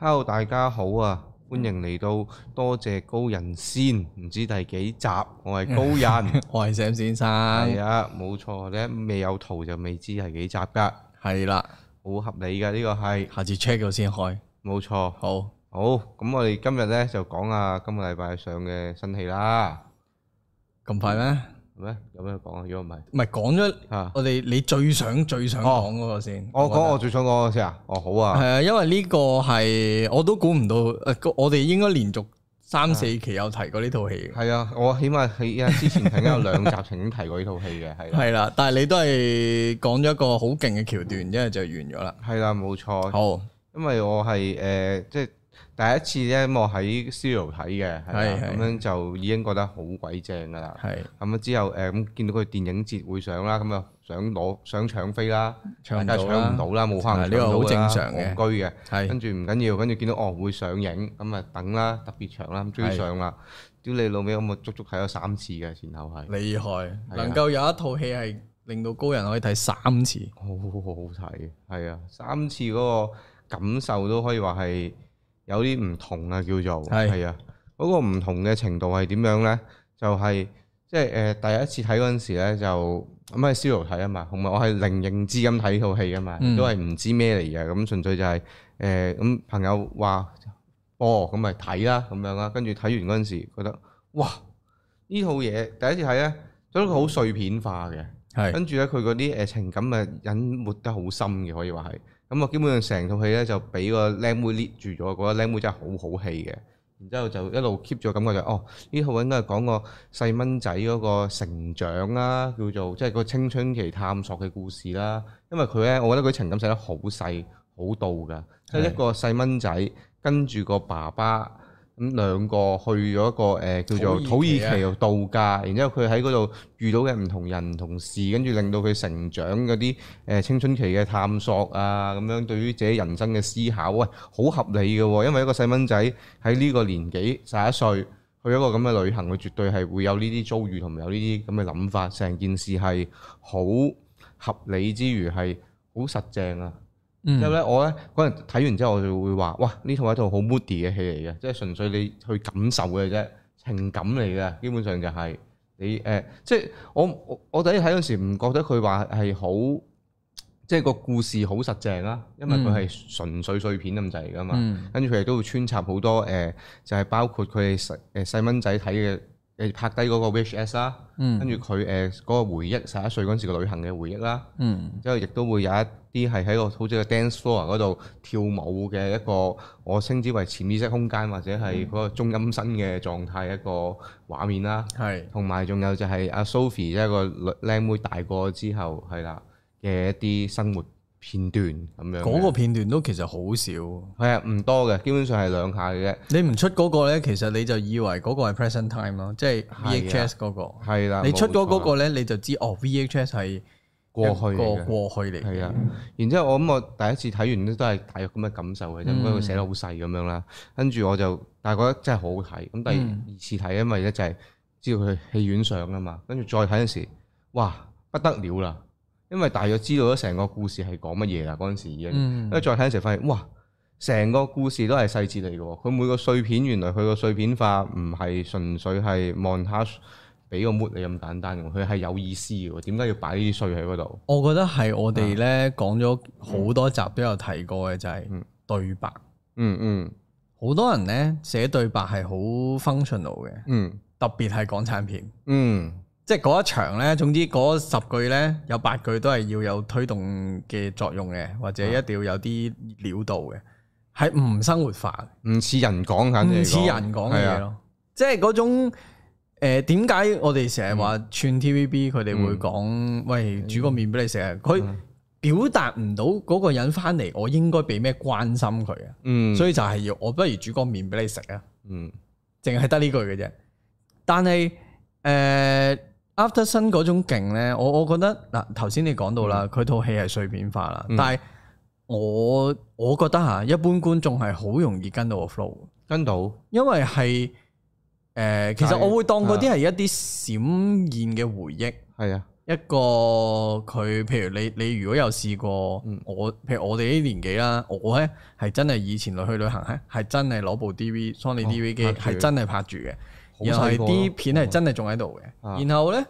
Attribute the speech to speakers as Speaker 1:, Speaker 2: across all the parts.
Speaker 1: Hello，大家好啊！歡迎嚟到多謝高人先，唔知第幾集，我係高 人，
Speaker 2: 我係 Sam 先生，
Speaker 1: 係啊，冇錯咧，未有圖就未知係幾集噶，
Speaker 2: 係啦，
Speaker 1: 好合理噶呢、個係，
Speaker 2: 下次 check 咗先開。
Speaker 1: 冇錯。
Speaker 2: 好，
Speaker 1: 好，咁我哋今日咧就講下今個禮拜上嘅新戲啦，
Speaker 2: 咁快咩？
Speaker 1: 係咩？有咩講啊？如果唔係
Speaker 2: 唔係講咗
Speaker 1: 啊，
Speaker 2: 我哋你最想最想講嗰個先。
Speaker 1: 哦我講我
Speaker 2: 覺
Speaker 1: 最想講嘅先啊，哦好
Speaker 2: 得
Speaker 1: 啊，
Speaker 2: 係啊，因為呢個係我都估唔到，呃個我哋應該連續三四期有提過呢套戲嘅。
Speaker 1: 啊係啊，我起碼喺啊之前曾經有兩集曾經提過呢套戲嘅，係啦，
Speaker 2: 係啦，但係你都係講咗一個好勁嘅橋段，因為就完咗啦。
Speaker 1: 係啦，冇錯。
Speaker 2: 好，
Speaker 1: 因為我係誒、呃即係第一次咧，咁我喺 studio 睇嘅，係啦
Speaker 2: 係係
Speaker 1: 咁樣就已經覺得好鬼正㗎啦。
Speaker 2: 係
Speaker 1: 咁啊之後誒咁、見到佢電影節會上啦，咁啊想攞想搶飛啦，
Speaker 2: 搶唔
Speaker 1: 大
Speaker 2: 到
Speaker 1: 家搶
Speaker 2: 啦
Speaker 1: 唔到啦，冇可能
Speaker 2: 係呢個好
Speaker 1: 搶到㗎啦
Speaker 2: 正常嘅
Speaker 1: 戇居嘅。
Speaker 2: 係
Speaker 1: 跟住唔緊要，跟住見到哦會上映，咁啊等啦，特別長啦，咁追
Speaker 2: 係
Speaker 1: 上啦。屌你老味，咁我足足睇咗三次嘅前後係，啊
Speaker 2: 厲害，能夠有一套戲係令到高人可以睇三次，
Speaker 1: 好好好睇，係啊，三次嗰個感受都可以話係有啲唔同啊，叫做
Speaker 2: 係
Speaker 1: 係啊，嗰、個唔同嘅程度係點樣咧？就係、即係誒、呃第一次睇嗰陣時咧，就咁喺 studio 睇啊嘛，同埋我係零認知咁睇套戲啊嘛，
Speaker 2: 嗯
Speaker 1: 都係唔知咩嚟嘅，咁純粹就係誒咁朋友話哦，咁咪睇啦咁樣啦，跟住睇完嗰陣時覺得哇呢套嘢第一次睇咧，覺得佢好碎片化嘅。
Speaker 2: 係
Speaker 1: 跟住咧，佢嗰啲誒情感啊隱沒得好深嘅，可以話係。咁啊，基本上成套戲咧就俾個靚妹 lead 住咗，覺得靚妹真係好好戲嘅。然之後就一路 keep 住個感覺就係哦，呢套應該係講個細蚊仔嗰個成長啦，叫做即係個青春期探索嘅故事啦。因為佢咧，我覺得佢情感寫得好細好到㗎，即係一個細蚊仔跟住個爸爸咁兩個去咗一個誒、呃叫做土
Speaker 2: 土耳
Speaker 1: 耳
Speaker 2: 其啊
Speaker 1: 其度度假，然之後佢喺嗰度遇到嘅唔同人唔同事，跟住令到佢成長嗰啲誒青春期嘅探索啊，咁樣對於自己人生嘅思考，喂，好合理嘅喎、因為一個細蚊仔喺呢個年紀十一歲去一個咁嘅旅行，佢絕對係會有呢啲遭遇同埋有呢啲咁嘅諗法，成件事係好合理之餘係好實正啊！之後
Speaker 2: 嗯
Speaker 1: 咧，我咧嗰陣睇完之後，我就會話：哇！呢套係一套好 moody 嘅戲嚟嘅，即係純粹你去感受嘅啫，情感嚟嘅，基本上就係你誒、呃即係我我我第一睇嗰陣時唔覺得佢話係好，即係個故事好實正啦，因為佢係純粹碎片咁滯噶嘛。
Speaker 2: 嗯
Speaker 1: 跟住佢哋都會穿插好多誒、呃就係、包括佢哋細誒細蚊仔睇嘅誒拍低嗰個 VHS 啦，
Speaker 2: 嗯
Speaker 1: 跟住佢誒嗰個回憶十一歲嗰陣時嘅旅行嘅回憶啦。
Speaker 2: 嗯。
Speaker 1: 之後亦都會有一啲係喺個好似個 dance floor 嗰度跳舞嘅一個，我稱之為潛意識空間或者
Speaker 2: 嗯
Speaker 1: 係嗰個中陰身嘅狀態一個畫面啦。
Speaker 2: 係
Speaker 1: 同埋仲有就係阿 Sophie 即係個女靚妹大個之後係啦嘅一啲生活片段咁樣嘅。
Speaker 2: 嗰個片段都其實好少，
Speaker 1: 係啊，唔多嘅，基本上係兩下嘅啫。
Speaker 2: 你唔出嗰個咧，其實你就以為嗰個係 present time 咯，即係
Speaker 1: 啊
Speaker 2: VHS 嗰個。
Speaker 1: 係啦，
Speaker 2: 你出
Speaker 1: 冇
Speaker 2: 嗰
Speaker 1: 錯
Speaker 2: 嗰個咧，你就知哦，VHS 係
Speaker 1: 過去嚟
Speaker 2: 個
Speaker 1: 嘅
Speaker 2: 過去嚟
Speaker 1: 係
Speaker 2: 嘅。
Speaker 1: 啊，然之後我諗我第一次睇完咧都係大約咁嘅感受嘅啫，因為佢
Speaker 2: 嗯
Speaker 1: 寫得好細咁樣啦。跟住我就但係覺得真係好好睇。咁
Speaker 2: 嗯
Speaker 1: 第二次睇，因為咧就係知道佢戲院上啊嘛，跟住再睇嗰時，哇不得了啦！因為大約知道咗成個故事係講乜嘢啦，嗰陣時已經。
Speaker 2: 嗯
Speaker 1: 因為再睇嘅時候發現，哇！成個故事都係細節嚟嘅喎，佢每個碎片原來佢個碎片化唔係純粹係 montage 俾個 mood 你咁簡單嘅喎，佢係有意思嘅喎。點解要擺呢啲碎喺嗰度？
Speaker 2: 我覺得係我哋咧講咗好多集都有提過嘅，就係
Speaker 1: 啊嗯
Speaker 2: 對白。
Speaker 1: 嗯嗯
Speaker 2: 好多人咧寫對白係好 functional 嘅，
Speaker 1: 嗯
Speaker 2: 特別係港產片，
Speaker 1: 嗯
Speaker 2: 即係嗰一場咧，總之嗰十句咧有八句都係要有推動嘅作用嘅，或者
Speaker 1: 啊
Speaker 2: 一定要有啲料到嘅，係唔生活化嘅。
Speaker 1: 唔嗯似人講啊緊
Speaker 2: 嗯唔似人講嘅
Speaker 1: 咯。
Speaker 2: 嘢咯，即係嗰種誒點解我哋成日話
Speaker 1: 嗯
Speaker 2: 串 TVB 佢哋會講、喂煮個面俾你食啊，佢
Speaker 1: 嗯
Speaker 2: 表達唔到嗰個人翻嚟，我應該俾咩關心佢啊？
Speaker 1: 嗯，
Speaker 2: 所
Speaker 1: 以
Speaker 2: 以就係要我不如煮個面俾你食啊，
Speaker 1: 嗯
Speaker 2: 淨係得呢句嘅啫。但係誒、呃 After Sun 嗰種勁咧，我我覺得嗱頭先你講到啦，佢套戲係碎片化啦，
Speaker 1: 嗯
Speaker 2: 但係我我覺得啊嚇一般觀眾係好容易跟到個 flow 嘅。
Speaker 1: 跟到
Speaker 2: 因為係誒、
Speaker 1: 啊
Speaker 2: 呃其實我會當嗰啲係一啲閃現嘅回憶，
Speaker 1: 係啊，
Speaker 2: 一個佢，譬如你你如果有試過，
Speaker 1: 嗯
Speaker 2: 我譬如我哋呢啲年紀啦，我咧係真係以前去旅行咧係真係攞部 DV Sony
Speaker 1: 哦
Speaker 2: DV 機
Speaker 1: 拍住
Speaker 2: 係真係拍住嘅，
Speaker 1: 好
Speaker 2: 然後係
Speaker 1: 細個咯
Speaker 2: 啲片係真係仲喺度
Speaker 1: 啊
Speaker 2: 嘅。然後咧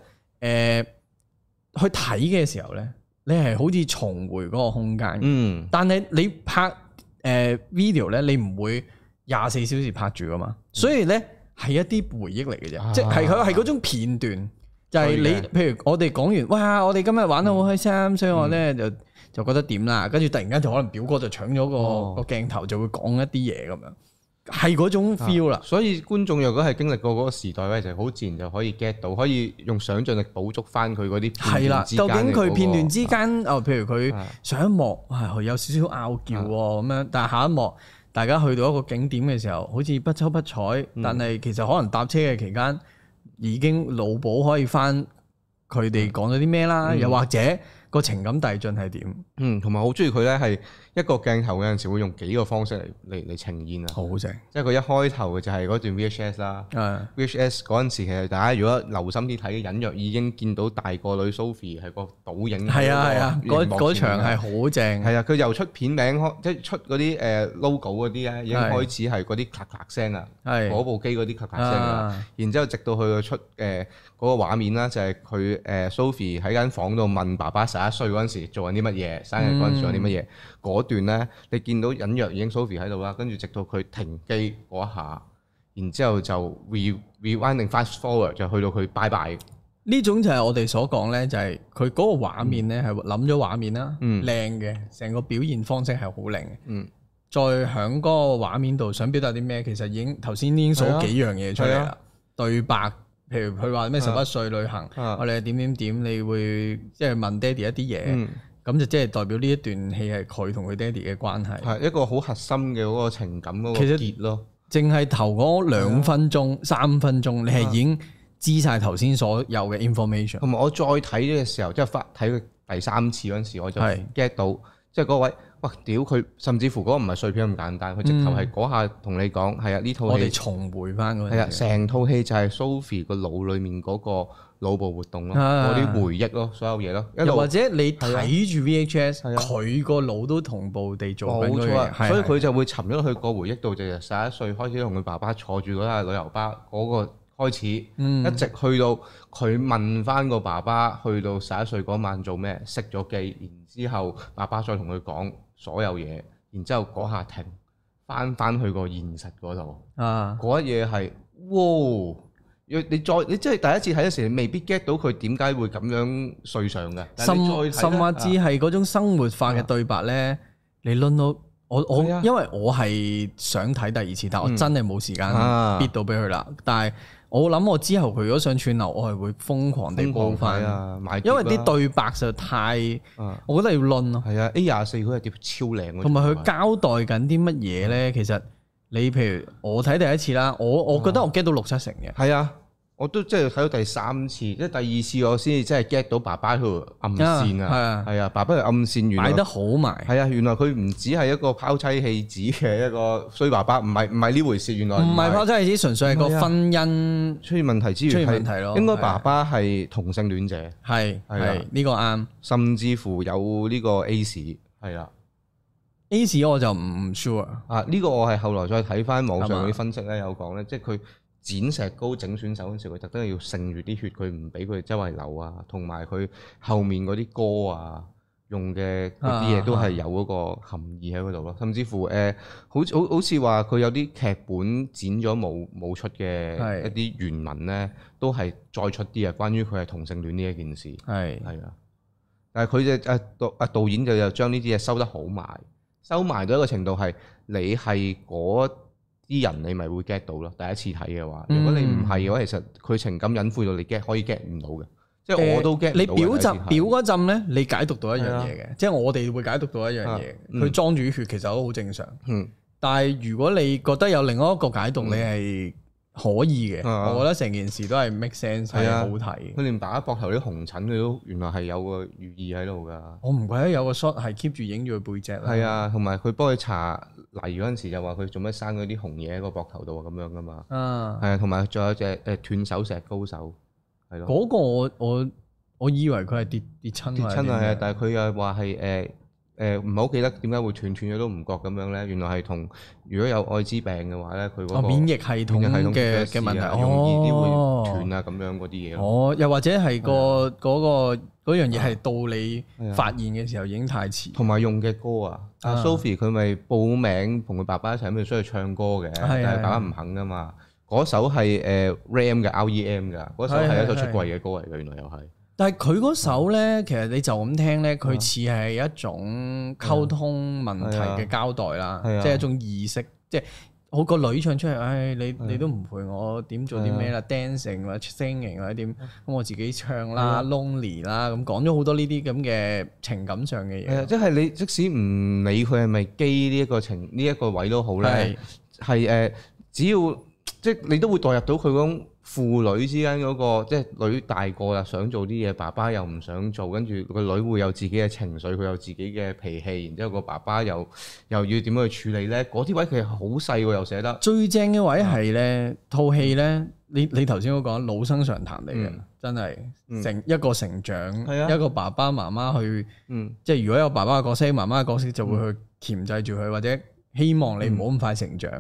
Speaker 2: 誒、去睇嘅時候咧，你係好似重回嗰個空間嘅。
Speaker 1: 嗯
Speaker 2: 但係你拍誒、呃 video 咧，你唔會廿四小時拍住噶嘛，所以咧係一啲回憶嚟嘅
Speaker 1: 嗯
Speaker 2: 啫，
Speaker 1: 啊
Speaker 2: 即係佢係嗰種片段，就係、你
Speaker 1: 對嘅
Speaker 2: 譬如我哋講完，哇！我哋今日玩得好開心，所以我咧
Speaker 1: 嗯
Speaker 2: 就就覺得點啦，跟住突然間就可能表哥就搶咗個、
Speaker 1: 哦
Speaker 2: 個鏡頭，就會講一啲嘢咁樣，係嗰種
Speaker 1: 啊
Speaker 2: feel 啦。
Speaker 1: 所以觀眾若果係經歷過嗰個時代咧，就好自然就可以 get 到，可以用想像力捕捉翻佢嗰啲
Speaker 2: 係
Speaker 1: 片段
Speaker 2: 啦，
Speaker 1: 之間
Speaker 2: 究
Speaker 1: 嘅
Speaker 2: 竟佢
Speaker 1: 嗰
Speaker 2: 片段
Speaker 1: 個
Speaker 2: 之間，哦，譬如佢
Speaker 1: 啊嗯
Speaker 2: 上一幕係有少少拗撬喎咁樣，但係下一幕大家去到一個景點嘅時候，好似不瞅不睬，
Speaker 1: 嗯
Speaker 2: 但係其實可能搭車嘅期間已經腦補可以翻佢
Speaker 1: 嗯
Speaker 2: 哋講咗啲咩啦，又或者個情感遞進係點，
Speaker 1: 嗯，同埋好中意佢咧係一個鏡頭有陣時會用幾個方式嚟嚟嚟呈現啊，
Speaker 2: 好正，
Speaker 1: 即係佢一開頭嘅就係嗰段 VHS 啦。
Speaker 2: 誒
Speaker 1: VHS 嗰陣時，其實大家如果留心啲睇，隱約已經見到大個女 Sophie 係嗯個倒影喺
Speaker 2: 係啊係啊，
Speaker 1: 個
Speaker 2: 嗰
Speaker 1: 熒幕
Speaker 2: 嗰
Speaker 1: 前面
Speaker 2: 場係好正，
Speaker 1: 係啊，佢由出片名開，即係出嗰啲誒 logo 嗰啲咧，已經開始係嗰啲咔咔聲啊，
Speaker 2: 係
Speaker 1: 嗰部機嗰啲咔咔聲啊。
Speaker 2: 啊
Speaker 1: 然之後直到佢出誒嗰個畫面啦，就係佢誒 Sophie 喺間房度問爸爸十一歲嗰陣時做緊啲乜嘢，生日嗰陣時做緊啲乜嘢。嗰段咧，你見到隱約已經 Sophie 喺度啦，跟住直到佢停機嗰一下，然之後就 re rewinding fast forward 就去到佢拜拜。
Speaker 2: 呢種就係我哋所講咧，就係佢嗰個畫面咧係諗咗畫面啦，
Speaker 1: 嗯
Speaker 2: 靚嘅，成個表現方式係好靚嘅。
Speaker 1: 嗯，
Speaker 2: 再響嗰個畫面度想表達啲咩，其實已經頭先已經數咗幾樣嘢出嚟
Speaker 1: 係
Speaker 2: 啦
Speaker 1: 啊。
Speaker 2: 對白，譬如佢話咩十
Speaker 1: 啊
Speaker 2: 一歲旅行，
Speaker 1: 啊
Speaker 2: 我哋點點點，你會即係問爹哋一啲嘢，
Speaker 1: 嗯，
Speaker 2: 咁就即係代表呢一段戲係佢同佢爹哋嘅關係。
Speaker 1: 係一個好核心嘅嗰個情感嗰個
Speaker 2: 其實
Speaker 1: 結咯。
Speaker 2: 淨係頭嗰兩分
Speaker 1: 啊
Speaker 2: 鐘、三分鐘，你係已經知晒頭先所有嘅 information。
Speaker 1: 同埋我再睇嘅時候，即係發睇佢第三次嗰陣時，我就
Speaker 2: 係
Speaker 1: get 到，即係嗰位，哇！屌佢，甚至乎嗰個唔係碎片咁簡單，佢直頭係嗰下同你講，係啊呢套
Speaker 2: 嗯我哋
Speaker 1: 戲，
Speaker 2: 重回翻嗰
Speaker 1: 係啊
Speaker 2: 陣時，
Speaker 1: 成套戲就係 Sophie 個腦裡面嗰個腦部活動咯，
Speaker 2: 啊
Speaker 1: 嗰啲回憶咯，所有嘢咯，一
Speaker 2: 又
Speaker 1: 路啊
Speaker 2: 或者你睇住 VHS，
Speaker 1: 係啊
Speaker 2: 佢個腦都同步地做
Speaker 1: 冇
Speaker 2: 緊嗰樣
Speaker 1: 錯
Speaker 2: 嘢
Speaker 1: 啊，
Speaker 2: 係
Speaker 1: 所以
Speaker 2: 係
Speaker 1: 佢就會沉咗去個回憶度，就係十一歲開始同佢爸爸坐住嗰架旅遊巴嗰個開始。
Speaker 2: 嗯
Speaker 1: 一直去到佢問翻個爸爸，去到十一歲嗰晚做咩？熄咗機，然之後爸爸再同佢講所有嘢，然之後嗰下停，翻翻去個現實嗰度，
Speaker 2: 啊。
Speaker 1: 嗰一嘢係哇！若你再你真係第一次睇嘅時候，你未必 get 到佢點解會咁樣睡上嘅。但係你
Speaker 2: 甚
Speaker 1: 再睇
Speaker 2: 甚
Speaker 1: 呢
Speaker 2: 或至
Speaker 1: 啊
Speaker 2: 係嗰種生活化嘅對白咧，你論到我我
Speaker 1: 係啊，嗯
Speaker 2: 因為我係想睇第二次，但我真係冇時間
Speaker 1: 啊
Speaker 2: 逼到俾佢啦。但係我諗我之後佢如果上串流，我係會瘋狂地
Speaker 1: 瘋
Speaker 2: 煲
Speaker 1: 狂睇
Speaker 2: 翻，
Speaker 1: 啊，買碟
Speaker 2: 因為
Speaker 1: 啦
Speaker 2: 啲對白實在太，
Speaker 1: 啊
Speaker 2: 我覺得要論咯，
Speaker 1: 係啊 A 廿四嗰隻碟超靚嗰
Speaker 2: 同埋佢
Speaker 1: 隻
Speaker 2: 交代緊啲乜嘢
Speaker 1: 嗯
Speaker 2: 咧，其實。你譬如我睇第一次啦，我我
Speaker 1: 嗯
Speaker 2: 覺得我 get 到六七成嘅，
Speaker 1: 係啊，我都即係睇到第三次，即係第二次我先至真係 get 到爸爸佢暗線
Speaker 2: 啊係啊
Speaker 1: 啊，係啊，爸爸佢暗線原
Speaker 2: 擺得
Speaker 1: 來
Speaker 2: 好埋，
Speaker 1: 係啊，原來佢唔只係一個拋妻棄子嘅一個衰爸爸，唔係唔係呢回事，原來
Speaker 2: 唔係拋妻棄子，純粹係
Speaker 1: 唔係
Speaker 2: 個
Speaker 1: 啊
Speaker 2: 婚姻
Speaker 1: 出現問題之餘
Speaker 2: 出現
Speaker 1: 係
Speaker 2: 問題咯
Speaker 1: 應該
Speaker 2: 係啊
Speaker 1: 爸爸係同性戀者，
Speaker 2: 係
Speaker 1: 係啊
Speaker 2: 係呢個啱。
Speaker 1: 甚至乎有呢個 A 市係啊啦。
Speaker 2: A 市我就唔 sure，
Speaker 1: 啊！呢、個我係後來再睇翻網
Speaker 2: 係
Speaker 1: 上
Speaker 2: 嘛
Speaker 1: 嗰啲分析咧，有講咧，即係佢剪石膏整損手嗰時，佢特登要剩住啲血，佢唔俾佢周圍流啊，同埋佢後面嗰啲歌啊。用嘅嗰啲嘢都係有嗰個含義喺嗰度咯，甚至乎誒、呃好好好似話佢有啲劇本剪咗冇冇出嘅
Speaker 2: 係
Speaker 1: 一啲原文咧，都係再出啲啊，關於佢係同性戀呢一件事。
Speaker 2: 係
Speaker 1: 係啊，但係佢就誒啊導誒導演就又將呢啲嘢收得好埋，收埋到一個程度係你係嗰啲人，你咪會 get 到咯。第一次睇嘅話，
Speaker 2: 嗯
Speaker 1: 如果你唔係嘅話，其實佢情感隱晦到你 get 可以 get 唔到嘅，即係我都 get 唔到嘅啊
Speaker 2: 你表集
Speaker 1: 第一
Speaker 2: 表
Speaker 1: 次睇
Speaker 2: 嗰陣咧，你解讀到一樣嘢嘅，即係我哋會解讀到一樣嘢
Speaker 1: 啊。嗯
Speaker 2: 佢裝住血其實都好正常，
Speaker 1: 嗯
Speaker 2: 但係如果你覺得有另外一個解讀，你係可以嘅。
Speaker 1: 嗯啊
Speaker 2: 我覺得成件事都係 make sense，
Speaker 1: 係
Speaker 2: 係
Speaker 1: 啊
Speaker 2: 好睇嘅。
Speaker 1: 佢連打膊頭啲紅疹，佢都原來係有個寓意喺度㗎。
Speaker 2: 我唔怪得有個 shot 係 keep 住影住佢背脊啦。
Speaker 1: 係啊，同埋佢幫佢搽泥嗰陣時就話佢做咩生嗰啲紅嘢喺個膊頭度啊咁樣㗎嘛。
Speaker 2: 啊，
Speaker 1: 係啊，同埋仲有隻誒斷手石高手係咯。
Speaker 2: 嗰個我我我以為佢係跌跌親
Speaker 1: 跌親啊，係
Speaker 2: 係
Speaker 1: 啊但係佢又話係誒誒唔係好記得點解會斷斷咗都唔覺咁樣咧，原來係同如果有艾滋病嘅話咧，佢嗰
Speaker 2: 哦
Speaker 1: 個
Speaker 2: 免疫系統
Speaker 1: 免疫系統
Speaker 2: 嘅
Speaker 1: 出
Speaker 2: 嘅
Speaker 1: 咗
Speaker 2: 問
Speaker 1: 事
Speaker 2: 題，
Speaker 1: 啊容易啲
Speaker 2: 哦
Speaker 1: 會斷啊咁樣嗰啲嘢咯。
Speaker 2: 哦，又或者係個嗰個嗰樣嘢係到你
Speaker 1: 啊係啊
Speaker 2: 發現嘅時候已經太遲，
Speaker 1: 同埋用嘅歌啊，阿
Speaker 2: 啊
Speaker 1: Sophie 佢咪報名同佢爸爸一齊咁就出去唱歌嘅，但
Speaker 2: 係
Speaker 1: 係
Speaker 2: 係
Speaker 1: 爸爸唔肯噶嘛。嗰首係誒 Ram 嘅 R.E.M. 㗎，嗰首係一首出櫃嘅歌嚟嘅，原來又係。
Speaker 2: 但係佢嗰首咧，其實你就咁聽咧，
Speaker 1: 啊
Speaker 2: 佢似係一種溝通問題嘅交代啦，
Speaker 1: 係啊
Speaker 2: 即係一種意識，即係我個女唱出嚟，唉，你
Speaker 1: 啊
Speaker 2: 你都唔陪我，點做啲咩啦，dancing 或者 singing 或者點，
Speaker 1: 啊
Speaker 2: 咁我自己唱啦，lonely 啦，咁講咗好多呢啲咁嘅情感上嘅
Speaker 1: 係啊，
Speaker 2: 嘢，
Speaker 1: 即係你即使唔理佢係咪基呢一個情呢一個位都好咧
Speaker 2: 係，
Speaker 1: 係誒、呃只要即係你都會代入到佢嗰種父女之間嗰、個，即係女大個啦，想做啲嘢，爸爸又唔想做，跟住個女會有自己嘅情緒，佢有自己嘅脾氣，然之後個爸爸又又要點樣去處理咧？嗰啲位其實好細喎，又寫得，
Speaker 2: 最正嘅位係咧，套戲咧，你你頭先都講老生常談嚟嘅
Speaker 1: 嗯，
Speaker 2: 真係
Speaker 1: 嗯
Speaker 2: 成一個成長，
Speaker 1: 係啊
Speaker 2: 一個爸爸媽媽去。
Speaker 1: 嗯，
Speaker 2: 即係如果有爸爸嘅角色，媽媽嘅角色就會去鉗制住佢，或者希望你唔好咁快成長。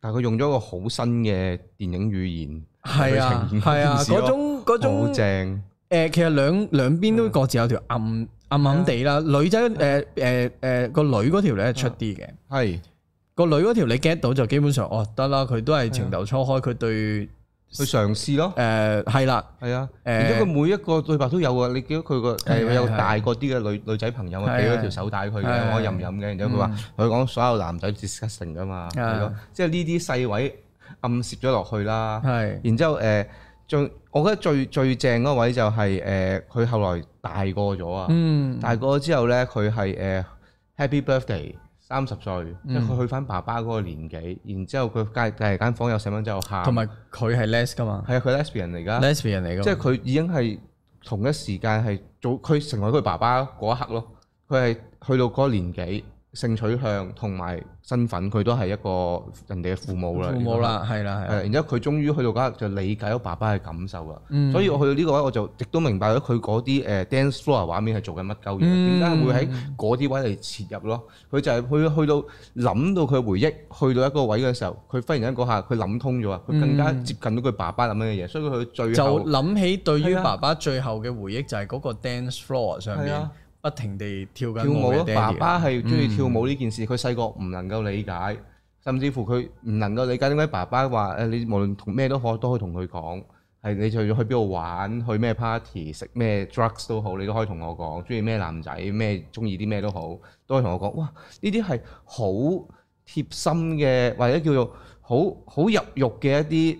Speaker 1: 但係佢用咗一個好新嘅電影語言，
Speaker 2: 係啊，
Speaker 1: 去呈現
Speaker 2: 係啊，
Speaker 1: 件 事咯
Speaker 2: 嗰種嗰
Speaker 1: 好
Speaker 2: 種嗯
Speaker 1: 正，
Speaker 2: 誒，其實兩兩邊都各自有條暗暗暗地啦。女仔誒誒誒個女嗰條咧出啲嘅，
Speaker 1: 係
Speaker 2: 個女嗰條你 get 到就基本上哦得啦，佢都係情竇初開，佢對
Speaker 1: 去嘗試咯。
Speaker 2: 誒係啦，
Speaker 1: 係啊，
Speaker 2: 誒
Speaker 1: 然之後佢每一個對白都有啊！你見到佢個誒
Speaker 2: 係係
Speaker 1: 有個大個啲嘅女女仔朋友啊，
Speaker 2: 係
Speaker 1: 俾咗
Speaker 2: 係
Speaker 1: 條手帶佢
Speaker 2: 係
Speaker 1: 嘅，
Speaker 2: 係嗯
Speaker 1: 我任飲嘅。然之後佢話佢講所有男仔 discussing 噶嘛，
Speaker 2: 係
Speaker 1: 係咯，即係呢啲細位暗攝咗落去啦。
Speaker 2: 係
Speaker 1: 然之後誒最，我覺得最最正嗰位就係誒佢後來大個咗啊，
Speaker 2: 嗯
Speaker 1: 大個之後咧佢係誒 Happy Birthday。三十歲，
Speaker 2: 嗯
Speaker 1: 即係佢去翻爸爸嗰個年紀，然之後佢隔隔離間房有細蚊仔喺度喊，
Speaker 2: 同埋佢係 les 噶嘛
Speaker 1: 係啊，佢 lesbian 嚟㗎。
Speaker 2: ，lesbian 嚟噶嘛，
Speaker 1: 即係佢已經係同一時間係做佢成為佢爸爸嗰一刻咯，佢係去到嗰個年紀、性取向同埋身份，佢都係一個人哋嘅父母啦。
Speaker 2: 父母啦，係啦
Speaker 1: 係
Speaker 2: 係
Speaker 1: 啊，
Speaker 2: 啦，
Speaker 1: 然之後佢終於去到嗰一刻就理解咗爸爸嘅感受啦。
Speaker 2: 嗯
Speaker 1: 所以我去到呢個位，我就亦都明白咗佢嗰啲誒 dance floor 畫面係做緊乜鳩嘢，點
Speaker 2: 嗯
Speaker 1: 解、會喺嗰啲位嚟切入咯？佢就係去去到諗到佢回憶，去到一個位嘅時候，佢忽然間嗰下佢諗通咗啊！佢更加接近到佢爸爸諗緊嘅嘢，所以佢最後
Speaker 2: 嗯就諗起對於
Speaker 1: 係啊
Speaker 2: 爸爸最後嘅回憶就係嗰個 dance floor 上
Speaker 1: 係
Speaker 2: 面
Speaker 1: 啊
Speaker 2: 不停地跳緊
Speaker 1: 跳舞
Speaker 2: 舞
Speaker 1: 咯
Speaker 2: 嘅，爹
Speaker 1: 爸
Speaker 2: 哋啊
Speaker 1: 爸係中意跳舞呢件事，佢細個唔能夠理解，甚至乎佢唔能夠理解點解爸爸話誒你無論同咩都可都可以同佢講，係你就要去邊度玩，去咩 party，食咩 drugs 都好，你都可以同我講，中意咩男仔，咩中意啲咩都好，都可以同我講。哇！呢啲係好貼心嘅，或者叫做好好入肉嘅一啲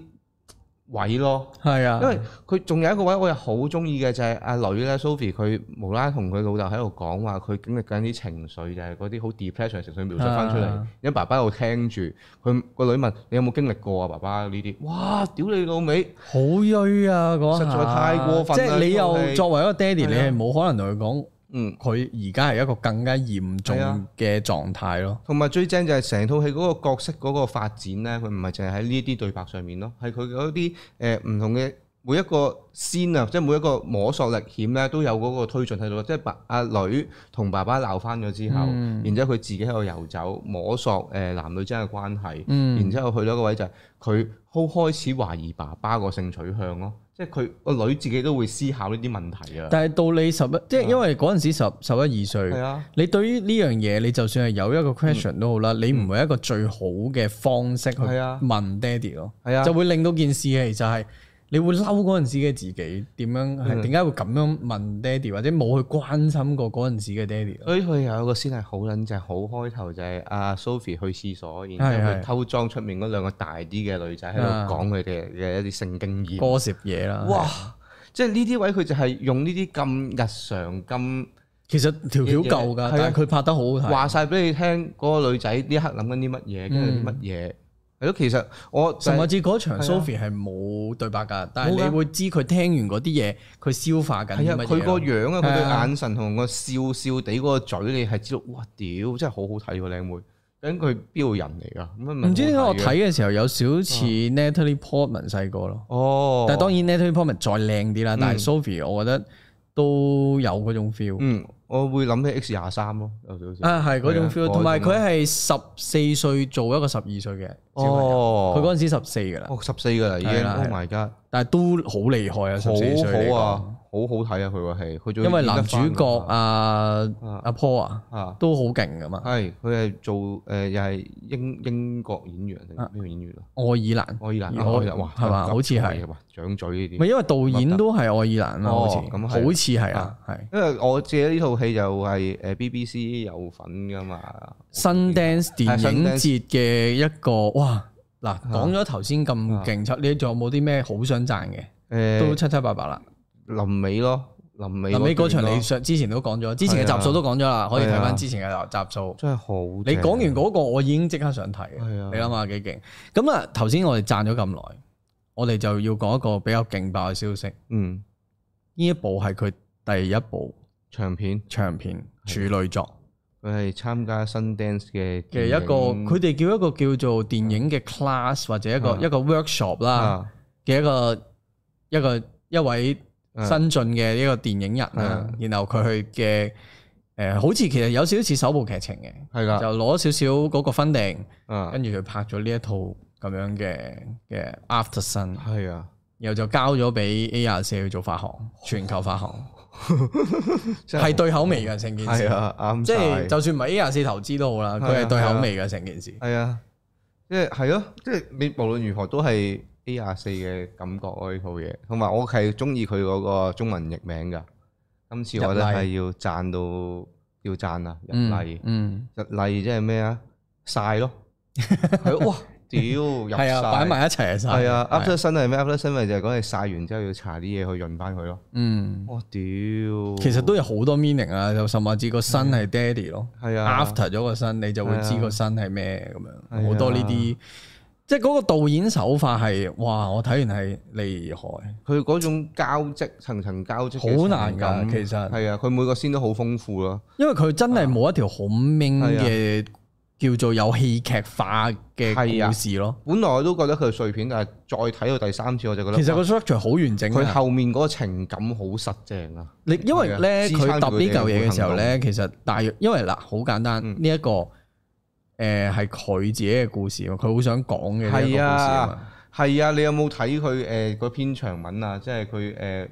Speaker 1: 位咯。
Speaker 2: 係啊，
Speaker 1: 因為佢仲有一個位我又好中意嘅就係、阿女咧，Sophie 佢無啦啦同佢老豆喺度講話，佢經歷緊啲情緒，就係嗰啲好 depression 嘅情緒描述翻出嚟。
Speaker 2: 啊
Speaker 1: 因為爸爸喺度聽住，佢個女問：你有冇經歷過啊？爸爸呢啲，哇！屌你老味，
Speaker 2: 好曳啊嗰下，
Speaker 1: 實在太過分啦
Speaker 2: 即係你
Speaker 1: 呢套
Speaker 2: 又
Speaker 1: 戲
Speaker 2: 作為一個爹哋，你
Speaker 1: 係啊
Speaker 2: 係冇可能同
Speaker 1: 嗯。
Speaker 2: 佢講佢而家係一個更加嚴重
Speaker 1: 係啊
Speaker 2: 嘅狀態咯。
Speaker 1: 同埋最正就係成套戲嗰個角色嗰個發展咧，佢唔係淨係喺呢啲對白上面咯，係佢嗰啲誒唔同嘅每一個先啊，即係每一個摸索歷險咧，都有嗰個推進喺度。即係爸阿女同爸爸鬧翻咗之後，然之後佢自己喺度遊走摸索誒、呃男女之間嘅關係，然之後去到一個位就係佢好開始懷疑爸爸個性取向咯，即係佢個女自己都會思考呢啲問題啊。
Speaker 2: 但係到你十一，即係因為嗰陣時十十一二歲
Speaker 1: 係。啊，
Speaker 2: 你對於呢樣嘢，你就算係有一個 question 都好啦，你唔係一個最好嘅方式去
Speaker 1: 嗯係啊
Speaker 2: 問爹哋咯，
Speaker 1: 係啊
Speaker 2: 就會令到件事其就係你會嬲嗰陣時嘅自己點樣
Speaker 1: 嗯
Speaker 2: 係點解會咁樣問爹哋，或者冇去關心過嗰陣時嘅爹哋咯。
Speaker 1: 所以佢有一個先係好撚正，好開頭就係阿 Sophie 去廁所，然之後
Speaker 2: 係
Speaker 1: 佢
Speaker 2: 係
Speaker 1: 偷裝出面嗰兩個大啲嘅女仔喺
Speaker 2: 啊
Speaker 1: 度講佢哋嘅一啲性經驗。
Speaker 2: 歌涉嘢啦，
Speaker 1: 嗯哇！即係呢啲位佢就係用呢啲咁日常咁
Speaker 2: 其實條條夠
Speaker 1: 係
Speaker 2: 㗎
Speaker 1: 啊，
Speaker 2: 但係佢嗯拍得好好睇，
Speaker 1: 話晒俾你聽，嗰個女仔呢一刻諗緊啲乜嘢，跟住啲乜嘢係咯。其實我就 係
Speaker 2: 甚至嗰
Speaker 1: 係
Speaker 2: 場
Speaker 1: 啊
Speaker 2: Sophie 係冇對白㗎，但係
Speaker 1: 冇㗎
Speaker 2: 你會知佢聽完嗰啲嘢，佢消化緊
Speaker 1: 係
Speaker 2: 啲
Speaker 1: 啊，
Speaker 2: 乜
Speaker 1: 佢
Speaker 2: 嘢
Speaker 1: 個
Speaker 2: 咯。
Speaker 1: 樣啊，佢
Speaker 2: 係
Speaker 1: 對
Speaker 2: 啊
Speaker 1: 眼神同個笑笑地嗰個嘴，你係知道哇屌，真係好好睇喎靚妹。咁佢邊度人嚟㗎？咁啊
Speaker 2: 唔知點解我
Speaker 1: 好睇嘅
Speaker 2: 睇嘅時候有少似 Natalie Portman 細個咯。
Speaker 1: 哦，
Speaker 2: 嗯但係當然 Natalie Portman 再靚啲啦，但係 Sophie 我覺得都有嗰種 feel。
Speaker 1: 嗯，我會諗起 X 廿三咯，有少少。
Speaker 2: 啊，係嗰種
Speaker 1: 係啊
Speaker 2: feel，同埋佢
Speaker 1: 嗰
Speaker 2: 係十四歲做一個十二歲嘅小朋友，
Speaker 1: 哦，
Speaker 2: 佢嗰陣時十四噶啦，
Speaker 1: 哦十四噶啦已經
Speaker 2: 係啦
Speaker 1: ，Oh
Speaker 2: 係
Speaker 1: my god，
Speaker 2: 但係都好厲害啊！十四歲嚟
Speaker 1: 好好啊
Speaker 2: 講，，
Speaker 1: 好好睇啊佢個戲，佢仲
Speaker 2: 因為
Speaker 1: 為
Speaker 2: 男主角啊
Speaker 1: 啊
Speaker 2: 阿 Paul 啊
Speaker 1: 啊。
Speaker 2: 都好勁噶嘛，
Speaker 1: 係，佢係做誒、又係英英國演員定邊個演員啊？
Speaker 2: 愛爾蘭，
Speaker 1: 愛爾蘭，
Speaker 2: 愛
Speaker 1: 愛爾蘭，哇，
Speaker 2: 係嘛
Speaker 1: 咁
Speaker 2: 好似係
Speaker 1: 犀利啊，哇，掌嘴呢
Speaker 2: 咪
Speaker 1: 啲。
Speaker 2: 因為導演都係愛爾蘭啦，
Speaker 1: 哦
Speaker 2: 好似
Speaker 1: 咁係
Speaker 2: 好似係啊，係
Speaker 1: 因為我自己呢套戲就係誒 BBC 有份噶嘛，
Speaker 2: Sundance 電
Speaker 1: 係
Speaker 2: 影
Speaker 1: Sundance
Speaker 2: 節嘅一個哇嗱，講咗頭先咁勁出，你仲有冇啲咩好想讚嘅？都
Speaker 1: 誒
Speaker 2: 七七八八啦。
Speaker 1: 臨尾咯，臨尾
Speaker 2: 臨尾嗰
Speaker 1: 段
Speaker 2: 場
Speaker 1: 咯啊
Speaker 2: 你上之前都講咗，之前嘅集數都講咗啦，可以睇翻之前嘅集數。
Speaker 1: 真係好
Speaker 2: 你
Speaker 1: 正，
Speaker 2: 講完嗰個，我已經即刻想睇嘅。
Speaker 1: 係啊
Speaker 2: 你諗下幾勁？咁啊，頭先我哋讚咗咁耐，我哋就要講一個比較勁爆嘅消息。
Speaker 1: 嗯
Speaker 2: 呢一部係佢第一部
Speaker 1: 長片，
Speaker 2: 長片處女作
Speaker 1: 佢係參加 Sundance 嘅
Speaker 2: 嘅一個，佢哋叫一個叫做電影嘅 class 或者一個
Speaker 1: 啊
Speaker 2: 一個 workshop 啦
Speaker 1: 啊
Speaker 2: 嘅一個一個一位新進嘅一個電影人啦
Speaker 1: 啊。
Speaker 2: 然後佢去嘅誒，好似其實有少少似首部劇情嘅。
Speaker 1: 係㗎
Speaker 2: 就攞少少嗰個 funding，
Speaker 1: 啊
Speaker 2: 跟住佢拍咗呢一套咁樣嘅嘅 After Sun，
Speaker 1: 係啊，
Speaker 2: 然後就交咗俾 A 廿四去做發行，全球發行
Speaker 1: 真
Speaker 2: 係對口味嘅成件
Speaker 1: 係
Speaker 2: 事，
Speaker 1: 啊啱
Speaker 2: 即係
Speaker 1: 晒
Speaker 2: 就算唔係 A 廿四投資都好啦，
Speaker 1: 係啊
Speaker 2: 佢係對口味嘅成件事。
Speaker 1: 係啊，即係係咯，即係你無論如何都係 A 廿四嘅感覺咯呢套嘢，同埋我係中意佢嗰個中文譯名㗎。今次我覺得係要讚到要讚啊！日麗
Speaker 2: 嗯嗯，
Speaker 1: 日麗即係咩啊？晒咯，係哇！屌入
Speaker 2: 係啊，擺
Speaker 1: 晒。
Speaker 2: 埋一齊晒。
Speaker 1: 係啊
Speaker 2: 係
Speaker 1: ，after sun 係咩？after sun 咪就係講你晒完之後要搽啲嘢去潤翻佢咯。
Speaker 2: 嗯，
Speaker 1: 哇屌！其
Speaker 2: 其實都有好多 meaning 啊，就甚至個身係 daddy 咯。
Speaker 1: 嗯係啊
Speaker 2: after 咗個身，你就會知
Speaker 1: 係啊
Speaker 2: 個身係咩咁
Speaker 1: 係
Speaker 2: 樣，
Speaker 1: 啊
Speaker 2: 好多呢啲，即係嗰個導演手法係，哇！我睇完係厲害，
Speaker 1: 佢嗰種交織層層交織嘅
Speaker 2: 好難
Speaker 1: 情
Speaker 2: 㗎
Speaker 1: 感
Speaker 2: 其實
Speaker 1: 係啊啊，佢每個先都好豐富咯。
Speaker 2: 因為佢真係冇一條好明嘅叫做有戲劇化嘅
Speaker 1: 啊係啊
Speaker 2: 故事咯。
Speaker 1: 本來我都覺得佢係碎片，但係再睇到第三次我就覺得，
Speaker 2: 其實
Speaker 1: 哇
Speaker 2: 個 structure 好完整
Speaker 1: 佢
Speaker 2: 啊。
Speaker 1: 後面嗰個情感好實正啊！
Speaker 2: 你因為咧，
Speaker 1: 係啊
Speaker 2: 佢揼呢嚿嘢嘅時
Speaker 1: 支撐佢哋
Speaker 2: 候咧，其實大約因為嗱，好簡單，
Speaker 1: 嗯
Speaker 2: 呢一個誒係佢自己嘅故事喎，佢好想講嘅呢一個故事
Speaker 1: 係
Speaker 2: 啊嘛
Speaker 1: 啊。，係啊，你有冇睇佢誒嗰篇長文啊？即係佢誒，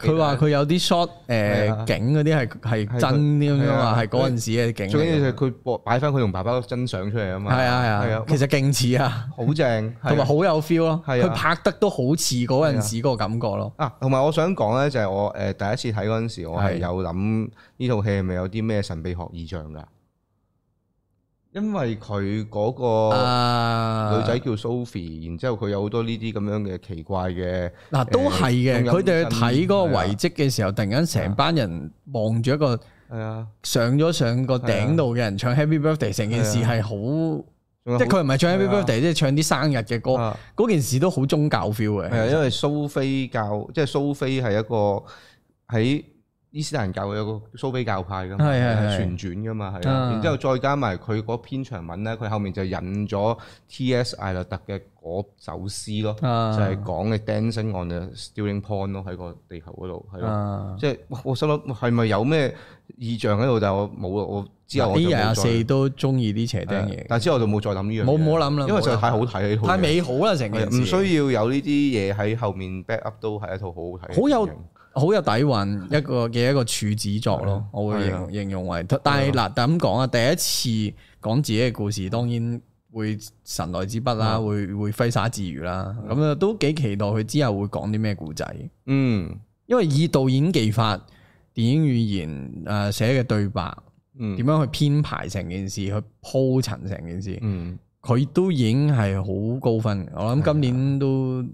Speaker 2: 佢話佢有啲 shot
Speaker 1: 係
Speaker 2: 誒
Speaker 1: 啊
Speaker 2: 景嗰啲係係
Speaker 1: 係
Speaker 2: 真啲咁樣
Speaker 1: 係
Speaker 2: 嘛，
Speaker 1: 啊
Speaker 2: 係嗰陣時嘅景嚟㗎。
Speaker 1: 最緊要就係佢播擺翻佢同爸爸嗰張相出嚟啊嘛，
Speaker 2: 係啊係
Speaker 1: 係
Speaker 2: 啊
Speaker 1: 啊，，
Speaker 2: 其實勁似啊，
Speaker 1: 好正，
Speaker 2: 同
Speaker 1: 係
Speaker 2: 埋
Speaker 1: 啊
Speaker 2: 好有 feel 咯。
Speaker 1: 係
Speaker 2: 佢
Speaker 1: 啊
Speaker 2: 拍得都好似嗰陣時嗰個感覺咯。
Speaker 1: 啊，同埋我想講咧，就係我誒第一次睇嗰陣時，我係有諗呢套戲係咪有啲咩神秘學異象㗎？因為佢嗰個
Speaker 2: 啊，
Speaker 1: 女仔叫 Sophie，然之後佢有好多呢啲咁樣嘅奇怪嘅。
Speaker 2: 嗱都係
Speaker 1: 誒
Speaker 2: 嘅，佢哋去
Speaker 1: 呃中陰
Speaker 2: 睇嗰
Speaker 1: 身
Speaker 2: 個
Speaker 1: 係啊
Speaker 2: 遺跡嘅時候，突然間成班人望住一個
Speaker 1: 係啊，
Speaker 2: 上咗上個頂度嘅人唱 Happy Birthday，成件事係好，即係佢唔係唱 Happy
Speaker 1: 啊係啊
Speaker 2: Birthday，即係唱啲生日嘅歌，
Speaker 1: 啊
Speaker 2: 嗰件事都好宗教 feel
Speaker 1: 係啊，
Speaker 2: 嘅。
Speaker 1: 因為蘇菲教即係蘇菲係一個喺伊斯蘭教有個蘇菲教派噶嘛，
Speaker 2: 係係係
Speaker 1: 旋轉噶嘛，係
Speaker 2: 啊
Speaker 1: 啊。然之後再加埋佢嗰篇長文咧，佢後面就引咗 T.S. 艾略特嘅嗰首詩咯，
Speaker 2: 啊
Speaker 1: 就係講嘅 Dancing on the Stealing Point 咯，喺個地球嗰度係咯。
Speaker 2: 啊
Speaker 1: 即係哇我心諗係咪有咩異象喺度？但係我冇啊，我之後我
Speaker 2: A
Speaker 1: 就冇
Speaker 2: 廿
Speaker 1: 再
Speaker 2: 四都中意啲邪釘
Speaker 1: 係啊
Speaker 2: 嘢。
Speaker 1: 但係之後我就冇再諗呢樣嘢。
Speaker 2: 冇冇諗啦
Speaker 1: 因為實在
Speaker 2: 冇諗
Speaker 1: 太好睇啦呢套嘢
Speaker 2: 太美好啦，成
Speaker 1: 係
Speaker 2: 件
Speaker 1: 啊唔
Speaker 2: 事
Speaker 1: 需要有呢啲嘢喺後面 back up 都係一套好好睇嘅電影。
Speaker 2: 好有好有底韻一個嘅一個處子作咯，
Speaker 1: 啊
Speaker 2: 我會形容形容為，但係嗱，但咁講啊，第一次講自己嘅故事，當然會神來之筆
Speaker 1: 啊
Speaker 2: 啦，會會揮灑自如啦，咁啊都幾期待佢之後會講啲咩故仔，
Speaker 1: 嗯
Speaker 2: 因為以導演技法、電影語言誒寫嘅對白，
Speaker 1: 嗯
Speaker 2: 點樣去編排成件事，去鋪陳成件事，
Speaker 1: 嗯，啊
Speaker 2: 佢都已經係好高分，我諗今年都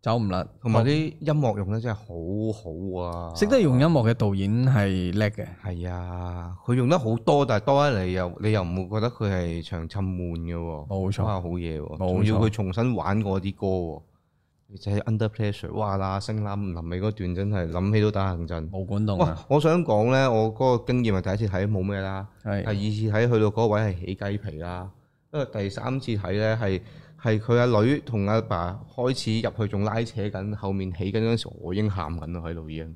Speaker 2: 走唔甩，
Speaker 1: 同埋啲音樂用得真係好好啊！
Speaker 2: 識得用音樂嘅導演係叻嘅，
Speaker 1: 係啊，佢用得好多，但係多得嚟又你又唔會覺得佢係長沉悶嘅喎。
Speaker 2: 冇錯
Speaker 1: 哇好嘢喎！仲
Speaker 2: 冇
Speaker 1: 要
Speaker 2: 錯
Speaker 1: 佢重新玩過啲歌喎，就係 Under Pressure，哇啦聲啦，臨尾嗰段真係諗起都打冷震。
Speaker 2: 冇管動
Speaker 1: 哇
Speaker 2: 啊，！
Speaker 1: 我想講咧，我嗰個經驗係第一次睇冇咩啦。第二
Speaker 2: 係
Speaker 1: 次睇去到嗰位係起雞皮啦，因為第三次睇咧係係佢阿女同阿爸開始入去仲拉扯緊，後面起緊嗰陣時，我已經喊緊啦喺度已經。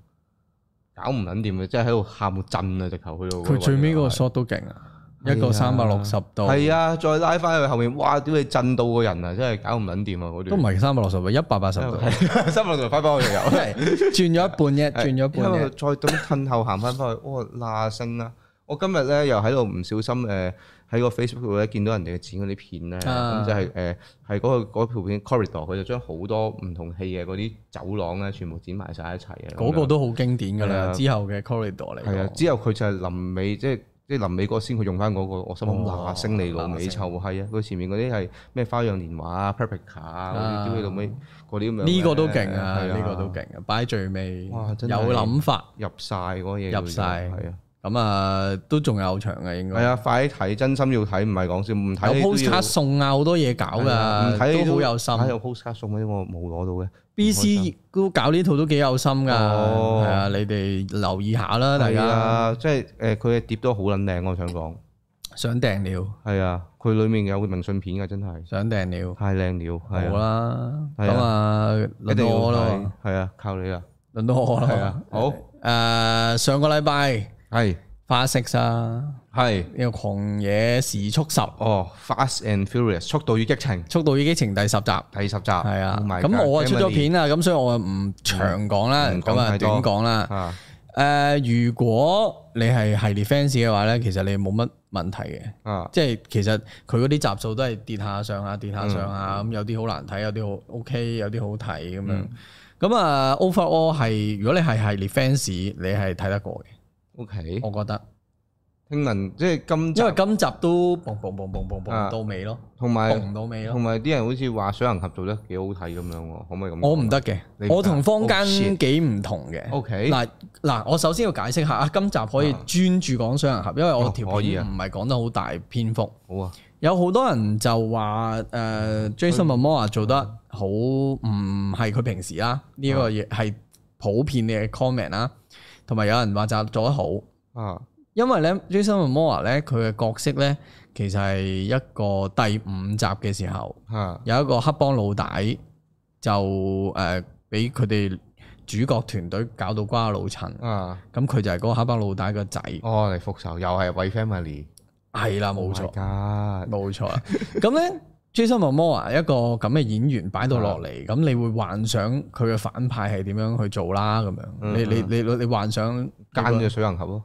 Speaker 1: 搞唔撚掂嘅，即係喺度喊到震啊！直頭去到
Speaker 2: 佢最尾嗰個 shot 都勁啊，一個三百六十度，
Speaker 1: 係啊，再拉翻去後面，哇！屌你震到個人啊，真係搞唔撚掂啊！嗰
Speaker 2: 都唔
Speaker 1: 段
Speaker 2: 係三百六十度，一百八十度，
Speaker 1: 係三百六十翻返去 又
Speaker 2: 係轉咗一半啫，轉咗一半
Speaker 1: 因為
Speaker 2: 啫。
Speaker 1: 佢再咁褪後行翻翻去，哦，嗱聲啦！我今日咧又喺度唔小心誒喺、個 Facebook 度咧見到人哋剪嗰啲片咧，咁、
Speaker 2: 啊
Speaker 1: 就係誒係嗰個嗰條片 corridor，佢就將好多唔同戲嘅嗰啲走廊咧全部剪埋晒一齊啊嘅。
Speaker 2: 嗰個都好經典㗎
Speaker 1: 係啊
Speaker 2: 啦，之後嘅 corridor 嚟
Speaker 1: 係啊！
Speaker 2: 講。
Speaker 1: 之後佢就係臨尾，即係即係臨尾嗰個先，佢用翻嗰、個，我心諗
Speaker 2: 哦
Speaker 1: 嗱聲你老
Speaker 2: 嗱
Speaker 1: 尾
Speaker 2: 聲
Speaker 1: 臭閪啊！佢前面嗰啲係咩花樣年華啊、Paprika 啊
Speaker 2: 啊
Speaker 1: 嗰啲，屌你老尾嗰啲咁樣。
Speaker 2: 呢個都勁啊！
Speaker 1: 係
Speaker 2: 呢個都勁啊！擺最尾，有
Speaker 1: 哇真係
Speaker 2: 諗法
Speaker 1: 入晒嗰個嘢叫做，
Speaker 2: 入晒
Speaker 1: 係啊！
Speaker 2: 咁啊，都仲有場嘅應
Speaker 1: 係
Speaker 2: 該。
Speaker 1: 啊，快啲睇，真心要睇，唔係講笑，唔睇
Speaker 2: 有
Speaker 1: 你都
Speaker 2: postcard
Speaker 1: 要
Speaker 2: 送啊，好多嘢搞
Speaker 1: 係啊唔睇
Speaker 2: 㗎，
Speaker 1: 你
Speaker 2: 都好有心。
Speaker 1: 啊有 postcard 送俾我冇攞到嘅，
Speaker 2: B C 都搞呢套都幾有心㗎，
Speaker 1: 哦
Speaker 2: 係啊！你哋留意下啦，大
Speaker 1: 係
Speaker 2: 家
Speaker 1: 啊，即係誒佢嘅碟都好撚靚，我想講
Speaker 2: 想訂了，
Speaker 1: 係啊，佢裡面有明信片嘅，真係
Speaker 2: 想訂了，
Speaker 1: 太靚了，
Speaker 2: 好
Speaker 1: 係啊，
Speaker 2: 啦。
Speaker 1: 係啊
Speaker 2: 咁啊，
Speaker 1: 一
Speaker 2: 輪
Speaker 1: 定
Speaker 2: 到
Speaker 1: 要
Speaker 2: 我
Speaker 1: 睇
Speaker 2: 啦，，
Speaker 1: 係啊，靠你啦，
Speaker 2: 輪到我
Speaker 1: 係
Speaker 2: 啦
Speaker 1: 啊。，好
Speaker 2: 誒，上個禮拜
Speaker 1: 係
Speaker 2: 花式啊，
Speaker 1: 係
Speaker 2: 呢個狂野時速十，
Speaker 1: 哦，Fast and Furious 速度與激情
Speaker 2: 速度與激情第十集。
Speaker 1: 第十集，
Speaker 2: 系啊，
Speaker 1: Oh my
Speaker 2: 咁
Speaker 1: God，
Speaker 2: 我啊出咗
Speaker 1: Family
Speaker 2: 片啦，咁所以我啊唔長講啦，
Speaker 1: 嗯唔講
Speaker 2: 咁啊
Speaker 1: 太
Speaker 2: 短
Speaker 1: 多
Speaker 2: 講啦。
Speaker 1: 啊，
Speaker 2: 诶，如果你係系列 fans 嘅話咧，其實你冇乜問題嘅，
Speaker 1: 啊
Speaker 2: 即係其實佢嗰啲集數都係跌下上下跌下上下，
Speaker 1: 嗯
Speaker 2: 咁有啲好難睇，有啲好 OK，有啲好睇咁樣。咁啊，overall 係如果你係系列 fans，你係睇得過嘅，
Speaker 1: ，OK，
Speaker 2: 我覺得，
Speaker 1: 聽聞即係今集
Speaker 2: 因為今集都嘣嘣嘣嘣嘣
Speaker 1: 啊
Speaker 2: 嘣到尾咯，
Speaker 1: 同埋。
Speaker 2: 嘣到尾咯
Speaker 1: 同。埋啲人好似話水行合作得幾好睇咁樣喎，可唔可以咁講？
Speaker 2: 我唔得嘅
Speaker 1: 你，唔得
Speaker 2: 我同坊
Speaker 1: Oh
Speaker 2: 間
Speaker 1: shit
Speaker 2: 幾唔同嘅。
Speaker 1: OK
Speaker 2: 嗱嗱，我首先要解釋下啊，今集可以
Speaker 1: 啊
Speaker 2: 專注講雙人合，因為我
Speaker 1: 哦
Speaker 2: 條
Speaker 1: 可以
Speaker 2: 片
Speaker 1: 啊
Speaker 2: 唔係講得好大篇幅。
Speaker 1: 好啊，
Speaker 2: 有好多人就話誒、呃 Jason Momoa 做
Speaker 1: 嗯
Speaker 2: 得好唔係佢平時啦，呢、
Speaker 1: 啊
Speaker 2: 個嘢係普遍嘅 comment 啦，同埋有人話就做得好，
Speaker 1: 啊，
Speaker 2: 因為咧 Jason Momoa 咧佢嘅角色咧其實係一個第五集嘅時候。
Speaker 1: 嚇，
Speaker 2: 有一個黑幫老大就誒俾佢哋主角團隊搞到瓜老襯，
Speaker 1: 啊，
Speaker 2: 咁佢就係嗰個黑幫老大個仔，
Speaker 1: 哦，嚟復仇又係為 family，Oh
Speaker 2: 係啦，冇錯，
Speaker 1: 噶，
Speaker 2: 冇錯啦。咁咧，Jason Momoa 一個咁嘅演員擺到落
Speaker 1: 啊
Speaker 2: 嚟，咁你會幻想佢嘅反派係點樣去做啦？咁樣，
Speaker 1: 嗯
Speaker 2: 你你你你幻想
Speaker 1: 奸嘅水行俠咯，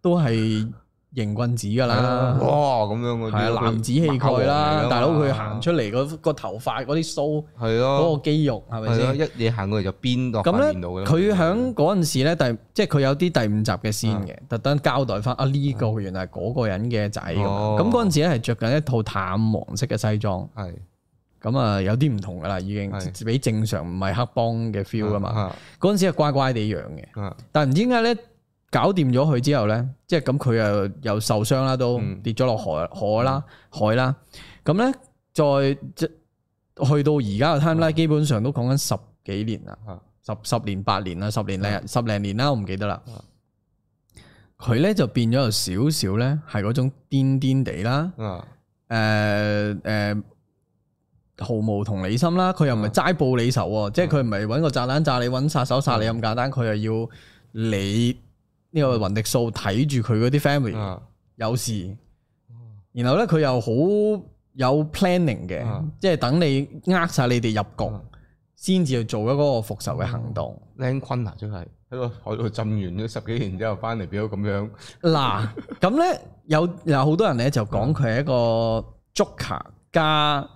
Speaker 2: 都係型棍子㗎
Speaker 1: 係啊
Speaker 2: 啦。
Speaker 1: 哇，咁樣嗰
Speaker 2: 係
Speaker 1: 啲
Speaker 2: 啊，男子氣概啦，大佬佢行，出嚟嗰個頭髮、嗰啲須、
Speaker 1: 馬王嚟㗎嘛係
Speaker 2: 嗰
Speaker 1: 咯，
Speaker 2: 個肌肉係咪
Speaker 1: 哦係
Speaker 2: 先
Speaker 1: 咯，？一嘢行過嚟就邊落
Speaker 2: 咁
Speaker 1: 塊
Speaker 2: 咧，
Speaker 1: 面度㗎啦
Speaker 2: 佢喺嗰陣時咧，第即係佢有啲第五集嘅先嘅，
Speaker 1: 嗯
Speaker 2: 特登交代翻啊呢個原來係嗰個人嘅仔咁樣。
Speaker 1: 哦
Speaker 2: 咁嗰陣時咧係着緊一套淡黃色嘅西裝，
Speaker 1: 係
Speaker 2: 咁啊有啲唔同噶啦，已經
Speaker 1: 係嗯
Speaker 2: 比正常唔係黑幫嘅 feel 噶嘛。
Speaker 1: 嘛，
Speaker 2: 嗰陣時係乖乖地樣嘅，
Speaker 1: 啊
Speaker 2: 但係唔知點解咧，搞掂咗佢之後咧，即係咁佢又又受傷啦，都
Speaker 1: 嗯
Speaker 2: 跌咗落海海啦海啦。咁咧再即去到而家嘅 timeline，基本上都講緊十幾年啦。
Speaker 1: 啊
Speaker 2: 十十年八年啦，十年零十零年啦，我唔記得啦
Speaker 1: 啊。
Speaker 2: 佢咧就變咗有少少咧，係嗰種癲癲地啦，
Speaker 1: 啊，
Speaker 2: 誒、誒、呃毫無同理心啦。佢又唔係齋報你仇喎，即係佢唔係揾個炸彈炸你，揾殺手殺你咁簡單，佢又要你呢個雲迪素睇住佢嗰啲 family
Speaker 1: 啊
Speaker 2: 有事，然後咧佢又好有 planning 嘅，
Speaker 1: 啊
Speaker 2: 即係等你呃晒你哋入局
Speaker 1: 啊，
Speaker 2: 先至去做一個復仇嘅行動。
Speaker 1: 靚坤啊，真係喺個海度浸完咗十幾年之後翻嚟變咗咁樣，
Speaker 2: 嗱，咁咧有有好多人咧就講佢係一個 Joker 加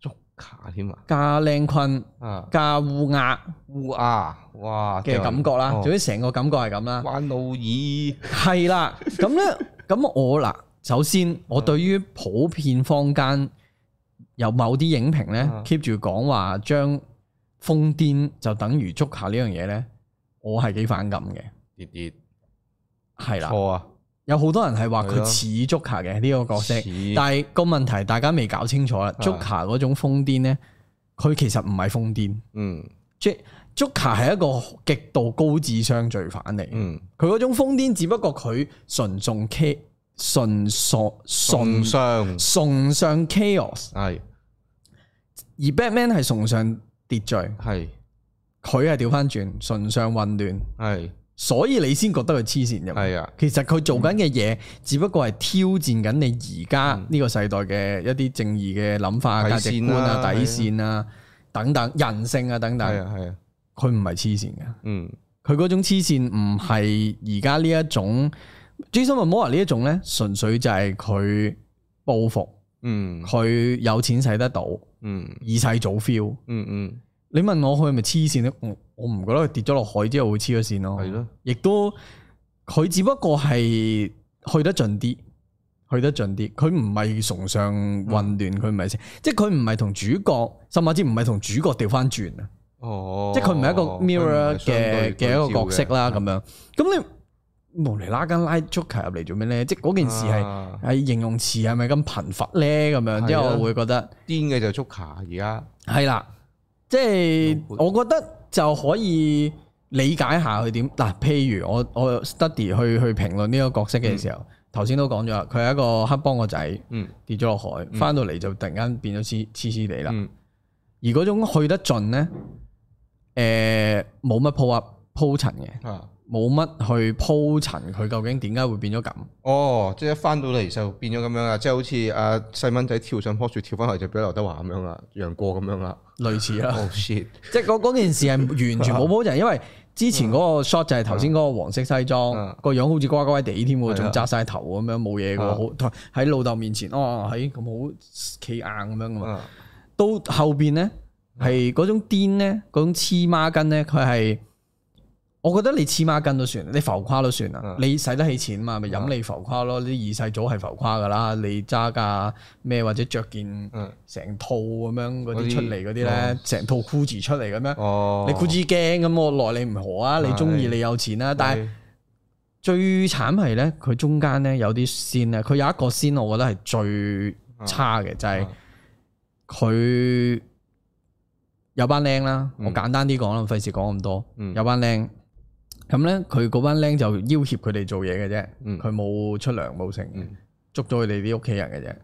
Speaker 1: 捉卡添啊，
Speaker 2: 加靚坤
Speaker 1: 啊，
Speaker 2: 加烏鴉
Speaker 1: 烏鴉，哇
Speaker 2: 嘅感覺啦，
Speaker 1: 哦
Speaker 2: 總之成個感覺係咁啦，
Speaker 1: 關路爾
Speaker 2: 係啦，咁咧咁我嗱，首先我對於普遍坊間有某啲影評咧
Speaker 1: 嗯
Speaker 2: keep 住講話將瘋癲就等於 Joker 呢樣嘢咧，我係幾反感嘅，
Speaker 1: 跌跌
Speaker 2: 係啦。
Speaker 1: 錯啊，
Speaker 2: 有好多人係話
Speaker 1: 係咯
Speaker 2: 佢似 Joker 嘅呢個角色
Speaker 1: 似，啊
Speaker 2: 但係個問題大家未搞清楚啦。
Speaker 1: 係
Speaker 2: Joker 嗰種瘋癲咧，佢其實唔係瘋癲
Speaker 1: 嗯
Speaker 2: ，J Joker 係一個極度高智商罪犯嚟。
Speaker 1: 嗯，
Speaker 2: 佢嗰種瘋癲，只不過佢純送 K 純索
Speaker 1: 重
Speaker 2: 純
Speaker 1: 傷
Speaker 2: 崇尚 chaos，
Speaker 1: 係
Speaker 2: 而 Batman 係崇尚秩序，
Speaker 1: 係
Speaker 2: 佢係調翻轉，崇尚混亂。
Speaker 1: 係
Speaker 2: 所以你先覺得佢黐線啫嘛。
Speaker 1: 係啊，嗯
Speaker 2: 其實佢做緊嘅嘢，只不過係挑戰緊你而家呢個世代嘅一啲正義嘅諗法、
Speaker 1: 底
Speaker 2: 價值觀
Speaker 1: 線
Speaker 2: 啊、
Speaker 1: 啦
Speaker 2: 底線啊等等、人性啊等等，
Speaker 1: 係啊，係啊，
Speaker 2: 佢唔係黐線嘅。
Speaker 1: 嗯，
Speaker 2: 佢嗰種黐線唔係而家呢一種 Jason Momoa 呢一種咧，純粹就係佢報復，
Speaker 1: 嗯，
Speaker 2: 佢有錢使得到，
Speaker 1: 嗯，
Speaker 2: 以世早 feel。
Speaker 1: 嗯，嗯，
Speaker 2: 你問我佢係咪黐線咧？我我唔覺得佢跌咗落海之後會黐咗線咯。
Speaker 1: 係咯，
Speaker 2: 亦都佢只不過係去得盡啲，去得盡啲。佢唔係崇尚混亂，佢唔係即係佢唔係同主角，甚至唔係同主角調翻轉啊！
Speaker 1: 哦，
Speaker 2: 即係佢唔
Speaker 1: 佢唔
Speaker 2: 係一個 mirror
Speaker 1: 係相對嗯
Speaker 2: 嘅嘅一個角色啦，
Speaker 1: 對
Speaker 2: 咁樣。咁你無厘啦更拉 Joker 入嚟做咩咧？即係嗰
Speaker 1: 照嘅
Speaker 2: 件事係
Speaker 1: 啊
Speaker 2: 係形容詞係咪咁貧乏咧？咁樣，
Speaker 1: 啊
Speaker 2: 即係我會覺得
Speaker 1: 癲嘅就 Joker 而家，
Speaker 2: 係啦。即係我覺得就可以理解下佢點嗱，譬如我我 study 去去評論呢個角色嘅時候，頭先都講咗啦，佢係一個黑幫個仔
Speaker 1: 嗯，
Speaker 2: 跌咗落海，翻到嚟就突然間變咗黐黐黐地啦。
Speaker 1: 嗯，
Speaker 2: 而嗰種去得盡咧，誒冇乜鋪 up 鋪陳嘅，
Speaker 1: 啊，
Speaker 2: 冇乜去鋪陳佢究竟點解會變咗咁。
Speaker 1: 哦，即係一翻到嚟就變咗咁樣啦，即係好似阿細蚊仔跳上棵樹跳翻嚟就俾劉德華咁樣啦，楊過咁樣啦，
Speaker 2: 類似 啦，
Speaker 1: 哦 shit，
Speaker 2: 即係嗰嗰件事係完全冇鋪陳，因為之前嗰個 shot 就係頭先嗰個黃色西裝
Speaker 1: 嗯，
Speaker 2: 個樣好似乖乖地添
Speaker 1: 係
Speaker 2: 喎，
Speaker 1: 啊
Speaker 2: 仲紮晒頭咁樣冇嘢嘅喎，好喺老豆面前，哦，喺咁好企硬咁樣噶嘛。
Speaker 1: 啊
Speaker 2: 到後邊咧係嗰種癲咧，嗰種黐孖筋咧，佢係我覺得你黐孖筋都算，你浮誇都算啦
Speaker 1: 嗯。
Speaker 2: 你使得起錢嘛，咪飲你浮誇咯。啲二世祖係浮誇噶啦，你揸架咩或者着件
Speaker 1: 嗯，
Speaker 2: 成套咁樣嗰
Speaker 1: 嗰
Speaker 2: 啲
Speaker 1: 啲
Speaker 2: 出嚟嗰啲咧
Speaker 1: 哦，
Speaker 2: 成套 Gucci 出嚟咁樣，
Speaker 1: 哦，
Speaker 2: 你 Gucci 驚咁，我奈你唔何啊！你中意
Speaker 1: 係
Speaker 2: 你有錢啦，但係最慘係咧，佢中間咧有啲先咧，佢有一個先，我覺得係
Speaker 1: 啊
Speaker 2: 最差嘅，就係、
Speaker 1: 係
Speaker 2: 佢有班僆啦，
Speaker 1: 嗯
Speaker 2: 我簡單啲講啦，費事講咁多。
Speaker 1: 嗯
Speaker 2: 有班僆，咁咧佢嗰班僆就要挟佢哋做嘢嘅啫，
Speaker 1: 嗯
Speaker 2: 佢冇出糧冇成嘅
Speaker 1: 嗯
Speaker 2: 捉咗佢哋啲屋企人嘅啫。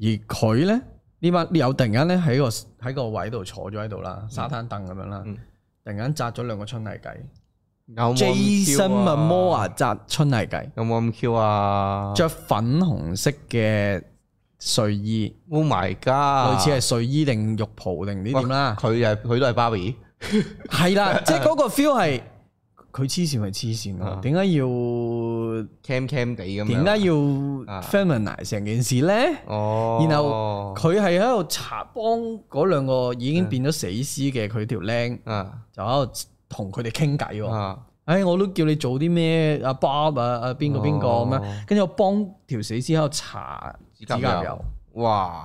Speaker 2: 而佢咧呢班有突然間咧喺個喺個位度坐咗喺度啦，沙灘凳咁樣啦，
Speaker 1: 嗯
Speaker 2: 突然間紮咗兩個春泥計
Speaker 1: 有冇咁
Speaker 2: Jason
Speaker 1: Q 啊
Speaker 2: Momoa 紮春泥計，
Speaker 1: 有冇咁 Q 啊？
Speaker 2: 着粉紅色嘅睡衣，
Speaker 1: Oh my god！
Speaker 2: 類似係啊睡衣定浴袍定唔知點啦。
Speaker 1: 佢又係佢都係 Barbie，
Speaker 2: 系 啦，即系嗰個 feel 係佢黐線咪黐線咯
Speaker 1: 啊，
Speaker 2: 點解要
Speaker 1: cam cam 地咁樣。
Speaker 2: 點解要
Speaker 1: 啊
Speaker 2: feminize 成件事咧？
Speaker 1: 哦，嗯
Speaker 2: 然後佢係喺度查幫嗰兩個已經變咗死屍嘅佢條僆，
Speaker 1: 啊
Speaker 2: 就喺度同佢哋傾偈喎。
Speaker 1: 啊，
Speaker 2: 唉，我都叫你做啲咩阿 Bob 啊啊邊個邊個咁
Speaker 1: 哦
Speaker 2: 樣，跟住我幫條死屍喺度查指
Speaker 1: 指甲
Speaker 2: 甲油
Speaker 1: 油。哇！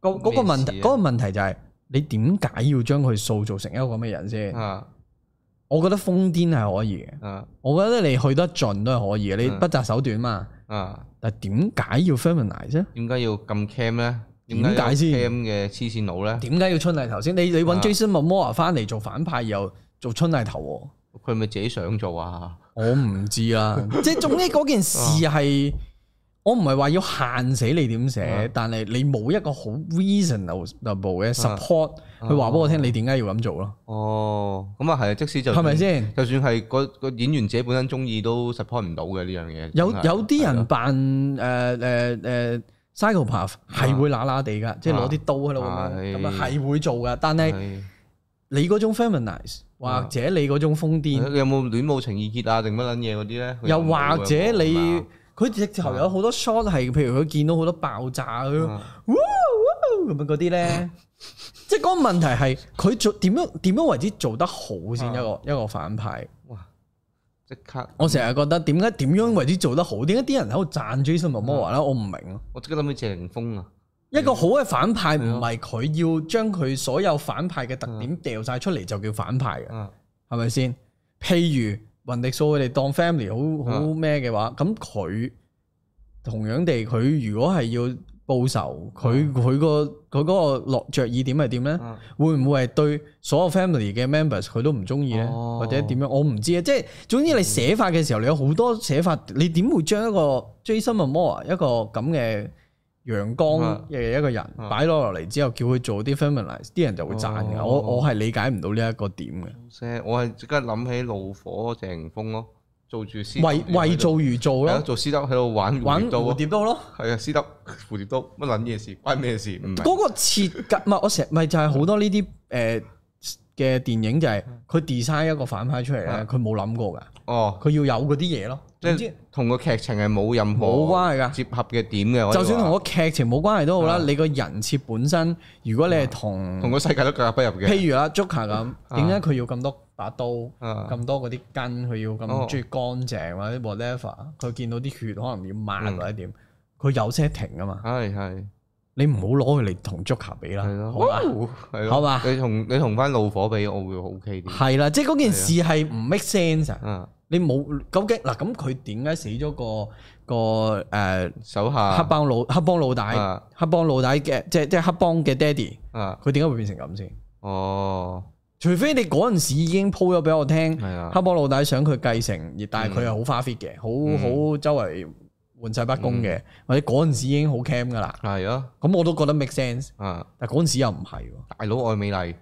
Speaker 2: 嗰嗰
Speaker 1: 咩
Speaker 2: 個問題，
Speaker 1: 事啊
Speaker 2: 嗰個問題就係你點解要將佢塑造成一個咁嘅人先？
Speaker 1: 啊
Speaker 2: 我覺得瘋癲係可以嘅。
Speaker 1: 啊
Speaker 2: 我覺得你去得盡都係可以嘅，你
Speaker 1: 嗯
Speaker 2: 不擇手段嘛。
Speaker 1: 啊！
Speaker 2: 但係點解要啊 feminize 啫？
Speaker 1: 點解要咁 cam 咧？
Speaker 2: 點解先
Speaker 1: ？cam 嘅黐線佬咧？
Speaker 2: 點解要春麗頭先？你你揾
Speaker 1: 啊
Speaker 2: Jason Momoa 翻嚟做反派，又做春麗頭喎？
Speaker 1: 佢咪自己想做啊？
Speaker 2: 我唔知 啦。即係總之嗰件事係，我唔係話要限死你點寫
Speaker 1: 啊，
Speaker 2: 但係你冇一個好 reasonable 嘅 support
Speaker 1: 啊
Speaker 2: 去話俾我聽，你點解要咁做咯？
Speaker 1: 哦，咁啊係，即使就
Speaker 2: 係咪？先？
Speaker 1: 就算係個個演員自己本身中意都 support 唔到嘅呢樣嘢。
Speaker 2: 有
Speaker 1: 真係啊
Speaker 2: 有啲
Speaker 1: 係
Speaker 2: 人
Speaker 1: 咯
Speaker 2: 扮誒誒誒 psychopath 係會揦揦地㗎，即係攞啲刀喺度咁樣，
Speaker 1: 啊係
Speaker 2: 咁啊係會做㗎，但係。
Speaker 1: 係啊
Speaker 2: 你嗰種 feminize，或者你嗰種瘋癲，
Speaker 1: 你有冇戀母情意結啊？定乜撚嘢嗰啲咧？
Speaker 2: 又或者你
Speaker 1: 佢
Speaker 2: 佢直頭有好多 shot 係，譬如佢見到好多爆炸佢
Speaker 1: 有冇
Speaker 2: 哇
Speaker 1: 啊
Speaker 2: 哇咁樣嗰啲咧，即係嗰個問題係佢做點樣點樣為之做得好先一個一個反派。
Speaker 1: 即刻，
Speaker 2: 我成日覺得點解點樣為之做得好？點解啲人喺度讚 Jason Momoa 咧？我唔明咯。
Speaker 1: 我即刻諗起謝霆鋒啊！
Speaker 2: 一個好嘅反派唔係佢要將佢所有反派嘅特點掉晒出嚟就叫反派嘅。
Speaker 1: 啊
Speaker 2: 係咪先？譬如雲迪素佢哋當 family 好好咩嘅話，咁佢同樣地，佢如果係要報仇，佢佢個佢嗰個落着意點係點咧？
Speaker 1: 啊
Speaker 2: 會唔會係對所有 family 嘅 members 佢都唔中意咧？
Speaker 1: 哦
Speaker 2: 或者點樣？我唔知啊。即係總之你寫法嘅時候，你有好多寫法，你點會將一個 Jason Momoa 一個咁嘅陽光
Speaker 1: 啊
Speaker 2: 嘅一個人
Speaker 1: 啊
Speaker 2: 擺咗落嚟之後，叫佢做啲 feminize，啲人就會讚嘅。
Speaker 1: 哦
Speaker 2: 我我係理解唔到呢一個點嘅。
Speaker 1: 聲我係即刻諗起怒火謝霆鋒咯，做住絲
Speaker 2: 為為做而做
Speaker 1: 啊係咯，
Speaker 2: 咯，
Speaker 1: 做絲得喺度玩
Speaker 2: 玩
Speaker 1: 蝴蝶刀
Speaker 2: 蝴
Speaker 1: 咯，
Speaker 2: 蝶刀咯。
Speaker 1: 係啊，絲得蝴蝶刀乜撚嘢事，關咩事？唔係
Speaker 2: 嗰個設計唔係我成日咪就係好多呢啲誒嘅電影就係佢 design 一個反派出嚟咧，
Speaker 1: 嗯
Speaker 2: 佢冇諗過㗎，
Speaker 1: 哦，
Speaker 2: 佢要有嗰啲嘢咯。
Speaker 1: 即
Speaker 2: 總之
Speaker 1: 係同個劇情係冇啊任何
Speaker 2: 冇關係㗎
Speaker 1: 接合嘅點嘅，
Speaker 2: 就算同
Speaker 1: 我
Speaker 2: 個劇情冇關係都好啦，
Speaker 1: 嗯
Speaker 2: 你個人設本身，如果你係
Speaker 1: 哋話同
Speaker 2: 同
Speaker 1: 個世界都格格不入嘅，
Speaker 2: 譬如啦 Joker 咁，點解佢要咁多把刀？
Speaker 1: 啊
Speaker 2: 咁多嗰啲根，佢要
Speaker 1: 哦
Speaker 2: 咁中意乾淨或者 whatever，佢見到啲血可能要抹
Speaker 1: 嗯
Speaker 2: 或者點，佢有 setting 啊嘛，
Speaker 1: 係係
Speaker 2: 你唔好攞佢嚟同 Joker 比啦，
Speaker 1: 係咯，
Speaker 2: 好嘛？
Speaker 1: 哦係咯，
Speaker 2: 好嘛
Speaker 1: 你同你同翻怒火比，我會 O K 啲，
Speaker 2: 係啦，即係嗰件事係唔 make sense 啊！
Speaker 1: 啊
Speaker 2: 你冇究竟嗱咁佢點解死咗個個誒
Speaker 1: 手
Speaker 2: 黑
Speaker 1: 下
Speaker 2: 幫老黑幫老大
Speaker 1: 啊
Speaker 2: 黑幫老大嘅即係即係黑幫嘅爹哋，
Speaker 1: 啊
Speaker 2: 佢點解會變成咁先？
Speaker 1: 哦
Speaker 2: 除非你嗰陣時已經鋪咗俾我聽，
Speaker 1: 係啊嗯
Speaker 2: 黑幫老大想佢繼承，而但係佢係好花 fit 嘅，好好周圍換晒北工嘅，
Speaker 1: 嗯
Speaker 2: 或者嗰陣時已經好 cam 噶啦。
Speaker 1: 係啊
Speaker 2: 咁我都覺得 make sense，
Speaker 1: 啊
Speaker 2: 但係嗰陣時又唔係喎，
Speaker 1: 大佬愛美麗，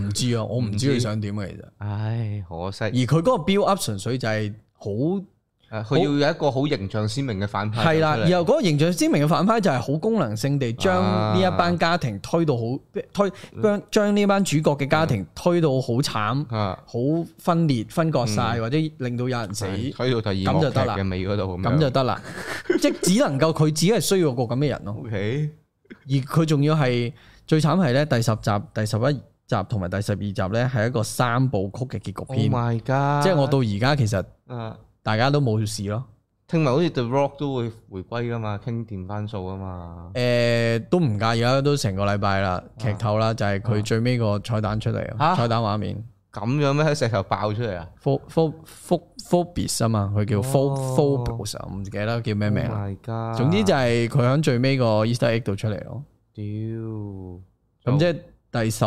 Speaker 2: 唔知啊，我唔知佢想點嘅其
Speaker 1: 嗯
Speaker 2: 實。
Speaker 1: 唉可惜
Speaker 2: 而。佢嗰個 build up 純粹就係好
Speaker 1: 誒啊佢要有一個好形象鮮明嘅反派
Speaker 2: 係啦，
Speaker 1: 啊出嚟
Speaker 2: 然後嗰個形象鮮明嘅反派就係好功能性地將
Speaker 1: 啊
Speaker 2: 呢一班家庭推到好推將將呢班主角嘅家
Speaker 1: 嗯
Speaker 2: 庭推到好慘、
Speaker 1: 啊，
Speaker 2: 好分裂、分割晒，或者令到有人死。
Speaker 1: 嗯係推到第二
Speaker 2: 咁
Speaker 1: 幕
Speaker 2: 就
Speaker 1: 劇
Speaker 2: 得啦
Speaker 1: 嘅尾嗰度咁樣
Speaker 2: 咁 就得啦。即係只能夠佢只係需要個咁嘅人咯，
Speaker 1: O K
Speaker 2: 而佢仲要係最慘係咧第十集、第十一集同埋第十二集咧係一個三部曲嘅結局
Speaker 1: Oh
Speaker 2: 篇，
Speaker 1: my god！
Speaker 2: 即係我到而家其實
Speaker 1: 啊，
Speaker 2: 大家都冇事咯，
Speaker 1: 聽聞好似 The Rock 都會回歸噶嘛，傾掂翻數噶嘛
Speaker 2: 誒、，都唔介意啦，都成個禮拜啦，劇透啦，就係佢最尾個彩蛋出嚟啊，
Speaker 1: 啊
Speaker 2: 彩蛋畫面。
Speaker 1: 咁樣咩？喺石頭爆出嚟啊
Speaker 2: pho pho pho phobis 啊嘛，佢叫 pho
Speaker 1: 哦
Speaker 2: phobos 啊，唔記得叫咩
Speaker 1: ！Oh
Speaker 2: 名啦。
Speaker 1: my god！
Speaker 2: 總之就係佢喺最尾個 Easter egg 度出嚟咯。
Speaker 1: 屌，
Speaker 2: 咁即係第十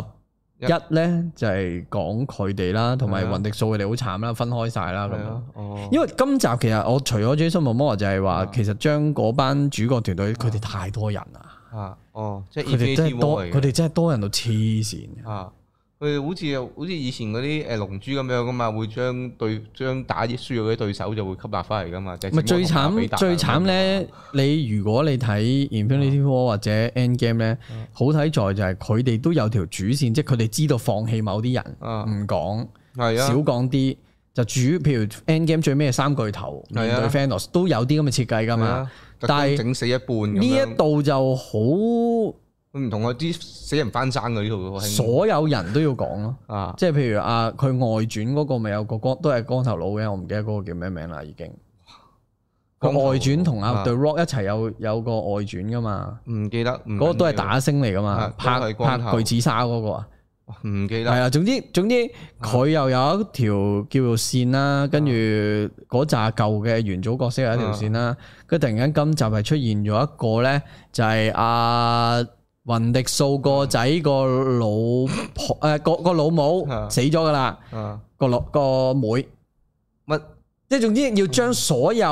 Speaker 2: 一咧，就係講佢哋啦，同埋
Speaker 1: 係啊
Speaker 2: 雲迪數佢哋好慘啦，分開晒啦咁
Speaker 1: 係
Speaker 2: 樣
Speaker 1: 咯。，哦，
Speaker 2: 因為今集其實我除咗 Jason Momoa 就係話，
Speaker 1: 啊
Speaker 2: 其實將嗰班主角團隊佢哋太多人啦，
Speaker 1: 啊，哦，即係
Speaker 2: 佢哋真
Speaker 1: Infinity
Speaker 2: 係
Speaker 1: War
Speaker 2: 多，
Speaker 1: 嚟
Speaker 2: 佢
Speaker 1: 嘅
Speaker 2: 哋真係多人到黐線。
Speaker 1: 啊。佢哋好似好似以前嗰啲誒龍珠咁樣噶嘛，會將對將打輸咗嘅對手就會吸納翻嚟噶嘛。就
Speaker 2: 咪最
Speaker 1: 慘
Speaker 2: 慘最慘咧！你如果你睇 Infinity
Speaker 1: 啊
Speaker 2: War 或者 End Game 咧，好睇在就係佢哋都有條主線，即係佢哋知道放棄某啲人，
Speaker 1: 啊，
Speaker 2: 唔講
Speaker 1: 係啊
Speaker 2: 少，講啲，就主譬如 End Game 最尾係三巨頭
Speaker 1: 係啊
Speaker 2: 面對 Thanos 都有啲咁嘅設計㗎
Speaker 1: 係
Speaker 2: 嘛。
Speaker 1: 啊，特
Speaker 2: 但
Speaker 1: 登
Speaker 2: 係
Speaker 1: 整死一半咁
Speaker 2: 呢
Speaker 1: 樣
Speaker 2: 一度就好，
Speaker 1: 佢唔同我啲死人翻生嘅呢度喎，兄
Speaker 2: 所有人都要講咯。
Speaker 1: 啊，
Speaker 2: 即係譬如啊，佢外傳嗰個咪有個光都係光頭佬嘅，我唔記得嗰個叫咩名啦已經。佢
Speaker 1: 光頭佬
Speaker 2: 外傳同阿
Speaker 1: 啊
Speaker 2: The Rock 一齊有有個外傳噶嘛，
Speaker 1: 唔記得，唔
Speaker 2: 嗰個都係
Speaker 1: 緊要
Speaker 2: 打星嚟噶嘛
Speaker 1: 啊，都
Speaker 2: 拍
Speaker 1: 係光頭
Speaker 2: 拍巨齒鯊嗰個啊，
Speaker 1: 唔記
Speaker 2: 係
Speaker 1: 得，
Speaker 2: 啊，總之總之
Speaker 1: 啊
Speaker 2: 佢又有一條叫做線啦，跟住嗰扎舊嘅元祖角色有一
Speaker 1: 啊
Speaker 2: 條線啦，跟住突然間今集係出現咗一個咧，就係阿雲迪素個仔個老 婆誒個個老母
Speaker 1: 啊
Speaker 2: 死咗噶啦。
Speaker 1: 啊
Speaker 2: 個落個妹，
Speaker 1: 乜
Speaker 2: 即係總之要將所有，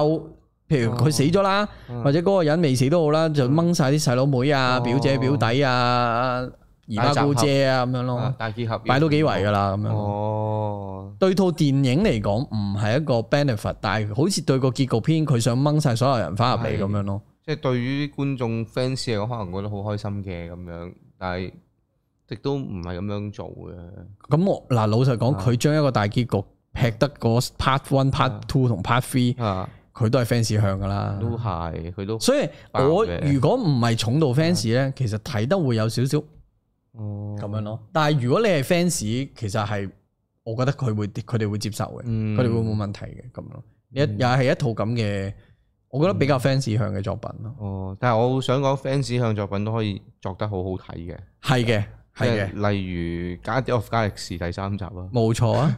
Speaker 2: 譬如佢死咗啦，
Speaker 1: 嗯
Speaker 2: 或者嗰個人未死都好啦，就掹晒啲細佬妹啊、
Speaker 1: 哦
Speaker 2: 表姐表弟啊、姨媽姑姐啊咁樣咯
Speaker 1: 啊，大結合
Speaker 2: 擺到幾圍噶
Speaker 1: 啦，
Speaker 2: 啦咁樣。
Speaker 1: 哦，
Speaker 2: 對套電影嚟講唔係一個 benefit，但係好似對個結局篇佢想掹晒所有人翻入嚟
Speaker 1: 係
Speaker 2: 咁樣咯。
Speaker 1: 即係對於觀眾 fans 嚟講，可能覺得好開心嘅咁樣，但係亦都唔係咁樣做嘅，
Speaker 2: 咁我嗱老實講，
Speaker 1: 啊
Speaker 2: 佢將一個大結局劈得個 part one、part two 同 part three，
Speaker 1: 啊，
Speaker 2: 佢都係 fans 向噶啦。
Speaker 1: 都係佢都，
Speaker 2: 所以我如果唔係重度 fans 咧，
Speaker 1: 嗯
Speaker 2: 其實睇得會有少少咁
Speaker 1: 哦，
Speaker 2: 樣咯。但係如果你係 fans，其實係我覺得佢會佢哋會接受嘅，
Speaker 1: 嗯
Speaker 2: 佢哋會冇問題嘅咁咯。一又係一套咁嘅，我覺得
Speaker 1: 嗯
Speaker 2: 比較 fans 向嘅作品咯。
Speaker 1: 哦，但係我想講 fans 向作品都可以作得好好睇嘅，
Speaker 2: 係嘅，係嘅，
Speaker 1: 即係例如《Guardians of Galaxy》第三集啦。
Speaker 2: 冇錯 啊，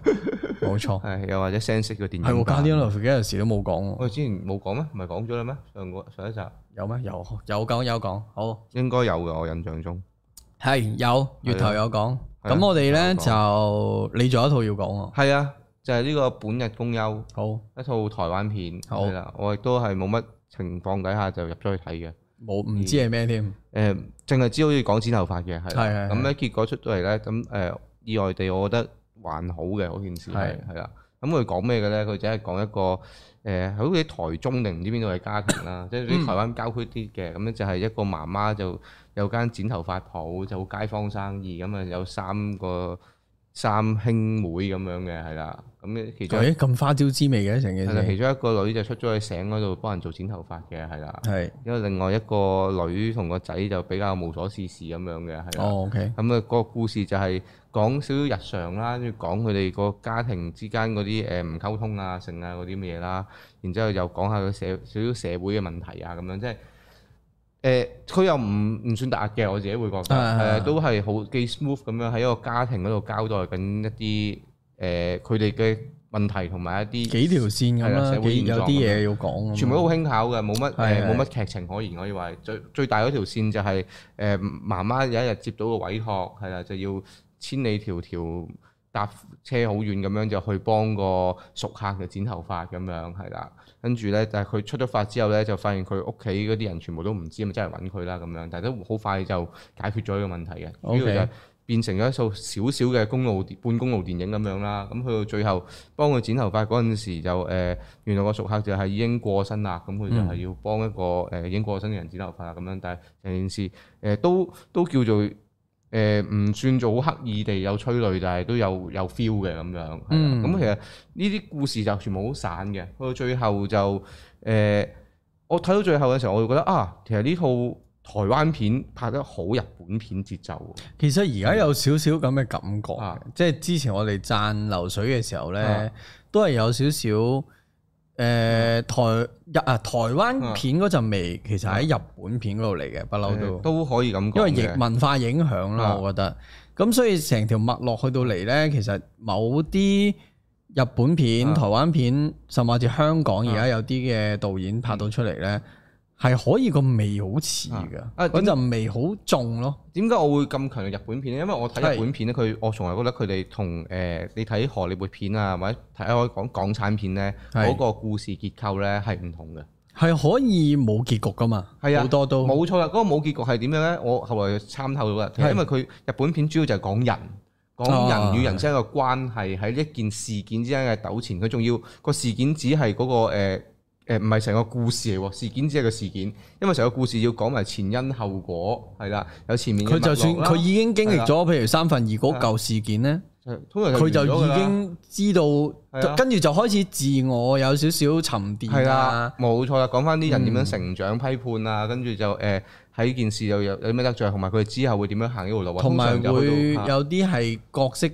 Speaker 2: 冇錯。
Speaker 1: 係又或者 sense 嘅電影
Speaker 2: 係喎，加
Speaker 1: 版
Speaker 2: 啲 of 嗰陣時都冇講喎，
Speaker 1: 我哋之前冇講咩？唔係講咗啦咩？上個上一集
Speaker 2: 有咩？有有講有講，好
Speaker 1: 應該有嘅，我印象中
Speaker 2: 係有月頭有講。
Speaker 1: 係啊
Speaker 2: 咁我哋咧
Speaker 1: 有
Speaker 2: 就你仲有一套要講喎，
Speaker 1: 係啊，就係、呢個本日公休
Speaker 2: 好
Speaker 1: 一套台灣片
Speaker 2: 好
Speaker 1: 係啦，我亦都係冇乜情況底下就入咗去睇嘅，
Speaker 2: 冇唔知係咩添，
Speaker 1: 誒，淨係知好似講剪頭髮嘅嗯係
Speaker 2: 係係
Speaker 1: 啦，咁咧結果出到嚟咧，咁誒意外地，我覺得還好嘅嗰件事係
Speaker 2: 係
Speaker 1: 係啦。咁佢講咩嘅咧？佢就係講一個誒，好似台中定唔知邊度嘅家庭 啦，即係
Speaker 2: 嗯
Speaker 1: 啲台灣郊區啲嘅，咁咧啊就係一個媽媽就有間剪頭髮鋪，就好街坊生意，咁啊有三個三兄妹咁樣嘅係啦，咁其中
Speaker 2: 咦咁花椒滋味嘅成件
Speaker 1: 係啦，其
Speaker 2: 事，
Speaker 1: 中一個女就出咗去醒嗰度幫人做剪頭髮嘅係啦。
Speaker 2: 係
Speaker 1: 因為另外一個女同個仔就比較無所事事咁樣嘅，係啦。
Speaker 2: 哦 OK，
Speaker 1: 咁啊、個故事就係講少少日常啦，跟住講佢哋個家庭之間嗰啲誒唔溝通啊、性啊嗰啲乜嘢啦，然之後又講下個社少少社會嘅問題啊咁樣，即係誒佢又唔唔算突兀嘅，我自己會覺得誒、
Speaker 2: 啊
Speaker 1: 都係好幾 smooth 咁樣喺一個家庭嗰度交代緊一啲誒佢哋嘅問題同埋一啲
Speaker 2: 幾條線咁
Speaker 1: 係啦
Speaker 2: 啦，
Speaker 1: 社會
Speaker 2: 幾
Speaker 1: 現狀
Speaker 2: 有啲嘢要講咁，啊
Speaker 1: 全部都好輕巧嘅，冇乜誒
Speaker 2: 係係
Speaker 1: 冇乜劇情可言，可以話係最最大嗰條線就係、誒、媽媽有一日接到個委託，係啦，就要千里迢迢搭車好遠咁樣就去幫個熟客嘅剪頭髮咁樣係啦，跟住咧但係佢出咗髮之後咧就發現佢屋企嗰啲人全部都唔知，咪真係揾佢啦咁樣，但係都好快就解決咗呢個問題嘅，
Speaker 2: OK
Speaker 1: 主要就係變成咗一套少少嘅公路半公路電影咁樣啦，咁去到最後幫佢剪頭髮嗰陣時就誒。原來個熟客就係已經過身啦，咁佢就
Speaker 2: 嗯
Speaker 1: 係要幫一個誒、已經過身嘅人剪頭髮啦，咁樣，但係成件事誒、呃都都叫做誒唔、算做好刻意地有催淚，但係都有有 feel 嘅咁樣。係啦咁、
Speaker 2: 嗯
Speaker 1: 其實呢啲故事就全部好散嘅，去到最後就誒、我睇到最後嘅時候，我會覺得啊，其實呢套。台灣片拍得好日本片節奏
Speaker 2: 其實而家有少少咁嘅感覺，
Speaker 1: 啊
Speaker 2: 即係之前我哋讚流水嘅時候咧，
Speaker 1: 啊
Speaker 2: 都係有少少誒、呃台日啊台灣片嗰陣味，其實喺日本片嗰度嚟嘅，不嬲
Speaker 1: 喎，
Speaker 2: 都，
Speaker 1: 啊呃都可以咁講
Speaker 2: 因為
Speaker 1: 嘅
Speaker 2: 疫文化影響啦，
Speaker 1: 啊
Speaker 2: 我覺得。咁所以成條脈絡去到嚟咧，其實某啲日本片、
Speaker 1: 啊
Speaker 2: 台灣片，甚至香港而家
Speaker 1: 啊嗯
Speaker 2: 有啲嘅導演拍到出嚟咧，係可以個味好似
Speaker 1: 啊
Speaker 2: 嘅，嗰陣味好重咯。
Speaker 1: 點解我會咁強嘅日本片咧？因為我睇
Speaker 2: 係
Speaker 1: 日本片咧，佢我從來覺得佢哋同誒你睇荷里活片啊，或者睇我講港產片咧，
Speaker 2: 係
Speaker 1: 嗰個故事結構咧係唔同嘅。
Speaker 2: 係可以冇結局噶嘛？
Speaker 1: 係啊
Speaker 2: 好多都
Speaker 1: 冇錯啦，嗰、個冇結局係點樣咧？我後來參透到啦，
Speaker 2: 係啊
Speaker 1: 因為佢日本片主要就係講人。講人與人之間嘅關係，喺一件事件之間嘅糾纏，佢仲要個事件只係嗰、個誒誒唔係成個故事嚟喎，事件只係個事件，因為成個故事要講埋前因後果，係啦，有前面嘅
Speaker 2: 佢就
Speaker 1: 脈
Speaker 2: 算
Speaker 1: 絡啦啊
Speaker 2: 佢已經經歷咗，譬如三分二嗰嚿事件咧，
Speaker 1: 通常
Speaker 2: 佢就
Speaker 1: 完咗㗎
Speaker 2: 已
Speaker 1: 啦
Speaker 2: 經知道，
Speaker 1: 係啊
Speaker 2: 就跟住就開始自我有少少沉
Speaker 1: 係
Speaker 2: 澱
Speaker 1: 啦
Speaker 2: 啊。，
Speaker 1: 冇錯啦，講翻啲人點樣成長、批判啊，跟住就誒喺件事又有有咩得罪，同埋佢哋之後會點樣行呢條路啊，
Speaker 2: 同
Speaker 1: 通
Speaker 2: 埋
Speaker 1: 常就
Speaker 2: 會
Speaker 1: 去到
Speaker 2: 有啲係角色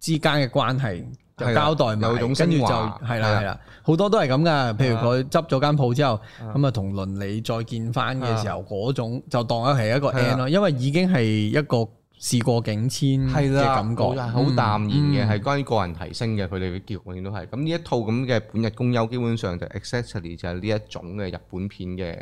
Speaker 2: 之間嘅關係就
Speaker 1: 係啦
Speaker 2: 交代埋，
Speaker 1: 有
Speaker 2: 跟
Speaker 1: 種
Speaker 2: 住就
Speaker 1: 升華
Speaker 2: 係
Speaker 1: 係啊
Speaker 2: 啦
Speaker 1: 啦
Speaker 2: 係啦，好多都係咁噶。譬如佢執咗間鋪之後，咁啊同鄰里再見翻嘅時候，嗰種就當咗係一個
Speaker 1: 啊係啊啦
Speaker 2: end 咯，因為已經係一個事過境遷
Speaker 1: 係
Speaker 2: 嘅
Speaker 1: 啦，
Speaker 2: 感覺，
Speaker 1: 冇錯好
Speaker 2: 嗯
Speaker 1: 淡然嘅，係關於個人提升嘅，佢哋嘅結局永遠都係。咁呢一套咁嘅本日公休，基本上就 exactly 就係呢一種嘅日本片嘅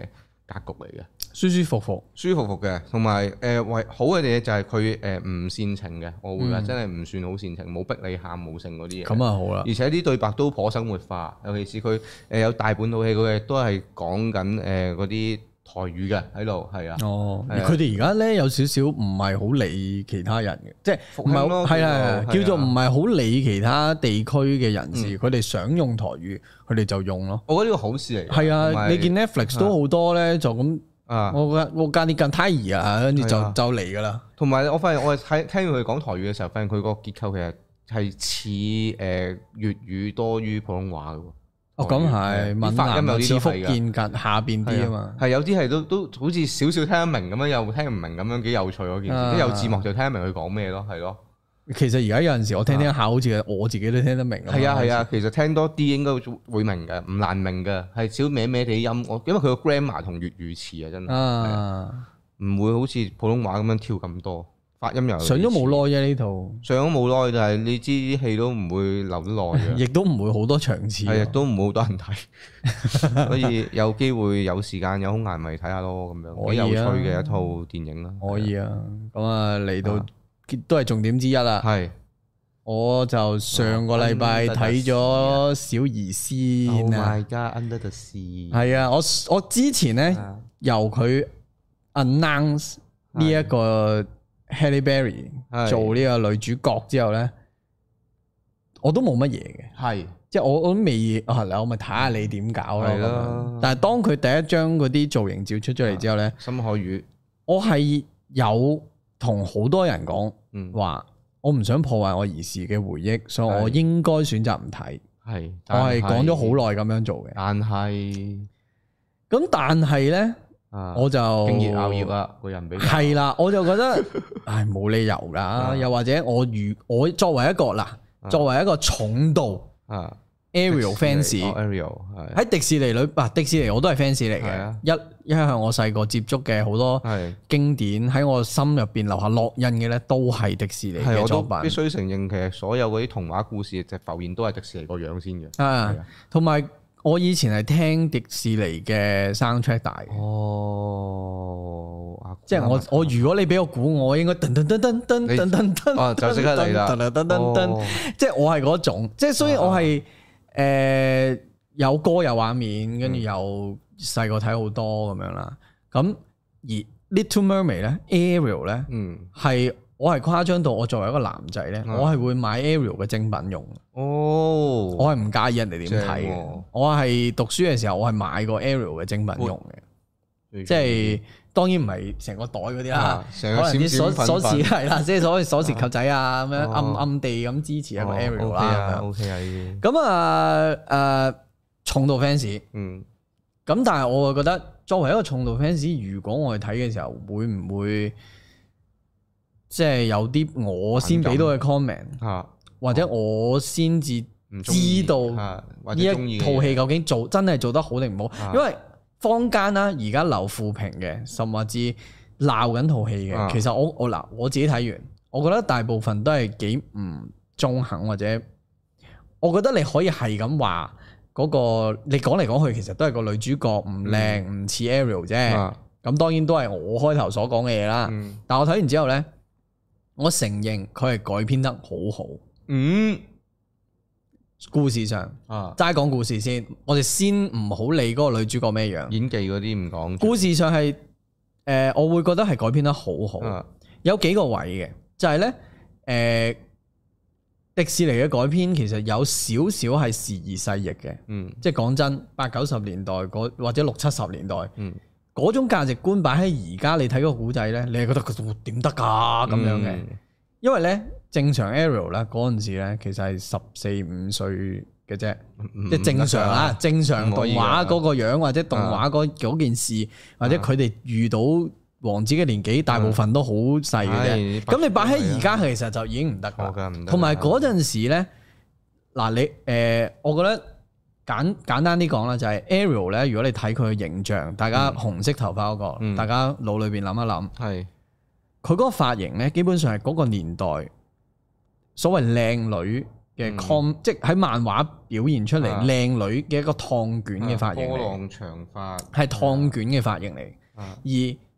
Speaker 1: 格局嚟嘅。
Speaker 2: 舒舒服服。
Speaker 1: 舒服服嘅，同埋誒為好嘅嘢就係佢誒唔煽情嘅，我會話真係唔算好煽情，冇逼你喊冇性嗰啲嘢。
Speaker 2: 嗯咁啊好啦，
Speaker 1: 而且啲對白都頗生活化，尤其是佢誒、呃有大半套戲佢哋都係講緊誒嗰啲台語嘅喺度，係啊，
Speaker 2: 哦，
Speaker 1: 係啊
Speaker 2: 佢哋而家咧有少少唔係好理其他人嘅，即係
Speaker 1: 復
Speaker 2: 唔
Speaker 1: 興
Speaker 2: 係
Speaker 1: 咯
Speaker 2: 係啦，
Speaker 1: 叫
Speaker 2: 叫
Speaker 1: 做
Speaker 2: 做
Speaker 1: 係啊
Speaker 2: 唔係好理其他地區嘅人士，佢哋想用台語，佢哋就用咯。
Speaker 1: 我覺得呢個好事嚟嘅。
Speaker 2: 係
Speaker 1: 同
Speaker 2: 啊，
Speaker 1: 埋
Speaker 2: 你見 Netflix 都好多咧，就咁
Speaker 1: 啊，
Speaker 2: 我覺得我加啲近胎兒啊，跟住就
Speaker 1: 係啊
Speaker 2: 就嚟噶啦。
Speaker 1: 同埋我發現我係睇聽佢講台語嘅時候，發現佢個結構其實係似誒呃粵語多於普通話嘅喎。
Speaker 2: 哦，咁係
Speaker 1: 啲
Speaker 2: 閩
Speaker 1: 發音
Speaker 2: 南
Speaker 1: 有
Speaker 2: 又
Speaker 1: 啲
Speaker 2: 似
Speaker 1: 都
Speaker 2: 福
Speaker 1: 係㗎
Speaker 2: 建近下邊啲啊嘛。
Speaker 1: 係有啲係都都好似少少聽得明咁樣，又聽唔明咁樣，幾有趣嗰件
Speaker 2: 啊
Speaker 1: 事。一有字幕就聽得明佢講咩咯，係咯。
Speaker 2: 其實而家有陣時我聽聽下，好似我自己都聽得明。
Speaker 1: 啊係啊係，啊，其實聽多啲應該會明嘅，唔難明嘅，係少歪歪地音。我因為佢個 grammar 同粵語似啊，真係
Speaker 2: 啊
Speaker 1: 唔會好似普通話咁樣跳咁多，發音又有啲似
Speaker 2: 上咗冇，耐啫呢套，
Speaker 1: 上咗冇耐，但係你知啲戲都唔會留得耐 嘅，
Speaker 2: 亦都唔會好多場次
Speaker 1: 啊
Speaker 2: 啊
Speaker 1: 係啊
Speaker 2: 喎。
Speaker 1: 亦都唔會好多 人睇，所以有機會有時間有空閒咪睇下咯，咁樣
Speaker 2: 可
Speaker 1: 幾
Speaker 2: 以啊
Speaker 1: 有趣嘅一套電影啦，
Speaker 2: 可以啊，咁啊嚟到
Speaker 1: 啊
Speaker 2: 都係重點之一啦。
Speaker 1: 係
Speaker 2: 我就上個禮拜
Speaker 1: 啊
Speaker 2: 睇咗《小兒仙
Speaker 1: Oh》
Speaker 2: 啊，
Speaker 1: my God Under the Sea，
Speaker 2: 係啊，我我之前咧
Speaker 1: 啊
Speaker 2: 由佢 announce 呢一個 Halle Berry
Speaker 1: 係
Speaker 2: 做呢個女主角之後咧，我都冇乜嘢嘅，
Speaker 1: 係
Speaker 2: 即係我我都未啊，嗱我咪睇下你點搞咯。
Speaker 1: 係
Speaker 2: 咁
Speaker 1: 啦
Speaker 2: 樣但係當佢第一張嗰啲造型照出咗嚟之後咧，
Speaker 1: 深海魚，
Speaker 2: 我係有同好多人講
Speaker 1: 嗯，
Speaker 2: 話，我唔想破壞我兒時嘅回憶，所以我
Speaker 1: 係
Speaker 2: 應該選擇唔睇。
Speaker 1: 係，
Speaker 2: 我係講咗好耐咁樣做嘅。
Speaker 1: 但係
Speaker 2: 咁但係咧，
Speaker 1: 啊，
Speaker 2: 我就
Speaker 1: 經熱拗熱啊啦，個人比較
Speaker 2: 係 啦，我就覺得唉冇理由
Speaker 1: 啊
Speaker 2: 噶，又或者我如我作為一個嗱，作為一個重度
Speaker 1: 啊
Speaker 2: Ariel
Speaker 1: 哦
Speaker 2: fans
Speaker 1: Ariel 係
Speaker 2: 喺迪士尼裏，嗱迪士尼我都係 fans 嚟
Speaker 1: 係啊
Speaker 2: 嘅，一一向我細個接觸嘅好多
Speaker 1: 係
Speaker 2: 經典喺我心入邊留下烙印嘅咧，都係迪士尼
Speaker 1: 係，
Speaker 2: 嘅
Speaker 1: 我
Speaker 2: 作
Speaker 1: 都
Speaker 2: 品
Speaker 1: 必須承認，其實所有嗰啲童話故事就浮現都係迪士尼個樣先嘅。
Speaker 2: 啊
Speaker 1: 係啊，
Speaker 2: 同埋我以前係聽迪士尼嘅 soundtrack 大嘅。
Speaker 1: 哦，啊
Speaker 2: 即係我我如果你俾我估，我應該噔噔噔噔噔噔噔噔，
Speaker 1: 哦就即刻嚟啦
Speaker 2: 噔噔噔噔
Speaker 1: 哦
Speaker 2: 噔，即係我係嗰種，即係所以我係誒有歌有畫面，跟住又細個睇好多咁樣啦。咁而 Little Mermaid 咧，Ariel 咧
Speaker 1: 嗯，
Speaker 2: 係我係誇張到我作為一個男仔咧，
Speaker 1: 嗯
Speaker 2: 我係會買 Ariel 嘅精品用，
Speaker 1: 哦，
Speaker 2: 我係唔介意人哋點睇
Speaker 1: 正
Speaker 2: 嘅
Speaker 1: 喎。
Speaker 2: 我係讀書嘅時候，我係買過 Ariel 嘅精品用嘅。
Speaker 1: 嗯即
Speaker 2: 即係當然唔係成個袋嗰啲啦
Speaker 1: 啊，
Speaker 2: 可
Speaker 1: 成個
Speaker 2: 能啲
Speaker 1: 閃閃
Speaker 2: 鎖
Speaker 1: 粉
Speaker 2: 鎖
Speaker 1: 粉
Speaker 2: 匙 係啦，即係所謂鎖匙扣仔啊，咁樣
Speaker 1: 哦
Speaker 2: 暗暗地咁支持一個 Ariel 啦咁樣。
Speaker 1: ，OK 啊呢啲，
Speaker 2: 咁啊誒重度 fans，咁
Speaker 1: 嗯
Speaker 2: 但係我會覺得作為一個重度 fans，如果我去睇嘅時候，會唔會即係有啲我先俾到嘅 comment，
Speaker 1: 嚇，
Speaker 2: 或者我先至
Speaker 1: 唔中意
Speaker 2: 知道
Speaker 1: 嚇或
Speaker 2: 呢
Speaker 1: 者
Speaker 2: 一
Speaker 1: 中意嘅
Speaker 2: 套
Speaker 1: 嘢
Speaker 2: 戲究竟做真係做得好定唔好
Speaker 1: 啊？
Speaker 2: 因為坊間啦，而家留負評嘅，甚至鬧緊套戲
Speaker 1: 啊
Speaker 2: 嘅，其實我我嗱我自己睇完，我覺得大部分都係幾唔中肯或者，我覺得你可以係咁話嗰個你講嚟講去，其實都係個女主角唔靚唔似 Ariel 啫。
Speaker 1: 嗯啊
Speaker 2: 咁當然都係我開頭所講嘅嘢啦。
Speaker 1: 嗯
Speaker 2: 但我睇完之後呢，我承認佢係改編得好好，
Speaker 1: 嗯
Speaker 2: 故事上。
Speaker 1: 啊
Speaker 2: 齋講故事先，我哋先唔好理嗰個女主角咩樣。
Speaker 1: 演技嗰啲唔講
Speaker 2: 故事上係诶、呃我會覺得係改編得好好，
Speaker 1: 啊
Speaker 2: 有幾個位嘅，就係呢，诶、迪士尼嘅改編其實有少少係時移世易嘅，
Speaker 1: 嗯
Speaker 2: 即係講真，八九十年代嗰或者六七十年代
Speaker 1: 嗯
Speaker 2: 嗰種價值觀擺喺而家你睇個古仔呢，你係覺得佢點得㗎咁樣嘅，
Speaker 1: 嗯
Speaker 2: 因為呢，正常 Ariel 啦嗰陣時咧，其實係十四五歲嘅啫。
Speaker 1: 嗯唔
Speaker 2: 即係正常
Speaker 1: 唔
Speaker 2: 啦，正常動畫嗰個樣或者動
Speaker 1: 啊
Speaker 2: 畫嗰嗰件事，或者佢哋遇到王子嘅年紀，大部分都好細
Speaker 1: 得㗎
Speaker 2: 嘅啫。
Speaker 1: 唉
Speaker 2: 咁你擺喺而家其實就已經唔得
Speaker 1: 啊錯㗎
Speaker 2: 啦
Speaker 1: 唔得㗎。
Speaker 2: 同埋嗰陣時咧，嗱你誒、呃我覺得簡簡單啲講啦，就係 Ariel 咧，如果你睇佢嘅形象，大家紅色頭髮嗰、個，
Speaker 1: 嗯
Speaker 2: 大家腦裏邊諗一諗，
Speaker 1: 係
Speaker 2: 佢嗰個髮型咧，基本上係嗰個年代所謂靚女嘅 com，、即係喺漫畫表現出嚟
Speaker 1: 嗯啊
Speaker 2: 靚女嘅一個燙捲嘅髮型
Speaker 1: 波
Speaker 2: 嚟，
Speaker 1: 浪長髮
Speaker 2: 係燙捲嘅髮型嚟。
Speaker 1: 啊
Speaker 2: 而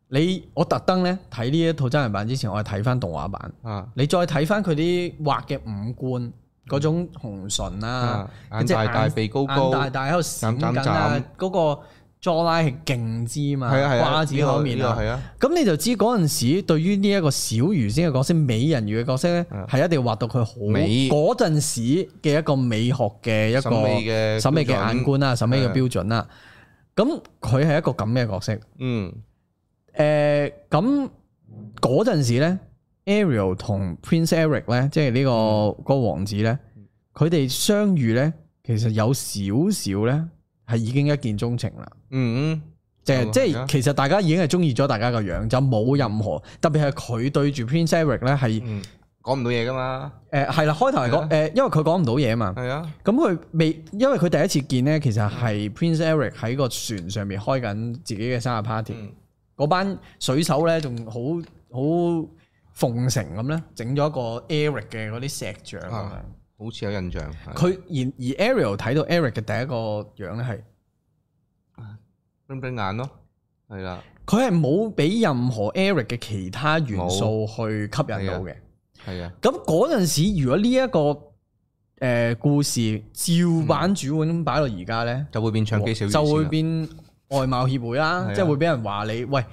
Speaker 2: 你我特登咧睇呢一套真人版之前，我係睇翻動畫版，
Speaker 1: 啊
Speaker 2: 你再睇翻佢啲畫嘅五官嗰種紅唇啦、
Speaker 1: 啊眼
Speaker 2: 即係
Speaker 1: 大大鼻高
Speaker 2: 眼
Speaker 1: 高
Speaker 2: 大大喺度閃
Speaker 1: 斬斬
Speaker 2: 緊啊，嗰個 jaw line 係勁之嘛，
Speaker 1: 係啊係啊
Speaker 2: 瓜子嗰面啊。
Speaker 1: 係啊
Speaker 2: 咁你就知嗰陣時對於呢一個小魚仙嘅角色、美人魚嘅角色咧，
Speaker 1: 嗯
Speaker 2: 係一定要畫到佢好
Speaker 1: 美
Speaker 2: 嗰陣時嘅一個美學嘅一個
Speaker 1: 審美嘅
Speaker 2: 審美嘅
Speaker 1: 標準啊
Speaker 2: 眼觀啦、審美嘅標準啦。咁佢係一個咁嘅角色。誒、
Speaker 1: 嗯
Speaker 2: 咁嗰陣時咧，Ariel 同 Prince Eric 咧，即係呢、個
Speaker 1: 嗯
Speaker 2: 嗰個王子咧，佢哋相遇咧，其實有少少咧係已經一見鍾情啦。
Speaker 1: 嗯
Speaker 2: 即
Speaker 1: 哦
Speaker 2: 係即
Speaker 1: 係啊
Speaker 2: 係，其實大家已經係中意咗大家個樣，就冇任何特別係佢對住 Prince Eric 咧係
Speaker 1: 嗯講唔到嘢㗎嘛
Speaker 2: 誒係啦，開頭係
Speaker 1: 係啊
Speaker 2: 講誒，因為佢講唔到嘢嘛，
Speaker 1: 係啊
Speaker 2: 咁佢未，因為佢第一次見咧，其實
Speaker 1: 嗯
Speaker 2: 係 Prince Eric 喺個船上面開緊自己嘅生日 party，
Speaker 1: 嗯
Speaker 2: 嗰班水手咧仲好好奉承咁咧，整咗一個 Eric 嘅嗰啲石像咁樣
Speaker 1: 啊。好似有印象係
Speaker 2: 佢而而 Ariel 睇到 Eric 嘅第一個樣咧係。
Speaker 1: 冰冰眼咯係啦
Speaker 2: 佢係冇俾任何 Eric 嘅其他元素去吸引到
Speaker 1: 係
Speaker 2: 嘅。
Speaker 1: 係啊
Speaker 2: 咁嗰陣時，如果呢、一個誒、呃故事照版主碗咁擺到而家咧，
Speaker 1: 嗯就會變唱機小魚
Speaker 2: 就
Speaker 1: 仙
Speaker 2: 會
Speaker 1: 啦
Speaker 2: 變外貌協會
Speaker 1: 係
Speaker 2: 啦
Speaker 1: 啊，
Speaker 2: 即係會俾人話你喂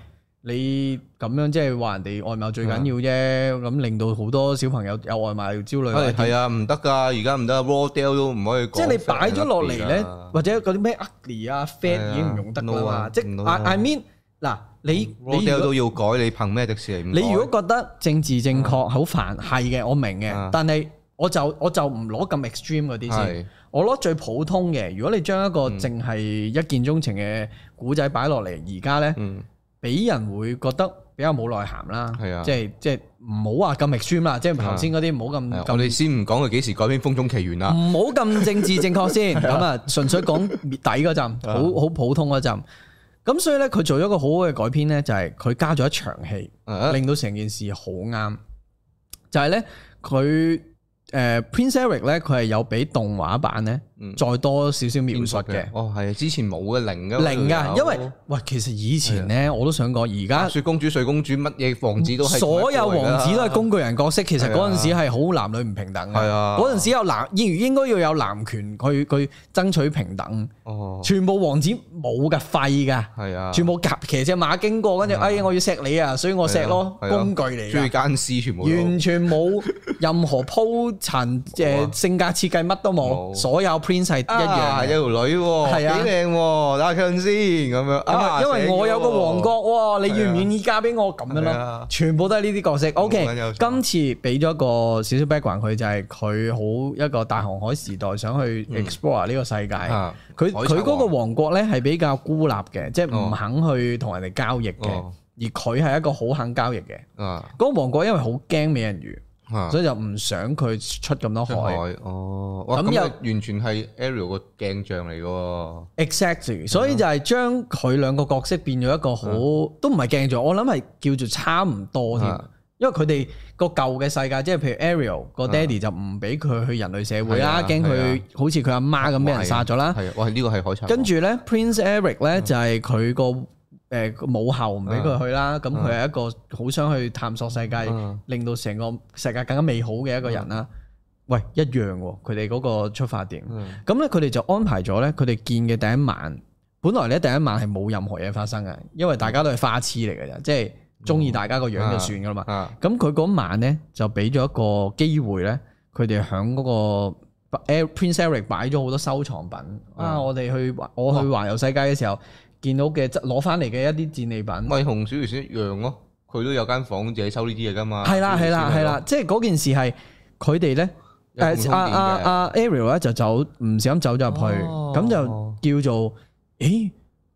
Speaker 2: 你咁樣即係話人哋外貌最緊
Speaker 1: 嗯
Speaker 2: 要啫，咁令到好多小朋友有外貌焦慮或者
Speaker 1: 係係啊，唔得噶，而家唔得，raw deal 都唔可以講。
Speaker 2: 即係你擺咗落嚟咧
Speaker 1: 啊，
Speaker 2: 或者嗰啲咩 ugly 啊、
Speaker 1: 係
Speaker 2: fat
Speaker 1: 啊
Speaker 2: 已經唔用得㗎啦
Speaker 1: no
Speaker 2: 嘛。
Speaker 1: 啊
Speaker 2: 即
Speaker 1: no
Speaker 2: 係
Speaker 1: 啊
Speaker 2: I I mean 嗱，你你
Speaker 1: raw
Speaker 2: 如
Speaker 1: deal
Speaker 2: 果
Speaker 1: 嗯都要改，你憑咩迪士尼唔改？嗯
Speaker 2: 你如果覺得政治正確好煩，係嘅，我明嘅
Speaker 1: 啊，
Speaker 2: 但係我就我就唔攞咁 extreme 嗰啲先，
Speaker 1: 係嗯
Speaker 2: 我攞最普通嘅。如果你將一個淨係一見鐘情嘅古仔擺落嚟，而家咧
Speaker 1: 嗯
Speaker 2: 俾人會覺得比較冇內涵啦
Speaker 1: 係啊，
Speaker 2: 即係即係唔好話咁 extreme 啦，即係頭先嗰啲唔好
Speaker 1: 係啊
Speaker 2: 咁
Speaker 1: 我
Speaker 2: 咁
Speaker 1: 哋先唔講佢幾時改編《風中奇緣》啦。
Speaker 2: 唔好咁政治正確 先，咁啊，純粹講滅底嗰陣，
Speaker 1: 啊
Speaker 2: 好好普通嗰陣。咁所以咧，佢做咗一個好好嘅改編咧，就係佢加咗一場戲，
Speaker 1: 啊
Speaker 2: 令到成件事好啱。就係咧，佢誒 Prince Eric 咧，佢係有比動畫版咧
Speaker 1: 嗯
Speaker 2: 再多少少描述嘅。
Speaker 1: 哦，係之前冇嘅零嘅
Speaker 2: 零噶，因為喂，其實以前咧
Speaker 1: 啊
Speaker 2: 我都想講，而家
Speaker 1: 雪公主、睡公主乜嘢王子都係
Speaker 2: 所有王子都係
Speaker 1: 公
Speaker 2: 工具人角色，其實
Speaker 1: 係啊
Speaker 2: 嗰陣時係好男女唔平等嘅。
Speaker 1: 係啊
Speaker 2: 嗰陣時有男應應該要有男權去去爭取平等，
Speaker 1: 哦，
Speaker 2: 全部王子冇噶廢噶，
Speaker 1: 係啊，嗯
Speaker 2: 全部夾騎只馬經過，跟住哎我要錫你啊，所以我錫咯，
Speaker 1: 係啊係啊
Speaker 2: 工具嚟
Speaker 1: 最
Speaker 2: 㗎。
Speaker 1: 奸屍全部都
Speaker 2: 完全冇任何鋪陳
Speaker 1: 冇啊
Speaker 2: 誒性格設計乜都冇，
Speaker 1: 冇
Speaker 2: 所有 Prince 係一
Speaker 1: 啊
Speaker 2: 樣嘅。
Speaker 1: 有條女喎，
Speaker 2: 係啊
Speaker 1: 幾靚喎，打佢先咁樣
Speaker 2: 因為
Speaker 1: 啊，
Speaker 2: 因為我有個王國喎，你
Speaker 1: 係啊
Speaker 2: 願唔願意嫁俾我咁樣
Speaker 1: 係
Speaker 2: 咯
Speaker 1: 啊？
Speaker 2: 全部都係呢啲角色。O
Speaker 1: 冇乜優
Speaker 2: K，
Speaker 1: 秀
Speaker 2: 今次俾咗個少少 background 佢，就係佢好一個大航海時代想去 explore 呢個世界。
Speaker 1: 嗯啊
Speaker 2: 佢
Speaker 1: 海賊王
Speaker 2: 佢嗰個王國咧係比較孤立嘅，即係唔
Speaker 1: 哦
Speaker 2: 肯去同人哋交易嘅
Speaker 1: 哦。
Speaker 2: 而佢係一個好肯交易嘅。
Speaker 1: 啊
Speaker 2: 嗰個王國因為好驚美人魚。
Speaker 1: 啊
Speaker 2: 所以就唔想佢出咁多
Speaker 1: 出
Speaker 2: 海。
Speaker 1: 海哦，哇
Speaker 2: 咁
Speaker 1: 咁
Speaker 2: 又
Speaker 1: 又完全係 Ariel 個鏡像嚟嘅喎，
Speaker 2: exactly，所以就係將佢兩個角色變咗一個好，都唔係鏡像，我諗係叫做差唔多添
Speaker 1: 嗯啊。
Speaker 2: 因為佢哋個舊嘅世界，即係譬如 Ariel 個
Speaker 1: 啊
Speaker 2: daddy 就唔俾佢去人類社會啦，
Speaker 1: 係啊
Speaker 2: 驚佢
Speaker 1: 係啊
Speaker 2: 好似佢阿媽咁俾人殺咗啦。
Speaker 1: 係啊，嗯哇呢個係海賊王，
Speaker 2: 跟住咧，Prince Eric 咧就係佢個誒母后唔俾佢去啦，咁佢係一個好想去探索世界
Speaker 1: 嗯，
Speaker 2: 令到成個世界更加美好嘅一個人啦。喂，一樣喎，佢哋嗰個出發點。
Speaker 1: 嗯
Speaker 2: 咁咧，佢哋就安排咗咧，佢哋見嘅第一晚，本來咧第一晚係冇任何嘢發生嘅，因為大家都係花痴嚟嘅啫，即係中意大家個樣就算噶啦嘛。
Speaker 1: 啊
Speaker 2: 咁佢嗰晚咧就俾咗一個機會咧，佢哋響嗰個。Air- Prince Eric 擺咗好多收藏品啊！我哋去我去環遊世界嘅時候，見到嘅攞翻嚟嘅一啲戰利品，
Speaker 1: 咪同小魚仙一樣咯，佢都有間房自己收呢啲嘢噶嘛，
Speaker 2: 係啦係啦
Speaker 1: 小魚仙咪
Speaker 2: 係
Speaker 1: 咯
Speaker 2: 啦，，即係嗰件事係佢哋咧，
Speaker 1: 有共通
Speaker 2: 誒啊阿
Speaker 1: 點嘅
Speaker 2: 阿阿 Ariel 咧就走唔小心走咗入去，
Speaker 1: 哦
Speaker 2: 咁、就叫做，咦？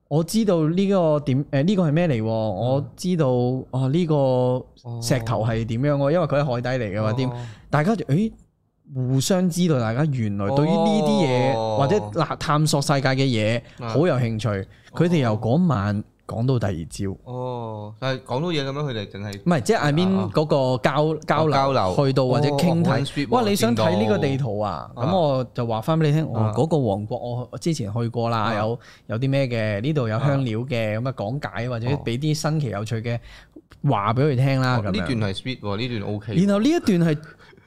Speaker 2: 我知道呢個點誒呢個係咩嚟喎？我
Speaker 1: 嗯
Speaker 2: 知道啊呢、個石頭係點樣喎，因為佢喺海底嚟嘅嘛，點、
Speaker 1: 哦
Speaker 2: 大家就誒互相知道，大家原來對於呢啲嘢、
Speaker 1: 哦
Speaker 2: 或者嗱探索世界嘅嘢
Speaker 1: 啊
Speaker 2: 好有興趣，佢哋由嗰晚講到第二朝。
Speaker 1: 哦，但係講到嘢咁樣，佢哋淨係
Speaker 2: 唔係，即係 I mean
Speaker 1: 啊哦
Speaker 2: 嗰個交交流
Speaker 1: 交流
Speaker 2: 去到或者傾
Speaker 1: 哦好撚
Speaker 2: 睇。
Speaker 1: sweet 喎
Speaker 2: 哇！你
Speaker 1: 見
Speaker 2: 想
Speaker 1: 到
Speaker 2: 睇呢個地圖啊？
Speaker 1: 啊
Speaker 2: 咁我就話翻俾你聽，我
Speaker 1: 啊
Speaker 2: 嗰個王國我我之前去過啦，
Speaker 1: 啊
Speaker 2: 有有啲咩嘅，呢度有香料嘅，咁啊講解或者
Speaker 1: 哦
Speaker 2: 俾啲新奇有趣嘅話俾佢聽啦。
Speaker 1: 哦
Speaker 2: 啊咁
Speaker 1: 呢段
Speaker 2: 樣，
Speaker 1: 係 sweet 喎，呢段 O K。
Speaker 2: 然後呢一段係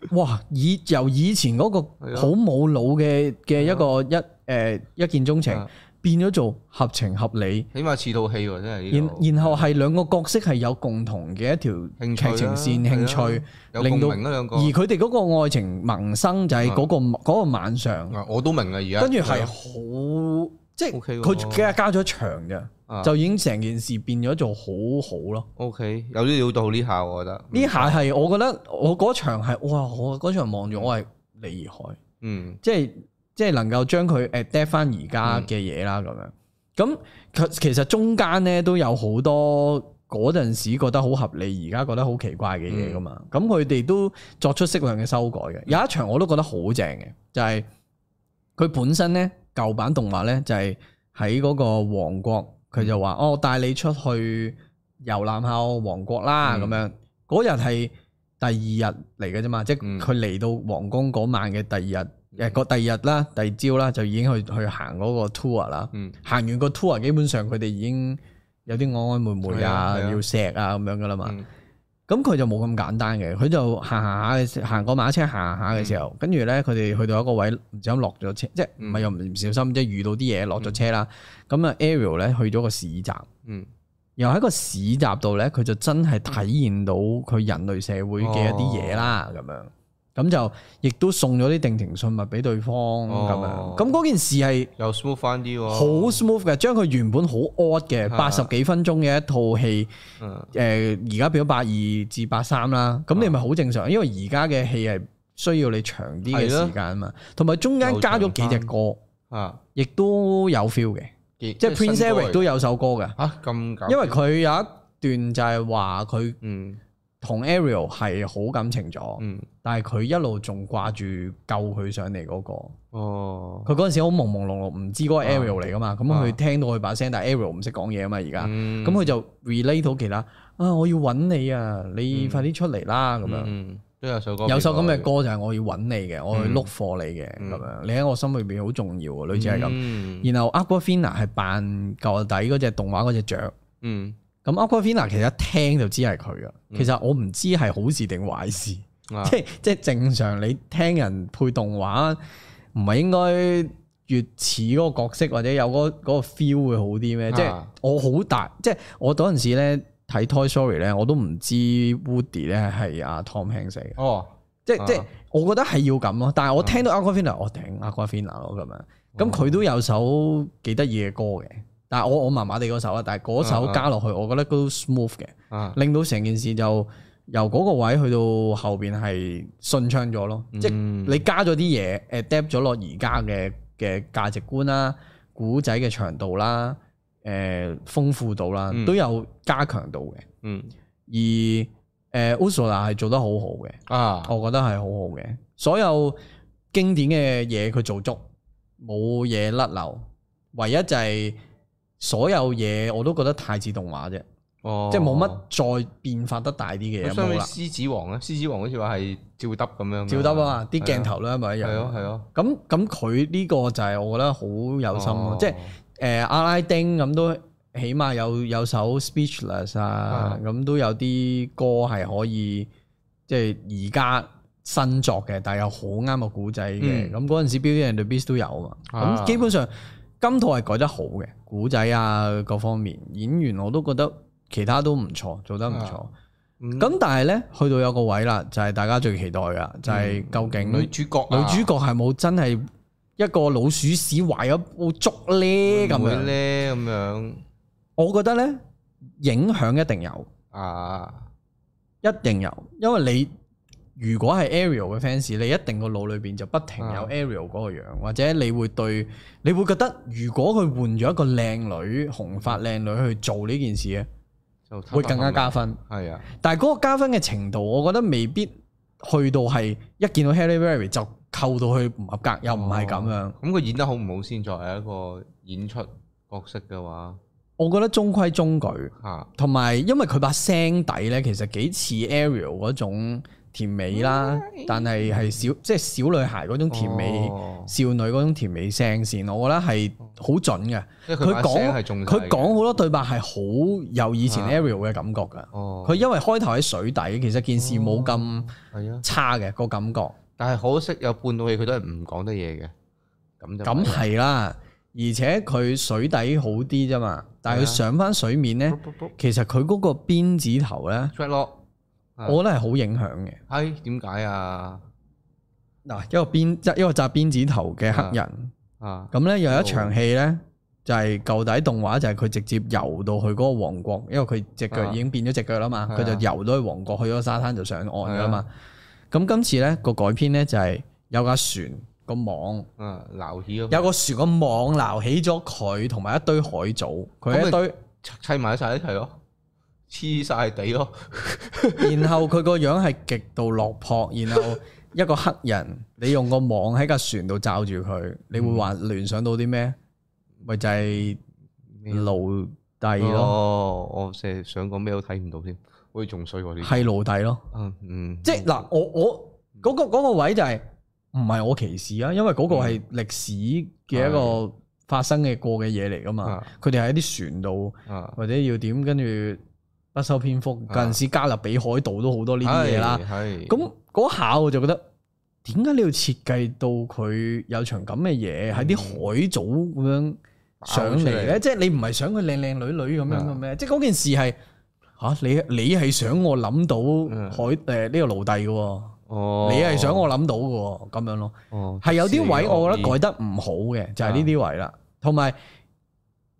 Speaker 2: 哇以由以前嗰個
Speaker 1: 係啊
Speaker 2: 好冇腦嘅嘅一個一誒一見鐘情
Speaker 1: 啊，
Speaker 2: 變咗做合情合理。
Speaker 1: 起碼似套戲喎，真係呢啊
Speaker 2: 然
Speaker 1: 度
Speaker 2: 然後係兩個角色係有共同嘅一條
Speaker 1: 興趣
Speaker 2: 劇
Speaker 1: 啦
Speaker 2: 情線
Speaker 1: 係
Speaker 2: 興
Speaker 1: 啊
Speaker 2: 趣，
Speaker 1: 有共
Speaker 2: 令到
Speaker 1: 鳴嗰兩個
Speaker 2: 而。佢哋嗰個愛情萌生就係嗰個嗰個晚上，
Speaker 1: 啊我都明啦，而家
Speaker 2: 跟住係好即係
Speaker 1: OK 喎
Speaker 2: 佢加加咗場嘅，
Speaker 1: 啊
Speaker 2: 就已經成件事變咗做好好咯。
Speaker 1: O K，有啲料到呢下，我覺得
Speaker 2: 呢下係我覺得我嗰場係哇，我嗰場望住我係厲害，
Speaker 1: 嗯
Speaker 2: 即係即係能夠將佢 adapt 翻而家嘅嘢啦咁樣。咁其其實中間咧都有好多嗰陣時覺得好合理，而家覺得好奇怪嘅嘢噶嘛。
Speaker 1: 嗯
Speaker 2: 咁佢哋都作出適量嘅修改嘅。有一場我都覺得好正嘅，就係、佢本身咧舊版動畫咧就係喺嗰個王國，佢就
Speaker 1: 嗯
Speaker 2: 話：哦，我帶你出去遊覽下我王國啦咁、
Speaker 1: 嗯
Speaker 2: 樣。嗰日係第二日嚟嘅啫嘛，即係
Speaker 1: 嗯
Speaker 2: 佢嚟到皇宮嗰晚嘅第二日，誒個第二日啦，第二朝啦，就已經去去行嗰個 tour 啦。
Speaker 1: 嗯
Speaker 2: 行完個 tour，基本啊上佢哋已經有啲曖曖昧昧
Speaker 1: 係啊
Speaker 2: 啊，
Speaker 1: 係啊
Speaker 2: 要錫啊咁樣噶啦嘛。
Speaker 1: 嗯
Speaker 2: 咁佢就冇咁簡單嘅，佢就行行下嘅時行個馬車行下嘅時候，跟住咧佢哋去到一個位，唔小心落咗車，即係唔係
Speaker 1: 嗯
Speaker 2: 又唔唔小心，即係遇到啲嘢落咗車啦。咁啊，Ariel 咧去咗個市集，
Speaker 1: 嗯
Speaker 2: 又喺個市集度咧，佢就真係體現到佢人類社會嘅一啲嘢
Speaker 1: 哦
Speaker 2: 啦，咁、樣咁就亦都送咗啲定情信物俾對方咁、
Speaker 1: 哦
Speaker 2: 樣，咁嗰件事係
Speaker 1: 又 smooth 翻啲喎，
Speaker 2: 好 smooth 嘅，將佢原本好 odd 嘅
Speaker 1: 啊
Speaker 2: 八十幾分鐘嘅一套戲，
Speaker 1: 嗯
Speaker 2: 誒而家變咗八二至八三啦，咁你
Speaker 1: 啊
Speaker 2: 咪好正常，因為而家嘅戲係需要你長啲嘅
Speaker 1: 係咯
Speaker 2: 時間啊嘛，同埋中間加咗幾隻歌，
Speaker 1: 啊，
Speaker 2: 亦都有 feel 嘅，
Speaker 1: 即
Speaker 2: 即係 Prince Eric 都有首歌嘅。
Speaker 1: 吓咁搞，
Speaker 2: 因為佢有一段就係話佢
Speaker 1: 嗯
Speaker 2: 同 Ariel 係好感情咗，
Speaker 1: 嗯
Speaker 2: 但係佢一路仲掛住救佢上嚟嗰、個。
Speaker 1: 哦，
Speaker 2: 佢嗰陣時好朦朦朧朧，唔知嗰個 Ariel 嚟噶嘛。咁
Speaker 1: 啊嗯
Speaker 2: 佢聽到佢把聲，但係 Ariel 唔識講嘢啊嘛，而家。
Speaker 1: 咁
Speaker 2: 咁佢就 relate 到其他啊，我要揾你啊，你快啲出嚟啦咁樣。
Speaker 1: 嗯都有首歌，
Speaker 2: 有首咁嘅，歌就係我要揾你嘅，我去 look for 你嘅
Speaker 1: 嗯
Speaker 2: 咁樣。你喺我心裏邊好重要啊，類似係咁。
Speaker 1: 咁，
Speaker 2: 然後 Aquafina 係扮舊底嗰只動畫嗰只雀。
Speaker 1: 嗯
Speaker 2: 咁 Aquafina 其實一聽就知係佢噶，其實我唔知係好事定壞事，
Speaker 1: 啊
Speaker 2: 即係即係正常你聽人配動畫，唔係應該越似嗰個角色或者有嗰嗰個 feel 會好啲咩？
Speaker 1: 啊
Speaker 2: 即係我好大，即係我嗰陣時咧睇 Toy Story 咧，我都唔知 Woody 咧係阿 Tom Hanks 嚟嘅，
Speaker 1: 哦，
Speaker 2: 即係即係
Speaker 1: 啊
Speaker 2: 我覺得係要咁咯。但係我聽到 Aquafina，我頂 Aquafina 咯咁樣，
Speaker 1: 啊
Speaker 2: 咁佢都有首幾得意嘅歌嘅，但係我我麻麻地嗰首啊，但係嗰
Speaker 1: 啊
Speaker 2: 首
Speaker 1: 啊
Speaker 2: 加落去，我覺得都 smooth 嘅。
Speaker 1: 啊
Speaker 2: 令到成件事就由嗰個位去到後邊係順暢咗咯，即係
Speaker 1: 嗯
Speaker 2: 你加咗啲嘢 adapt 咗落而家嘅嘅價值觀啦、古仔嘅長度啦、誒、豐富度啦，
Speaker 1: 嗯
Speaker 2: 都有加強度嘅。
Speaker 1: 嗯
Speaker 2: 而誒、Ursula 係做得好好嘅，
Speaker 1: 啊，
Speaker 2: 我覺得係好好嘅。所有經典嘅嘢佢做足，冇嘢甩漏。唯一就係所有嘢我都覺得太似動畫啫。
Speaker 1: 哦，
Speaker 2: 即係冇乜再變化得大啲嘅嘢
Speaker 1: 咁相比
Speaker 2: 冇啦，
Speaker 1: 獅子王咧，獅子王好似話係照得咁樣㗎，
Speaker 2: 照得啊嘛，啲鏡頭咧咪一
Speaker 1: 係啊係
Speaker 2: 樣。
Speaker 1: 啊，
Speaker 2: 咁咁佢呢個就係我覺得好有心咯
Speaker 1: 哦，
Speaker 2: 即係誒阿拉丁咁都起碼有有首 Speechless 啊，咁都有啲歌係可以即係而家新作嘅，但係又好啱個古仔嘅。
Speaker 1: 嗯
Speaker 2: 咁嗰陣時 Beauty and the Beast 都有啊嘛。
Speaker 1: 啊
Speaker 2: 咁基本上今套係改得好嘅，古仔啊各方面，演員我都覺得其他都唔錯，做得唔錯。
Speaker 1: 嗯
Speaker 2: 咁但係咧，去到有個位啦，就係、大家最期待噶，就係、究竟
Speaker 1: 嗯女主角啊，
Speaker 2: 女主角係冇真係一個老鼠屎懷咗煲粥咧咁
Speaker 1: 會唔會
Speaker 2: 樣。
Speaker 1: 咧咁樣
Speaker 2: 我覺得咧，影響一定有，
Speaker 1: 啊，
Speaker 2: 一定有，因為你如果係 Ariel 嘅 fans，你一定個腦裏邊就不停有
Speaker 1: 啊
Speaker 2: Ariel 嗰個樣，或者你會對，你會覺得如果佢換咗一個靚女紅髮靚女去做呢件事咧，
Speaker 1: 就
Speaker 2: 會更加加分。
Speaker 1: 係啊，
Speaker 2: 但係嗰個加分嘅程度，我覺得未必去到係一見到 Harry Berry 就扣到佢唔合格，又唔係咁樣。
Speaker 1: 咁佢演得好唔好先作為一個演出角色嘅話，
Speaker 2: 我覺得中規中矩，
Speaker 1: 嚇
Speaker 2: 同埋因為佢把聲底咧，其實幾似 Ariel 嗰種甜美啦，但係係小即係小女孩嗰種甜美。
Speaker 1: 哦
Speaker 2: 少女嗰種甜美聲線，我覺得係好準嘅。
Speaker 1: 即係佢
Speaker 2: 佢
Speaker 1: 把聲係
Speaker 2: 講
Speaker 1: 中
Speaker 2: 佢講
Speaker 1: 講
Speaker 2: 好多對白係好有以前
Speaker 1: 啊
Speaker 2: Ariel 嘅感覺㗎。
Speaker 1: 哦，
Speaker 2: 佢因為開頭喺水底，其實件事冇咁
Speaker 1: 係啊，
Speaker 2: 差嘅個感覺。
Speaker 1: 但係可惜有半套戲佢都係唔講得嘢嘅，咁啊就
Speaker 2: 咁係啦，而且佢水底好啲啫嘛，但係佢
Speaker 1: 係啊
Speaker 2: 上翻水面咧，其實佢嗰個辮子頭咧，
Speaker 1: Jack 咯，啊
Speaker 2: 我覺得係好影響嘅。
Speaker 1: 係哎點解啊？
Speaker 2: 嗱，一個辮即一個紮辮子頭嘅黑人，
Speaker 1: 啊，哦
Speaker 2: 咁咧有一場戲咧，就係舊底動畫就係佢直接游到去嗰個王國，因為佢只腳已經變咗只腳啦嘛，
Speaker 1: 係啊啊
Speaker 2: 佢就游到去王國，去咗沙灘就上岸噶啦嘛。咁今次咧個改編咧就係有架船個網。
Speaker 1: 啊，鬧起嗰
Speaker 2: 有個船個網撈起咗佢，同埋一堆海藻，佢一堆，
Speaker 1: 砌埋晒一齊咯，黐晒地咯，
Speaker 2: 然後佢個樣係極度落魄，然後一個黑人，你用個網喺架船度罩住佢，你會話
Speaker 1: 嗯
Speaker 2: 聯想到啲咩？咪就係奴隸咯，
Speaker 1: 哦，我成日想講咩都睇唔到添，好似仲衰過呢啲。
Speaker 2: 係奴隸咯。
Speaker 1: 嗯嗯，
Speaker 2: 即係嗱，我我嗰個嗰個位就係唔係我歧視啊，因為嗰個
Speaker 1: 嗯
Speaker 2: 係歷史嘅一個發生嘅過嘅嘢嚟噶嘛
Speaker 1: 啊，
Speaker 2: 佢哋喺啲船度。
Speaker 1: 啊，
Speaker 2: 或者要點，跟住不修邊幅。
Speaker 1: 啊哎
Speaker 2: 嗰陣時加勒比海盜都好多呢啲嘢啦。
Speaker 1: 係，係
Speaker 2: 咁嗰下我就覺得，點解你要設計到佢有場咁嘅嘢喺啲海藻咁樣上嗯嚟啊咧？即係你唔係想佢靚靚女女咁樣嘅咩？即係嗰件事係吓、你你係想我諗到
Speaker 1: 嗯
Speaker 2: 海诶呢、個奴隸嘅喎，
Speaker 1: 哦，
Speaker 2: 你係想我諗到嘅喎，咁樣咯。
Speaker 1: 哦，
Speaker 2: 係有啲位我覺得
Speaker 1: 改
Speaker 2: 改得唔好嘅，就係呢啲位啦。同埋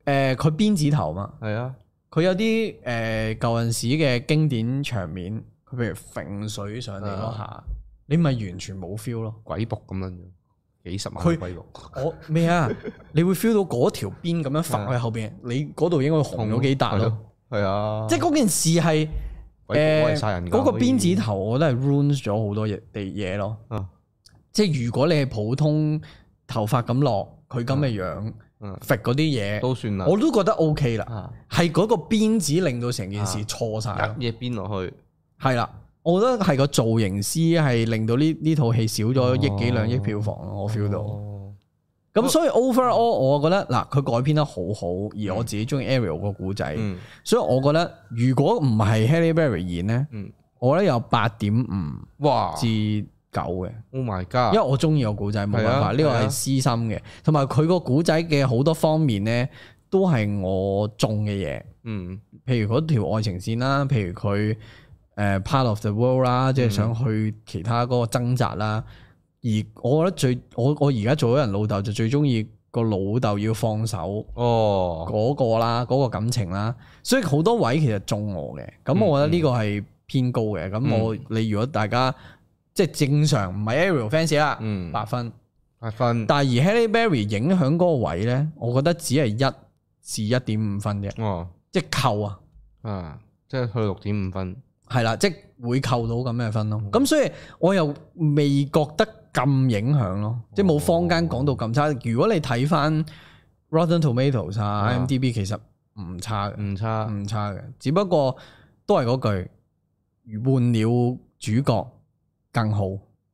Speaker 2: 诶佢辮子頭嘛，
Speaker 1: 係啊，
Speaker 2: 佢有啲诶舊陣時嘅經典場面，佢譬如揈水上嚟嗰下，你咪完全冇 feel 咯。
Speaker 1: 啊鬼仆咁樣，幾十萬
Speaker 2: 佢
Speaker 1: 嘅鬼仆，
Speaker 2: 我咩啊？你會 feel 到嗰條邊咁樣浮喺後邊，你嗰度應該紅咗幾笪咯。，
Speaker 1: 啊係啊，
Speaker 2: 即係嗰件事係
Speaker 1: 鬼仆我係
Speaker 2: 誒
Speaker 1: 殺人㗎
Speaker 2: 嗰個
Speaker 1: 可以
Speaker 2: 辮子頭，我覺得係 ruins 咗好多嘢地嘢咯。
Speaker 1: 啊
Speaker 2: 即係如果你係普通頭髮咁落，佢咁嘅樣，
Speaker 1: 嗯
Speaker 2: 揈嗰啲嘢，
Speaker 1: 都算啦，
Speaker 2: 我都覺得 O K 啦。
Speaker 1: 啊
Speaker 2: 係嗰個辮子令到成件事
Speaker 1: 啊
Speaker 2: 錯晒咯。
Speaker 1: 一嘢邊落去，
Speaker 2: 係啦，我覺得係個造型師係令到呢呢套戲少咗億幾兩億票房咯，我 feel 到。
Speaker 1: 哦
Speaker 2: 咁所以 overall
Speaker 1: 嗯
Speaker 2: 我覺得嗱，佢改編得好好，而我自己中意 Ariel 個故仔，
Speaker 1: 嗯
Speaker 2: 所以我覺得如果唔係 Halle Berry 演呢，
Speaker 1: 嗯，啊
Speaker 2: 我覺得有八點五
Speaker 1: 哇
Speaker 2: 至九嘅，
Speaker 1: ，Oh my
Speaker 2: 因為
Speaker 1: god，
Speaker 2: 我中意個故仔冇
Speaker 1: 係
Speaker 2: 辦
Speaker 1: 啊
Speaker 2: 法，呢個
Speaker 1: 係
Speaker 2: 係
Speaker 1: 啊
Speaker 2: 私心嘅，同埋佢個故仔嘅好多方面呢，都係我中嘅嘢，
Speaker 1: 嗯
Speaker 2: 譬如嗰條愛情線啦，譬如佢誒、呃 part of the world 啦，即係想去其他嗰個掙扎啦。而我覺得最我我而家做咗人老豆就最中意個老豆要放手
Speaker 1: 哦，
Speaker 2: 嗰個啦，嗰、個感情啦，所以好多位其實中我嘅。咁我覺得呢個係偏高嘅。咁我、你如果大家即係正常唔係 Ariel fans 啦，
Speaker 1: 嗯，
Speaker 2: 八分。
Speaker 1: 八分，
Speaker 2: 但係而 Halle Berry 影響嗰個位咧，我覺得只係一至一點五分啫，
Speaker 1: 哦
Speaker 2: 即係扣啊。
Speaker 1: 啊，即係去六點五分，
Speaker 2: 係啦，即係會扣到咁嘅分咯。咁、所以我又未覺得咁影響咯，即係冇坊間講到咁差。如果你睇翻 Rotten Tomatoes 啊、
Speaker 1: 啊
Speaker 2: IMDB 其實唔差嘅，
Speaker 1: 唔差，
Speaker 2: 唔差嘅。只不過都係嗰句，換了主角更好，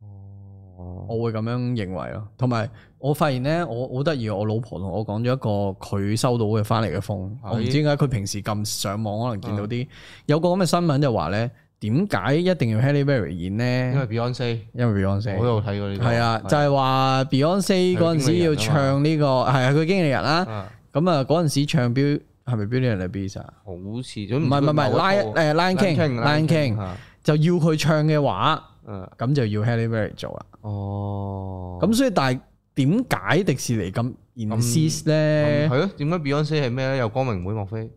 Speaker 1: 哦，
Speaker 2: 我會咁樣認為咯。同埋我發現咧，我好得意，我老婆同我講咗一個佢收到嘅翻嚟嘅風，
Speaker 1: 係
Speaker 2: 我唔知點解佢平時咁上網，可能見到啲有個咁嘅新聞就話咧，點解一定要 Halle Berry 演
Speaker 1: 因為
Speaker 2: 咧？
Speaker 1: Beyonce，
Speaker 2: 因為
Speaker 1: 我
Speaker 2: Beyonce
Speaker 1: 都有睇過呢個，
Speaker 2: 係啊，就係話 Beyonce 嗰陣時要唱呢、個係啊，佢經理人啦，
Speaker 1: 啊
Speaker 2: 咁啊嗰陣時唱 Bill 係咪 Beauty and the Beast 啊？
Speaker 1: 好似唔
Speaker 2: 唔係唔係唔係，Lion 誒 Lion King，Lion King 就要佢唱嘅話，
Speaker 1: 誒，
Speaker 2: 咁就要 Halle Berry 做啦。
Speaker 1: 哦，
Speaker 2: 咁所以但係點解迪士尼咁 insist 咧
Speaker 1: 係？咯，點解 Beyonce 係咩咧？啊有光明會莫非？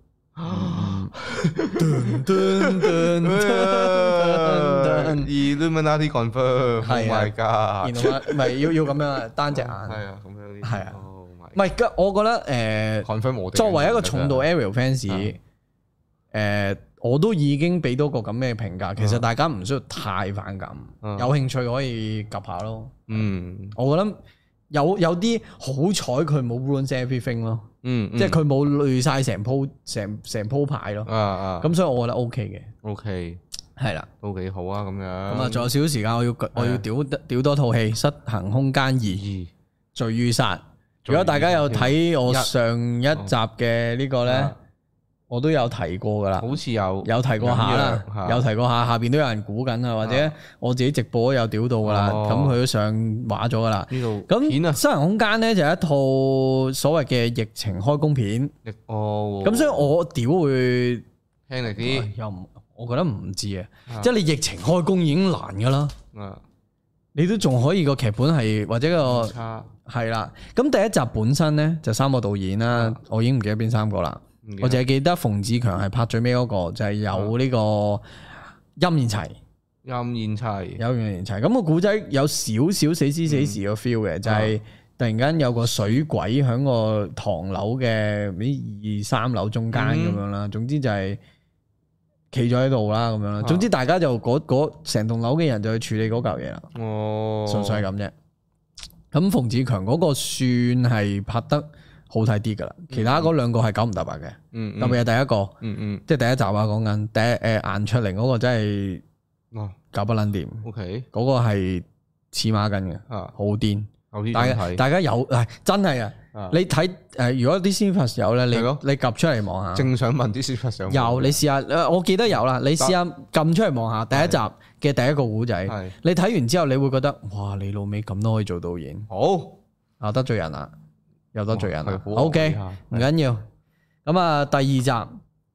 Speaker 1: Illuminati confirm，Oh
Speaker 2: 係啊
Speaker 1: my god！
Speaker 2: 然後啊唔係要要咁樣啊，單隻眼。
Speaker 1: 係啊，咁樣啲
Speaker 2: 係啊
Speaker 1: ，Oh my
Speaker 2: 唔係，我覺得誒，
Speaker 1: confirm 我哋
Speaker 2: 作為一個重度 Ariel
Speaker 1: 啊
Speaker 2: fans，誒，我都已經俾到個咁嘅評價。其實大家唔需要太反感，
Speaker 1: 嗯
Speaker 2: 有興趣可以及下咯。
Speaker 1: 嗯
Speaker 2: 我覺得有有啲好彩佢冇 ruin everything 咯，
Speaker 1: 嗯，
Speaker 2: 即係佢冇累晒成鋪成成鋪牌咯
Speaker 1: 佢。啊啊，咁
Speaker 2: 咁所以我覺得 OK
Speaker 1: OK
Speaker 2: 嘅，係啦。
Speaker 1: 都幾好啊，咁樣
Speaker 2: 咁啊，仲有少少時間，我要我要屌屌多套戲《失衡空間二》《
Speaker 1: 二
Speaker 2: 罪與殺》。如果大家有睇我上一集嘅呢個咧
Speaker 1: 啊，
Speaker 2: 我都有提過噶啦，
Speaker 1: 好似有
Speaker 2: 有提過下啦
Speaker 1: 隱約，
Speaker 2: 有提過下，下邊都有人估緊啊，或者我自己直播有屌到噶啦，
Speaker 1: 哦
Speaker 2: 咁佢都上畫咗噶啦。
Speaker 1: 呢度
Speaker 2: 咁
Speaker 1: 片啊
Speaker 2: 《失衡空間》咧就係一套所謂嘅疫情開工片，
Speaker 1: 哦，
Speaker 2: 咁所以我屌會
Speaker 1: 聽嚟
Speaker 2: 唉
Speaker 1: 啲
Speaker 2: 又唔，我覺得唔知啊，
Speaker 1: 啊
Speaker 2: 即係你疫情開工已經難噶啦。
Speaker 1: 啊
Speaker 2: 你都仲可以個劇本係或者個
Speaker 1: 差，
Speaker 2: 係啦。咁第一集本身呢，就三個導演啦，我已經唔記得邊三個啦。
Speaker 1: 唔記
Speaker 2: 我
Speaker 1: 得
Speaker 2: 淨係記得馮志強係拍最尾嗰、個，就係、有呢個陰燕齊，
Speaker 1: 陰燕齊，
Speaker 2: 有陰燕齊。咁個古仔有少少死屍死時個 feel 嘅，就係、突然間有個水鬼喺個唐樓嘅唔知二三樓中間咁樣啦，總之就係企咗喺度啦咁樣啦。
Speaker 1: 啊
Speaker 2: 總之大家就嗰嗰成棟樓嘅人就去處理嗰嚿嘢啦。
Speaker 1: 哦，
Speaker 2: 純粹係咁啫。咁馮志強嗰個算係拍得好睇啲噶啦，其他嗰兩個係九唔搭八嘅，
Speaker 1: 嗯
Speaker 2: 特別係第一個，
Speaker 1: 嗯嗯
Speaker 2: 即係第一集啊，講緊第一誒顏卓靈嗰個真係
Speaker 1: 嗯，哦
Speaker 2: 搞不撚掂，
Speaker 1: ，OK
Speaker 2: 嗰個係黐孖筋嘅，
Speaker 1: 啊，
Speaker 2: 好癲。
Speaker 1: 有啲
Speaker 2: 大
Speaker 1: 想
Speaker 2: 家
Speaker 1: 睇，
Speaker 2: 大家有係真係啊！
Speaker 1: 啊
Speaker 2: 你睇誒，如果啲 s i n f a s 有咧，你
Speaker 1: 係咯
Speaker 2: 你撳出嚟望下，
Speaker 1: 正想問啲 s u 上
Speaker 2: 有你試下，誒我記得有啦，你試下撳出嚟望下第一集嘅第一個古仔，
Speaker 1: 係
Speaker 2: 你睇完之後你會覺得哇！你老味咁都可以做導演
Speaker 1: 好
Speaker 2: 啊，得罪人啦！有得罪人啊。
Speaker 1: 係好
Speaker 2: O K，
Speaker 1: 惡啊
Speaker 2: 唔緊要。咁啊，第二集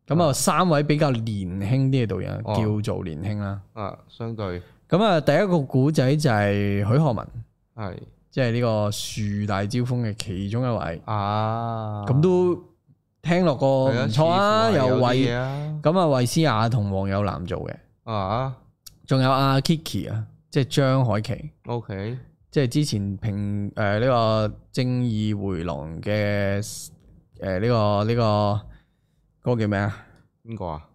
Speaker 2: 咁啊，三位比較年輕啲嘅導演，啊
Speaker 1: 哦
Speaker 2: 叫做年輕啦。
Speaker 1: 啊，相對
Speaker 2: 咁啊，第一個古仔就係許學文，
Speaker 1: 係
Speaker 2: 即係呢個樹大招風嘅其中一位。
Speaker 1: 啊，
Speaker 2: 咁都聽落個
Speaker 1: 係啊
Speaker 2: 唔錯
Speaker 1: 似
Speaker 2: 啊，
Speaker 1: 乎係
Speaker 2: 又
Speaker 1: 有啲
Speaker 2: 為
Speaker 1: 嘢啊
Speaker 2: 咁啊，衛詩雅同黃友南做嘅，
Speaker 1: 啊
Speaker 2: 仲有阿 Kiki 啊，即係張海琪。
Speaker 1: ，OK，
Speaker 2: 即係之前平誒呢個正義回廊嘅誒呢個呢個嗰個叫咩啊？
Speaker 1: 邊個啊？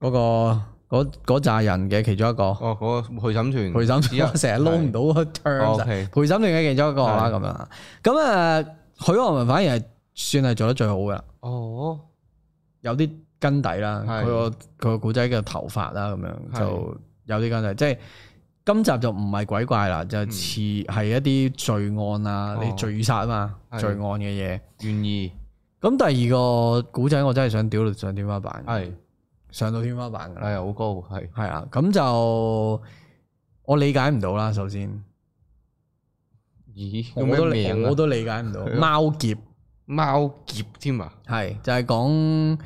Speaker 2: 嗰個嗰嗰扎人嘅其中一個
Speaker 1: 哦，嗰個陪審團，
Speaker 2: 陪審
Speaker 1: 之一
Speaker 2: 團，我成日撈唔到個 terms 啊。
Speaker 1: 哦 OK
Speaker 2: 陪審團嘅其中一個啦
Speaker 1: 係
Speaker 2: 咁樣啦。咁啊，許學文反而係算係做得最好噶啦，
Speaker 1: 哦，
Speaker 2: 有啲根底啦，
Speaker 1: 係
Speaker 2: 佢個佢個古仔嘅頭髮啦咁樣
Speaker 1: 係
Speaker 2: 就有啲根底，即係。今集就唔係鬼怪啦，就似係一啲罪案啊，
Speaker 1: 嗯哦
Speaker 2: 你罪殺啊嘛，
Speaker 1: 係
Speaker 2: 罪案嘅嘢。
Speaker 1: 願意
Speaker 2: 咁第二個古仔我真係想屌到上天花板，
Speaker 1: 係
Speaker 2: 上到天花板噶啦，
Speaker 1: 係好高，係
Speaker 2: 係啊，咁就我理解唔到啦。首先，
Speaker 1: 咦，
Speaker 2: 我
Speaker 1: 叫咩
Speaker 2: 都理
Speaker 1: 名啊
Speaker 2: 我都理解唔 到
Speaker 1: 係啊
Speaker 2: 貓劫
Speaker 1: 貓劫添啊！
Speaker 2: 係就係講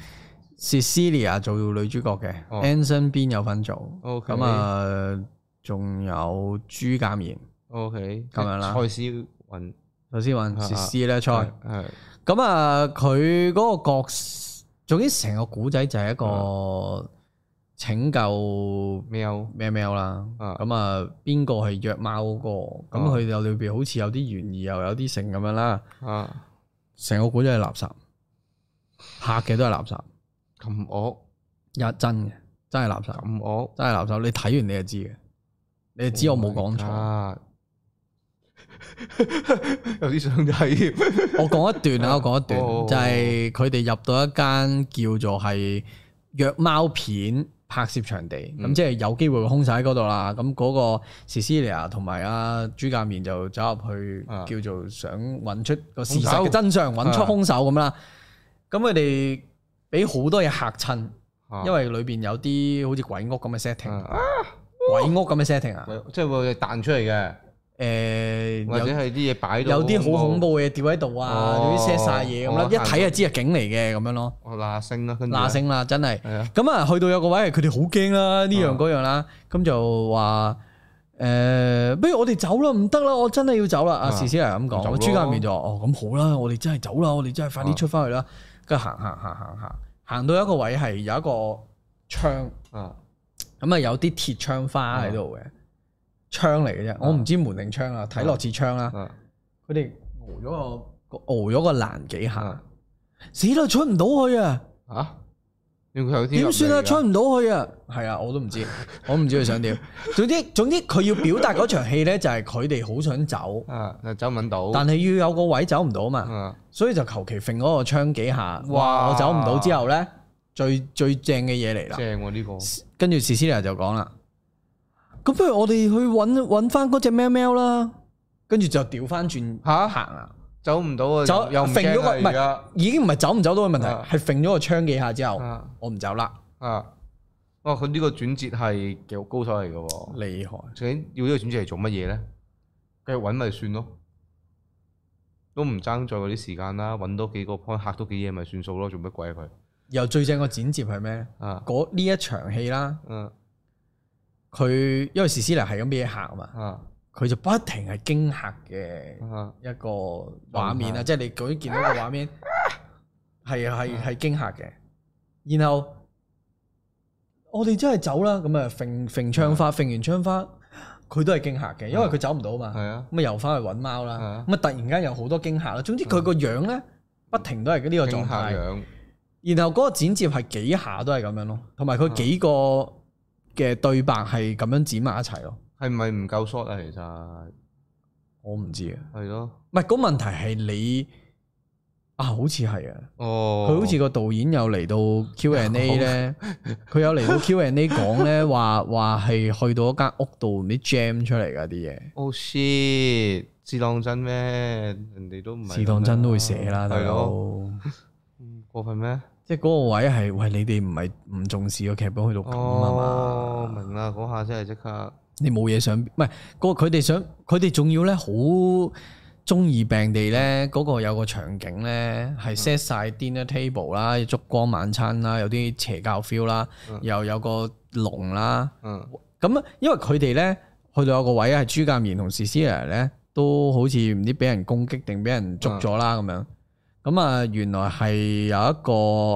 Speaker 2: Cecilia 做女主角嘅
Speaker 1: 哦
Speaker 2: ，Anson 邊有份做，
Speaker 1: OK
Speaker 2: 咁啊仲有朱鑑賢、
Speaker 1: O K，
Speaker 2: 咁樣啦
Speaker 1: 蔡思雲
Speaker 2: 首先揾
Speaker 1: 啊
Speaker 2: Cecilia 咧賽。
Speaker 1: 係
Speaker 2: 咁啊，佢嗰個角色，總之成個古仔就係一
Speaker 1: 啊
Speaker 2: 個拯救
Speaker 1: 喵
Speaker 2: 喵喵啦。
Speaker 1: 啊
Speaker 2: 咁啊，邊個係虐貓嗰個？咁
Speaker 1: 啊
Speaker 2: 佢有裏邊好似有啲懸疑，又有啲性咁樣啦。
Speaker 1: 啊
Speaker 2: 成個古仔係垃圾，拍嘅都係垃圾，
Speaker 1: 嗯咁惡
Speaker 2: 一真嘅真係垃圾，
Speaker 1: 咁惡，
Speaker 2: 真係垃圾。你睇完你就知嘅，你就知我冇講錯。
Speaker 1: 啊， 有啲想睇添，
Speaker 2: 我講一 段啊，我講一段，
Speaker 1: 哦
Speaker 2: 就係佢哋入到一間叫做係虐貓片拍攝場地，咁、
Speaker 1: 嗯
Speaker 2: 即係有機會個兇手喺嗰度啦。咁嗰個 Cecilia 同埋阿朱鑑面就走入去，
Speaker 1: 啊
Speaker 2: 叫做想揾出個事
Speaker 1: 兇
Speaker 2: 實
Speaker 1: 手啊
Speaker 2: 嘅真相，揾出兇手咁啦。咁佢哋俾好多嘢嚇親，
Speaker 1: 啊
Speaker 2: 因為裏邊有啲好似鬼屋咁嘅 setting，
Speaker 1: 啊
Speaker 2: 鬼屋咁嘅 setting 啊。
Speaker 1: 喂即係會彈出嚟嘅，
Speaker 2: 誒，
Speaker 1: 或
Speaker 2: 有
Speaker 1: 者係啲嘢擺到
Speaker 2: 有啲好恐，怖嘅嘢吊喺度啊，有
Speaker 1: 哦
Speaker 2: 啲 set 晒嘢咁啦，
Speaker 1: 哦嗯
Speaker 2: 一睇就知係景嚟嘅咁樣咯。
Speaker 1: 我哦嗱聲啦，跟住
Speaker 2: 嗱聲啦，真係。
Speaker 1: 係啊，
Speaker 2: 咁啊，去到有個位，佢哋好驚啦，呢樣嗰樣啦，咁就話誒，不如我哋走啦，唔得啦，我真係要走啦。阿
Speaker 1: 啊
Speaker 2: 事先係咁
Speaker 1: 走
Speaker 2: 講，
Speaker 1: 咯啊
Speaker 2: 朱家面就話：哦，咁好啦，我哋真係走啦，我哋真係快啲出翻去啦。跟住行行行行行，行到一個位係有一個窗，
Speaker 1: 啊
Speaker 2: 咁啊有啲鐵窗花喺度嘅，窗嚟嘅啫，我唔知門定窗啊，睇落似窗啦。
Speaker 1: 啊
Speaker 2: 佢哋熬咗個熬咗個欄幾下
Speaker 1: 啊，
Speaker 2: 死啦，出唔到去啊！
Speaker 1: 啊，要佢有啲
Speaker 2: 點算啊？出
Speaker 1: 春
Speaker 2: 唔到去啊！係啊，我都唔知，我唔知佢想點。 總之總之，佢要表達嗰場戲呢，就係佢哋好想走，
Speaker 1: 啊，就走唔揾到，
Speaker 2: 但係要有個位走唔到嘛，
Speaker 1: 啊
Speaker 2: 所以就求其揈嗰個窗幾下。嗯哇！
Speaker 1: 哇
Speaker 2: 我走唔到之後呢，最最正嘅嘢嚟啦。
Speaker 1: 正喎呢個，
Speaker 2: 跟住 Cecilia 就講啦，咁不如我哋去揾揾翻嗰只喵喵啦。跟住就調翻轉
Speaker 1: 嚇
Speaker 2: 行啊！
Speaker 1: 走唔到啊，
Speaker 2: 走
Speaker 1: 又唔
Speaker 2: 揈咗
Speaker 1: 驚
Speaker 2: 個
Speaker 1: 啦
Speaker 2: 唔
Speaker 1: 而
Speaker 2: 係
Speaker 1: 家
Speaker 2: 已經唔係走唔走到嘅問題，
Speaker 1: 啊
Speaker 2: 係揈咗個窗幾下之後，
Speaker 1: 啊
Speaker 2: 我唔走啦，
Speaker 1: 啊，哇！佢呢個轉折係幾高手嚟嘅喎，
Speaker 2: 厲害！
Speaker 1: 究竟要呢個轉折嚟做乜嘢咧？繼續揾咪算咯，都唔爭在嗰啲時間啦，揾多幾個 point 嚇多幾嘢咪算數咯，做乜鬼啊佢
Speaker 2: 又最正個剪接係咩咧？
Speaker 1: 啊？
Speaker 2: 嗰呢一場戲啦，
Speaker 1: 嗯
Speaker 2: 佢因為史詩尼係咁俾嘢嚇嘛，
Speaker 1: 啊
Speaker 2: 佢就不停係驚嚇嘅
Speaker 1: 啊
Speaker 2: 一個畫面啦，即係你究竟見到個畫面係啊
Speaker 1: 啊
Speaker 2: 係係驚嚇嘅，然後我哋真係走啦，咁啊揈揈窗花，揈完窗花佢都係驚嚇嘅，因為佢走唔到嘛，
Speaker 1: 係啊，
Speaker 2: 咁啊又翻去揾貓啦
Speaker 1: 啊，
Speaker 2: 咁啊突然間有好多驚嚇啦，總之佢個樣咧不停都係呢個狀
Speaker 1: 驚嚇
Speaker 2: 態。
Speaker 1: 樣
Speaker 2: 然後嗰個剪接係幾下都係咁樣咯，同埋佢
Speaker 1: 嗯
Speaker 2: 幾個嘅對白係咁樣剪埋一齊咯。
Speaker 1: 係咪唔夠 short 啊？其實
Speaker 2: 我唔知啊，
Speaker 1: 係咯，
Speaker 2: 唔係嗰問題係你啊，好似係啊，
Speaker 1: 哦，
Speaker 2: 佢好似個導演有嚟到 Q&A 咧，佢有嚟到 Q&A 講咧話話係去到一間屋度唔知 jam 出嚟㗎啲嘢，
Speaker 1: oh shit，是當真咩？人哋都唔係
Speaker 2: 是當真都會寫啦，大
Speaker 1: 係咯，
Speaker 2: 佬。
Speaker 1: 過分咩？
Speaker 2: 即係嗰個位係喂你哋唔係唔重視個劇本去到咁啊嘛。
Speaker 1: 哦，明啦，嗰下真係即刻
Speaker 2: 你冇嘢想，唔係個佢哋想，佢哋仲要咧好中二病地咧，嗰、個有個場景咧，係 set 晒 dinner table 啦，燭光晚餐啦，有啲邪教 feel 啦
Speaker 1: 嗯，
Speaker 2: 又有個龍啦。
Speaker 1: 嗯
Speaker 2: 咁啊因為佢哋咧去到有個位係朱鑑賢同 Cecilia 咧，都好似唔知俾人攻擊定俾人捉咗啦咁樣。咁啊，原來係有一個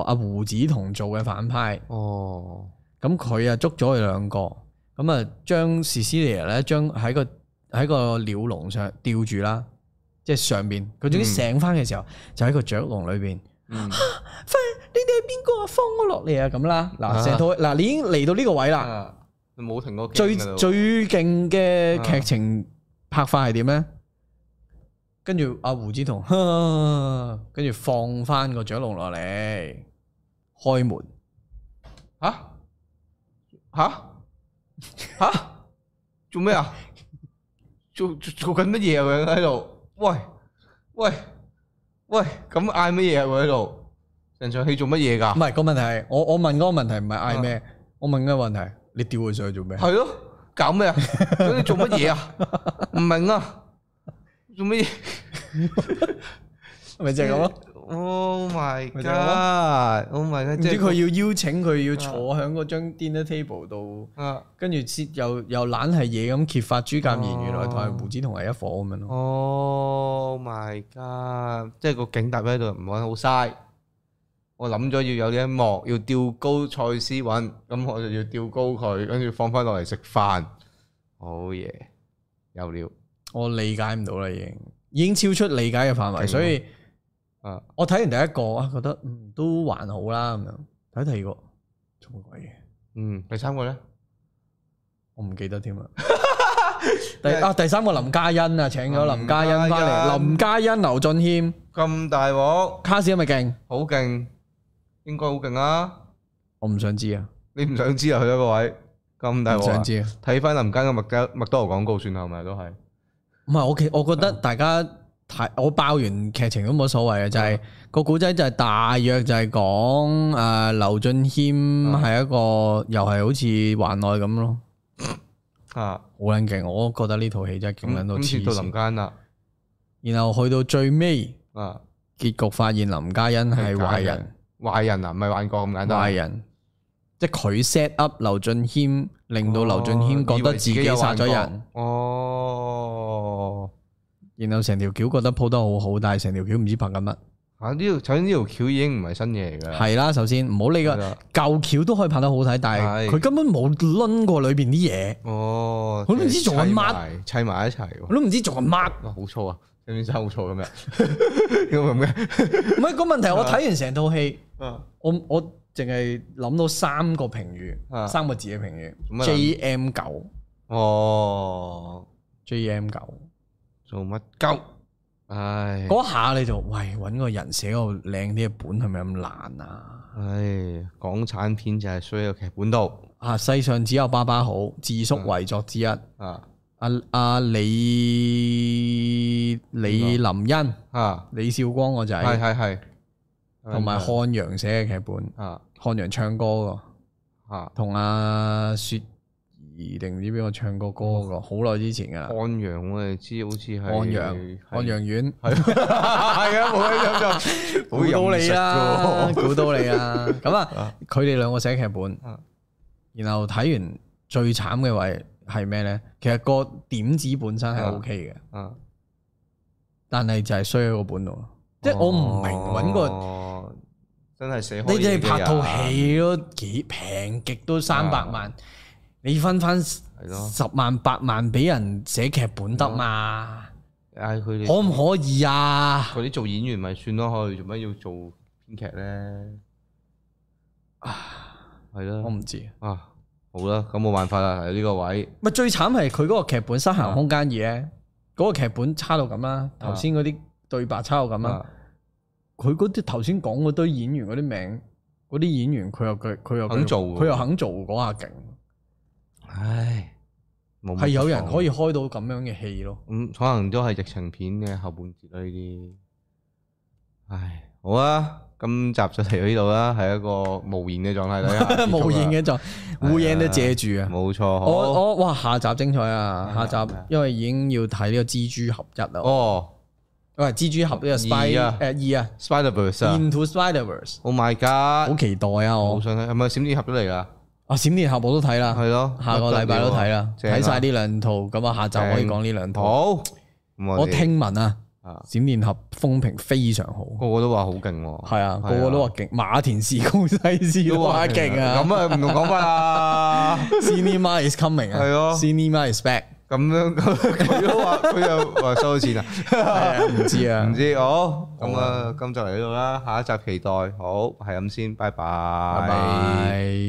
Speaker 2: 阿胡子同做嘅反派，
Speaker 1: 哦，
Speaker 2: 咁佢啊捉咗佢兩個，咁啊將 Cecilia 咧將喺個喺個鳥籠上吊住啦，即係上邊。佢總之
Speaker 1: 嗯
Speaker 2: 醒翻嘅時候，就喺個雀籠裏邊。
Speaker 1: 嗯
Speaker 2: 你哋係邊個啊？放我落嚟啊！咁啦，嗱，
Speaker 1: 啊
Speaker 2: 成套嗱，你已經嚟到呢個位啦。
Speaker 1: 啊，你冇停過機
Speaker 2: 最
Speaker 1: 㗎喇喎
Speaker 2: 最勁嘅劇情拍法係點咧？跟住阿胡子彤，跟住放翻個雀籠落嚟，開門，
Speaker 1: 吓吓吓做咩啊？做做做緊乜嘢啊？佢喺度，喂喂喂，咁嗌乜嘢啊？佢喺度，成場戲做乜嘢
Speaker 2: 唔
Speaker 1: 㗎？
Speaker 2: 係個問題係，我我問嗰個問題唔係嗌咩，我問嘅問題，你吊佢上去做 咩？
Speaker 1: 係咯，搞咩啊？咁你做乜嘢啊？唔明啊？做乜嘢
Speaker 2: 咪就係咁咯。
Speaker 1: ？Oh my
Speaker 2: 咪就係咯
Speaker 1: god！Oh my
Speaker 2: 唔
Speaker 1: god！
Speaker 2: 知佢要邀請佢要坐喺嗰張 dinner table 度，
Speaker 1: 啊
Speaker 2: 跟住先又又懶係嘢咁揭發朱鑑賢原來同埋
Speaker 1: 哦
Speaker 2: 胡子彤係一伙咁樣咯。
Speaker 1: Oh my god！即係個景搭喺度唔玩好嘥。我諗咗要有呢一幕，要吊高蔡思韻，咁我就要吊高佢，跟住放翻落嚟食飯。好嘢，有料
Speaker 2: 我理解唔到啦，已經已經超出理解嘅範
Speaker 1: 勁
Speaker 2: 圍，
Speaker 1: 喎
Speaker 2: 所以。
Speaker 1: 啊！
Speaker 2: 我睇完第一個啊，覺得嗯都還好啦咁樣。睇第二個做乜鬼嘢？
Speaker 1: 嗯，第三個咧，
Speaker 2: 我唔記得 添啦。啊第啊第三個林嘉欣啊，請咗林嘉欣翻嚟，林
Speaker 1: 林
Speaker 2: 嘉欣、劉俊謙、
Speaker 1: 咁大鑊，
Speaker 2: 卡士係咪勁？
Speaker 1: 好勁，應該好勁啊！
Speaker 2: 我唔想知啊，
Speaker 1: 你唔想知啊？去咗個位咁大
Speaker 2: 唔想
Speaker 1: 鑊啊，
Speaker 2: 知啊。
Speaker 1: 睇翻林間嘅麥當麥當勞廣告算啦，係咪都係？
Speaker 2: 唔係我其我覺得大家睇我爆完劇情都冇所謂嘅，啊就係、個古仔就係大約就係講誒劉俊謙係一個又係好似還愛咁咯，
Speaker 1: 啊，
Speaker 2: 好撚勁！我覺得呢套戲真係勁撚到
Speaker 1: 咁今次
Speaker 2: 黐
Speaker 1: 到林
Speaker 2: 線。
Speaker 1: 間啦，
Speaker 2: 然後去到最尾。
Speaker 1: 啊，
Speaker 2: 結局發現林嘉欣係壞人，
Speaker 1: 壞人啊，唔係幻覺咁簡單。
Speaker 2: 壞人，即係佢 set up 劉俊謙，令到劉俊謙覺得哦自己殺咗人，。
Speaker 1: 哦，
Speaker 2: 然後成條橋覺得鋪得好好，但係成條橋唔知拍緊乜。
Speaker 1: 嚇呢條首先呢條橋已經唔係新嘢嚟㗎啦。
Speaker 2: 係啦，首先唔好理
Speaker 1: 係
Speaker 2: 個
Speaker 1: 啦
Speaker 2: 舊橋都可以拍得好睇，但係
Speaker 1: 係
Speaker 2: 佢根本冇攆過裏邊啲嘢，
Speaker 1: 哦，
Speaker 2: 我都唔知做
Speaker 1: 砌
Speaker 2: 緊乜
Speaker 1: 埋，砌埋一齊
Speaker 2: 我
Speaker 1: 喎。
Speaker 2: 都唔知做 緊乜。
Speaker 1: 哇，好粗啊！有件衫好粗咁樣，咁嘅。
Speaker 2: 唔係個問題，我睇完成套戲，
Speaker 1: 啊
Speaker 2: 我我淨係諗到三個評
Speaker 1: 啊
Speaker 2: 語，三個字嘅評
Speaker 1: 做乜
Speaker 2: 語，J M 九
Speaker 1: 哦，
Speaker 2: ，J M 九。
Speaker 1: 做乜鳩？唉，
Speaker 2: 嗰下你就喂揾個人寫個靚啲嘅本係咪咁難啊？
Speaker 1: 唉，港產片就係衰喺個劇本度
Speaker 2: 啊世上只有爸爸好，智
Speaker 1: 嗯
Speaker 2: 叔為作之一。
Speaker 1: 啊
Speaker 2: 阿阿李李林恩、
Speaker 1: 啊，
Speaker 2: 李少光個
Speaker 1: 係
Speaker 2: 仔，
Speaker 1: 係係，
Speaker 2: 同埋漢陽寫嘅劇本，
Speaker 1: 啊
Speaker 2: 漢陽唱歌個，
Speaker 1: 啊
Speaker 2: 同阿雪兒定唔知邊個唱過歌個，好耐之前噶啦
Speaker 1: 漢。陽我哋知好似哦係
Speaker 2: 安陽安
Speaker 1: 係
Speaker 2: 陽院，
Speaker 1: 系啊，冇喺飲就
Speaker 2: 估到你啦， 估到你 啦。咁啊，佢哋兩個寫劇本
Speaker 1: 啊，
Speaker 2: 然後睇完最慘嘅位係咩咧？其實個點子本身係 O K 嘅，
Speaker 1: 啊！
Speaker 2: 但係就係衰喺個本度咯。即係我唔明
Speaker 1: 哦
Speaker 2: 揾個
Speaker 1: 個真係死
Speaker 2: 你哋拍套戲都幾平極都三百萬，你分翻
Speaker 1: 啊咯
Speaker 2: 十萬八萬俾人寫劇本得嘛？
Speaker 1: 嗌佢
Speaker 2: 可
Speaker 1: 哋
Speaker 2: 唔可以啊？
Speaker 1: 嗰啲做演員咪算咯，佢做乜要做編劇咧？係
Speaker 2: 我
Speaker 1: 啦，
Speaker 2: 唔知。
Speaker 1: 啊好啦，咁冇辦法啦，喺呢個位
Speaker 2: 咪最慘係佢嗰個劇本失衡空間二咧，嗰、個劇本差到咁啦，頭先嗰啲對白差到咁啦，
Speaker 1: 啊
Speaker 2: 佢嗰啲頭先講嗰堆演員嗰啲名，嗰啲演員佢又佢佢又
Speaker 1: 肯做喎
Speaker 2: 佢又肯做嗰下勁，
Speaker 1: 唉，冇乜
Speaker 2: 係有人
Speaker 1: 講
Speaker 2: 可以開到咁樣嘅戲 咯。
Speaker 1: 咁可能都係疫情片嘅後半節啦，呢啲。唉，好啊，今集就嚟到呢度啦，係一個無言嘅狀態 底下，
Speaker 2: 無言嘅就烏影都遮住啊！
Speaker 1: 冇錯。
Speaker 2: 我
Speaker 1: 我
Speaker 2: 我哇下集精彩
Speaker 1: 哦
Speaker 2: 啊！
Speaker 1: 係啊
Speaker 2: 下集
Speaker 1: 係啊
Speaker 2: 因為已經要睇呢個蜘蛛合一啦，
Speaker 1: 哦，
Speaker 2: 喂，蜘蛛俠呢個 Spy
Speaker 1: 二啊
Speaker 2: 誒二啊
Speaker 1: Spider Verse 啊
Speaker 2: ，Into Spider Verse，
Speaker 1: ，Oh my
Speaker 2: 好
Speaker 1: God，
Speaker 2: 期待啊
Speaker 1: 好
Speaker 2: 我。
Speaker 1: 想睇，係咪閃電俠都嚟啦？
Speaker 2: 啊，閃電俠我都睇啦，
Speaker 1: 係咯，
Speaker 2: 下個禮拜都睇啦，
Speaker 1: 不得了啊啊
Speaker 2: 睇晒呢兩套，咁啊下晝可以講呢兩套。
Speaker 1: 好，咁我
Speaker 2: 我
Speaker 1: 哋
Speaker 2: 聽聞啊，
Speaker 1: 啊
Speaker 2: 閃電俠風評非常好，
Speaker 1: 個個都話好勁喎，
Speaker 2: 係啊，
Speaker 1: 係
Speaker 2: 個個都話勁，馬田士高西斯都話勁啊，
Speaker 1: 咁啊唔同講法啦，
Speaker 2: ，Cinema is coming 啊，
Speaker 1: 係咯
Speaker 2: ，Cinema is back，
Speaker 1: 咁樣 咁佢都話佢又話收咗錢啊，
Speaker 2: 係啊唔知啊
Speaker 1: 唔，知好，啊咁啊今集嚟呢度啦，下一集期待，好係咁先，拜拜，
Speaker 2: 拜拜。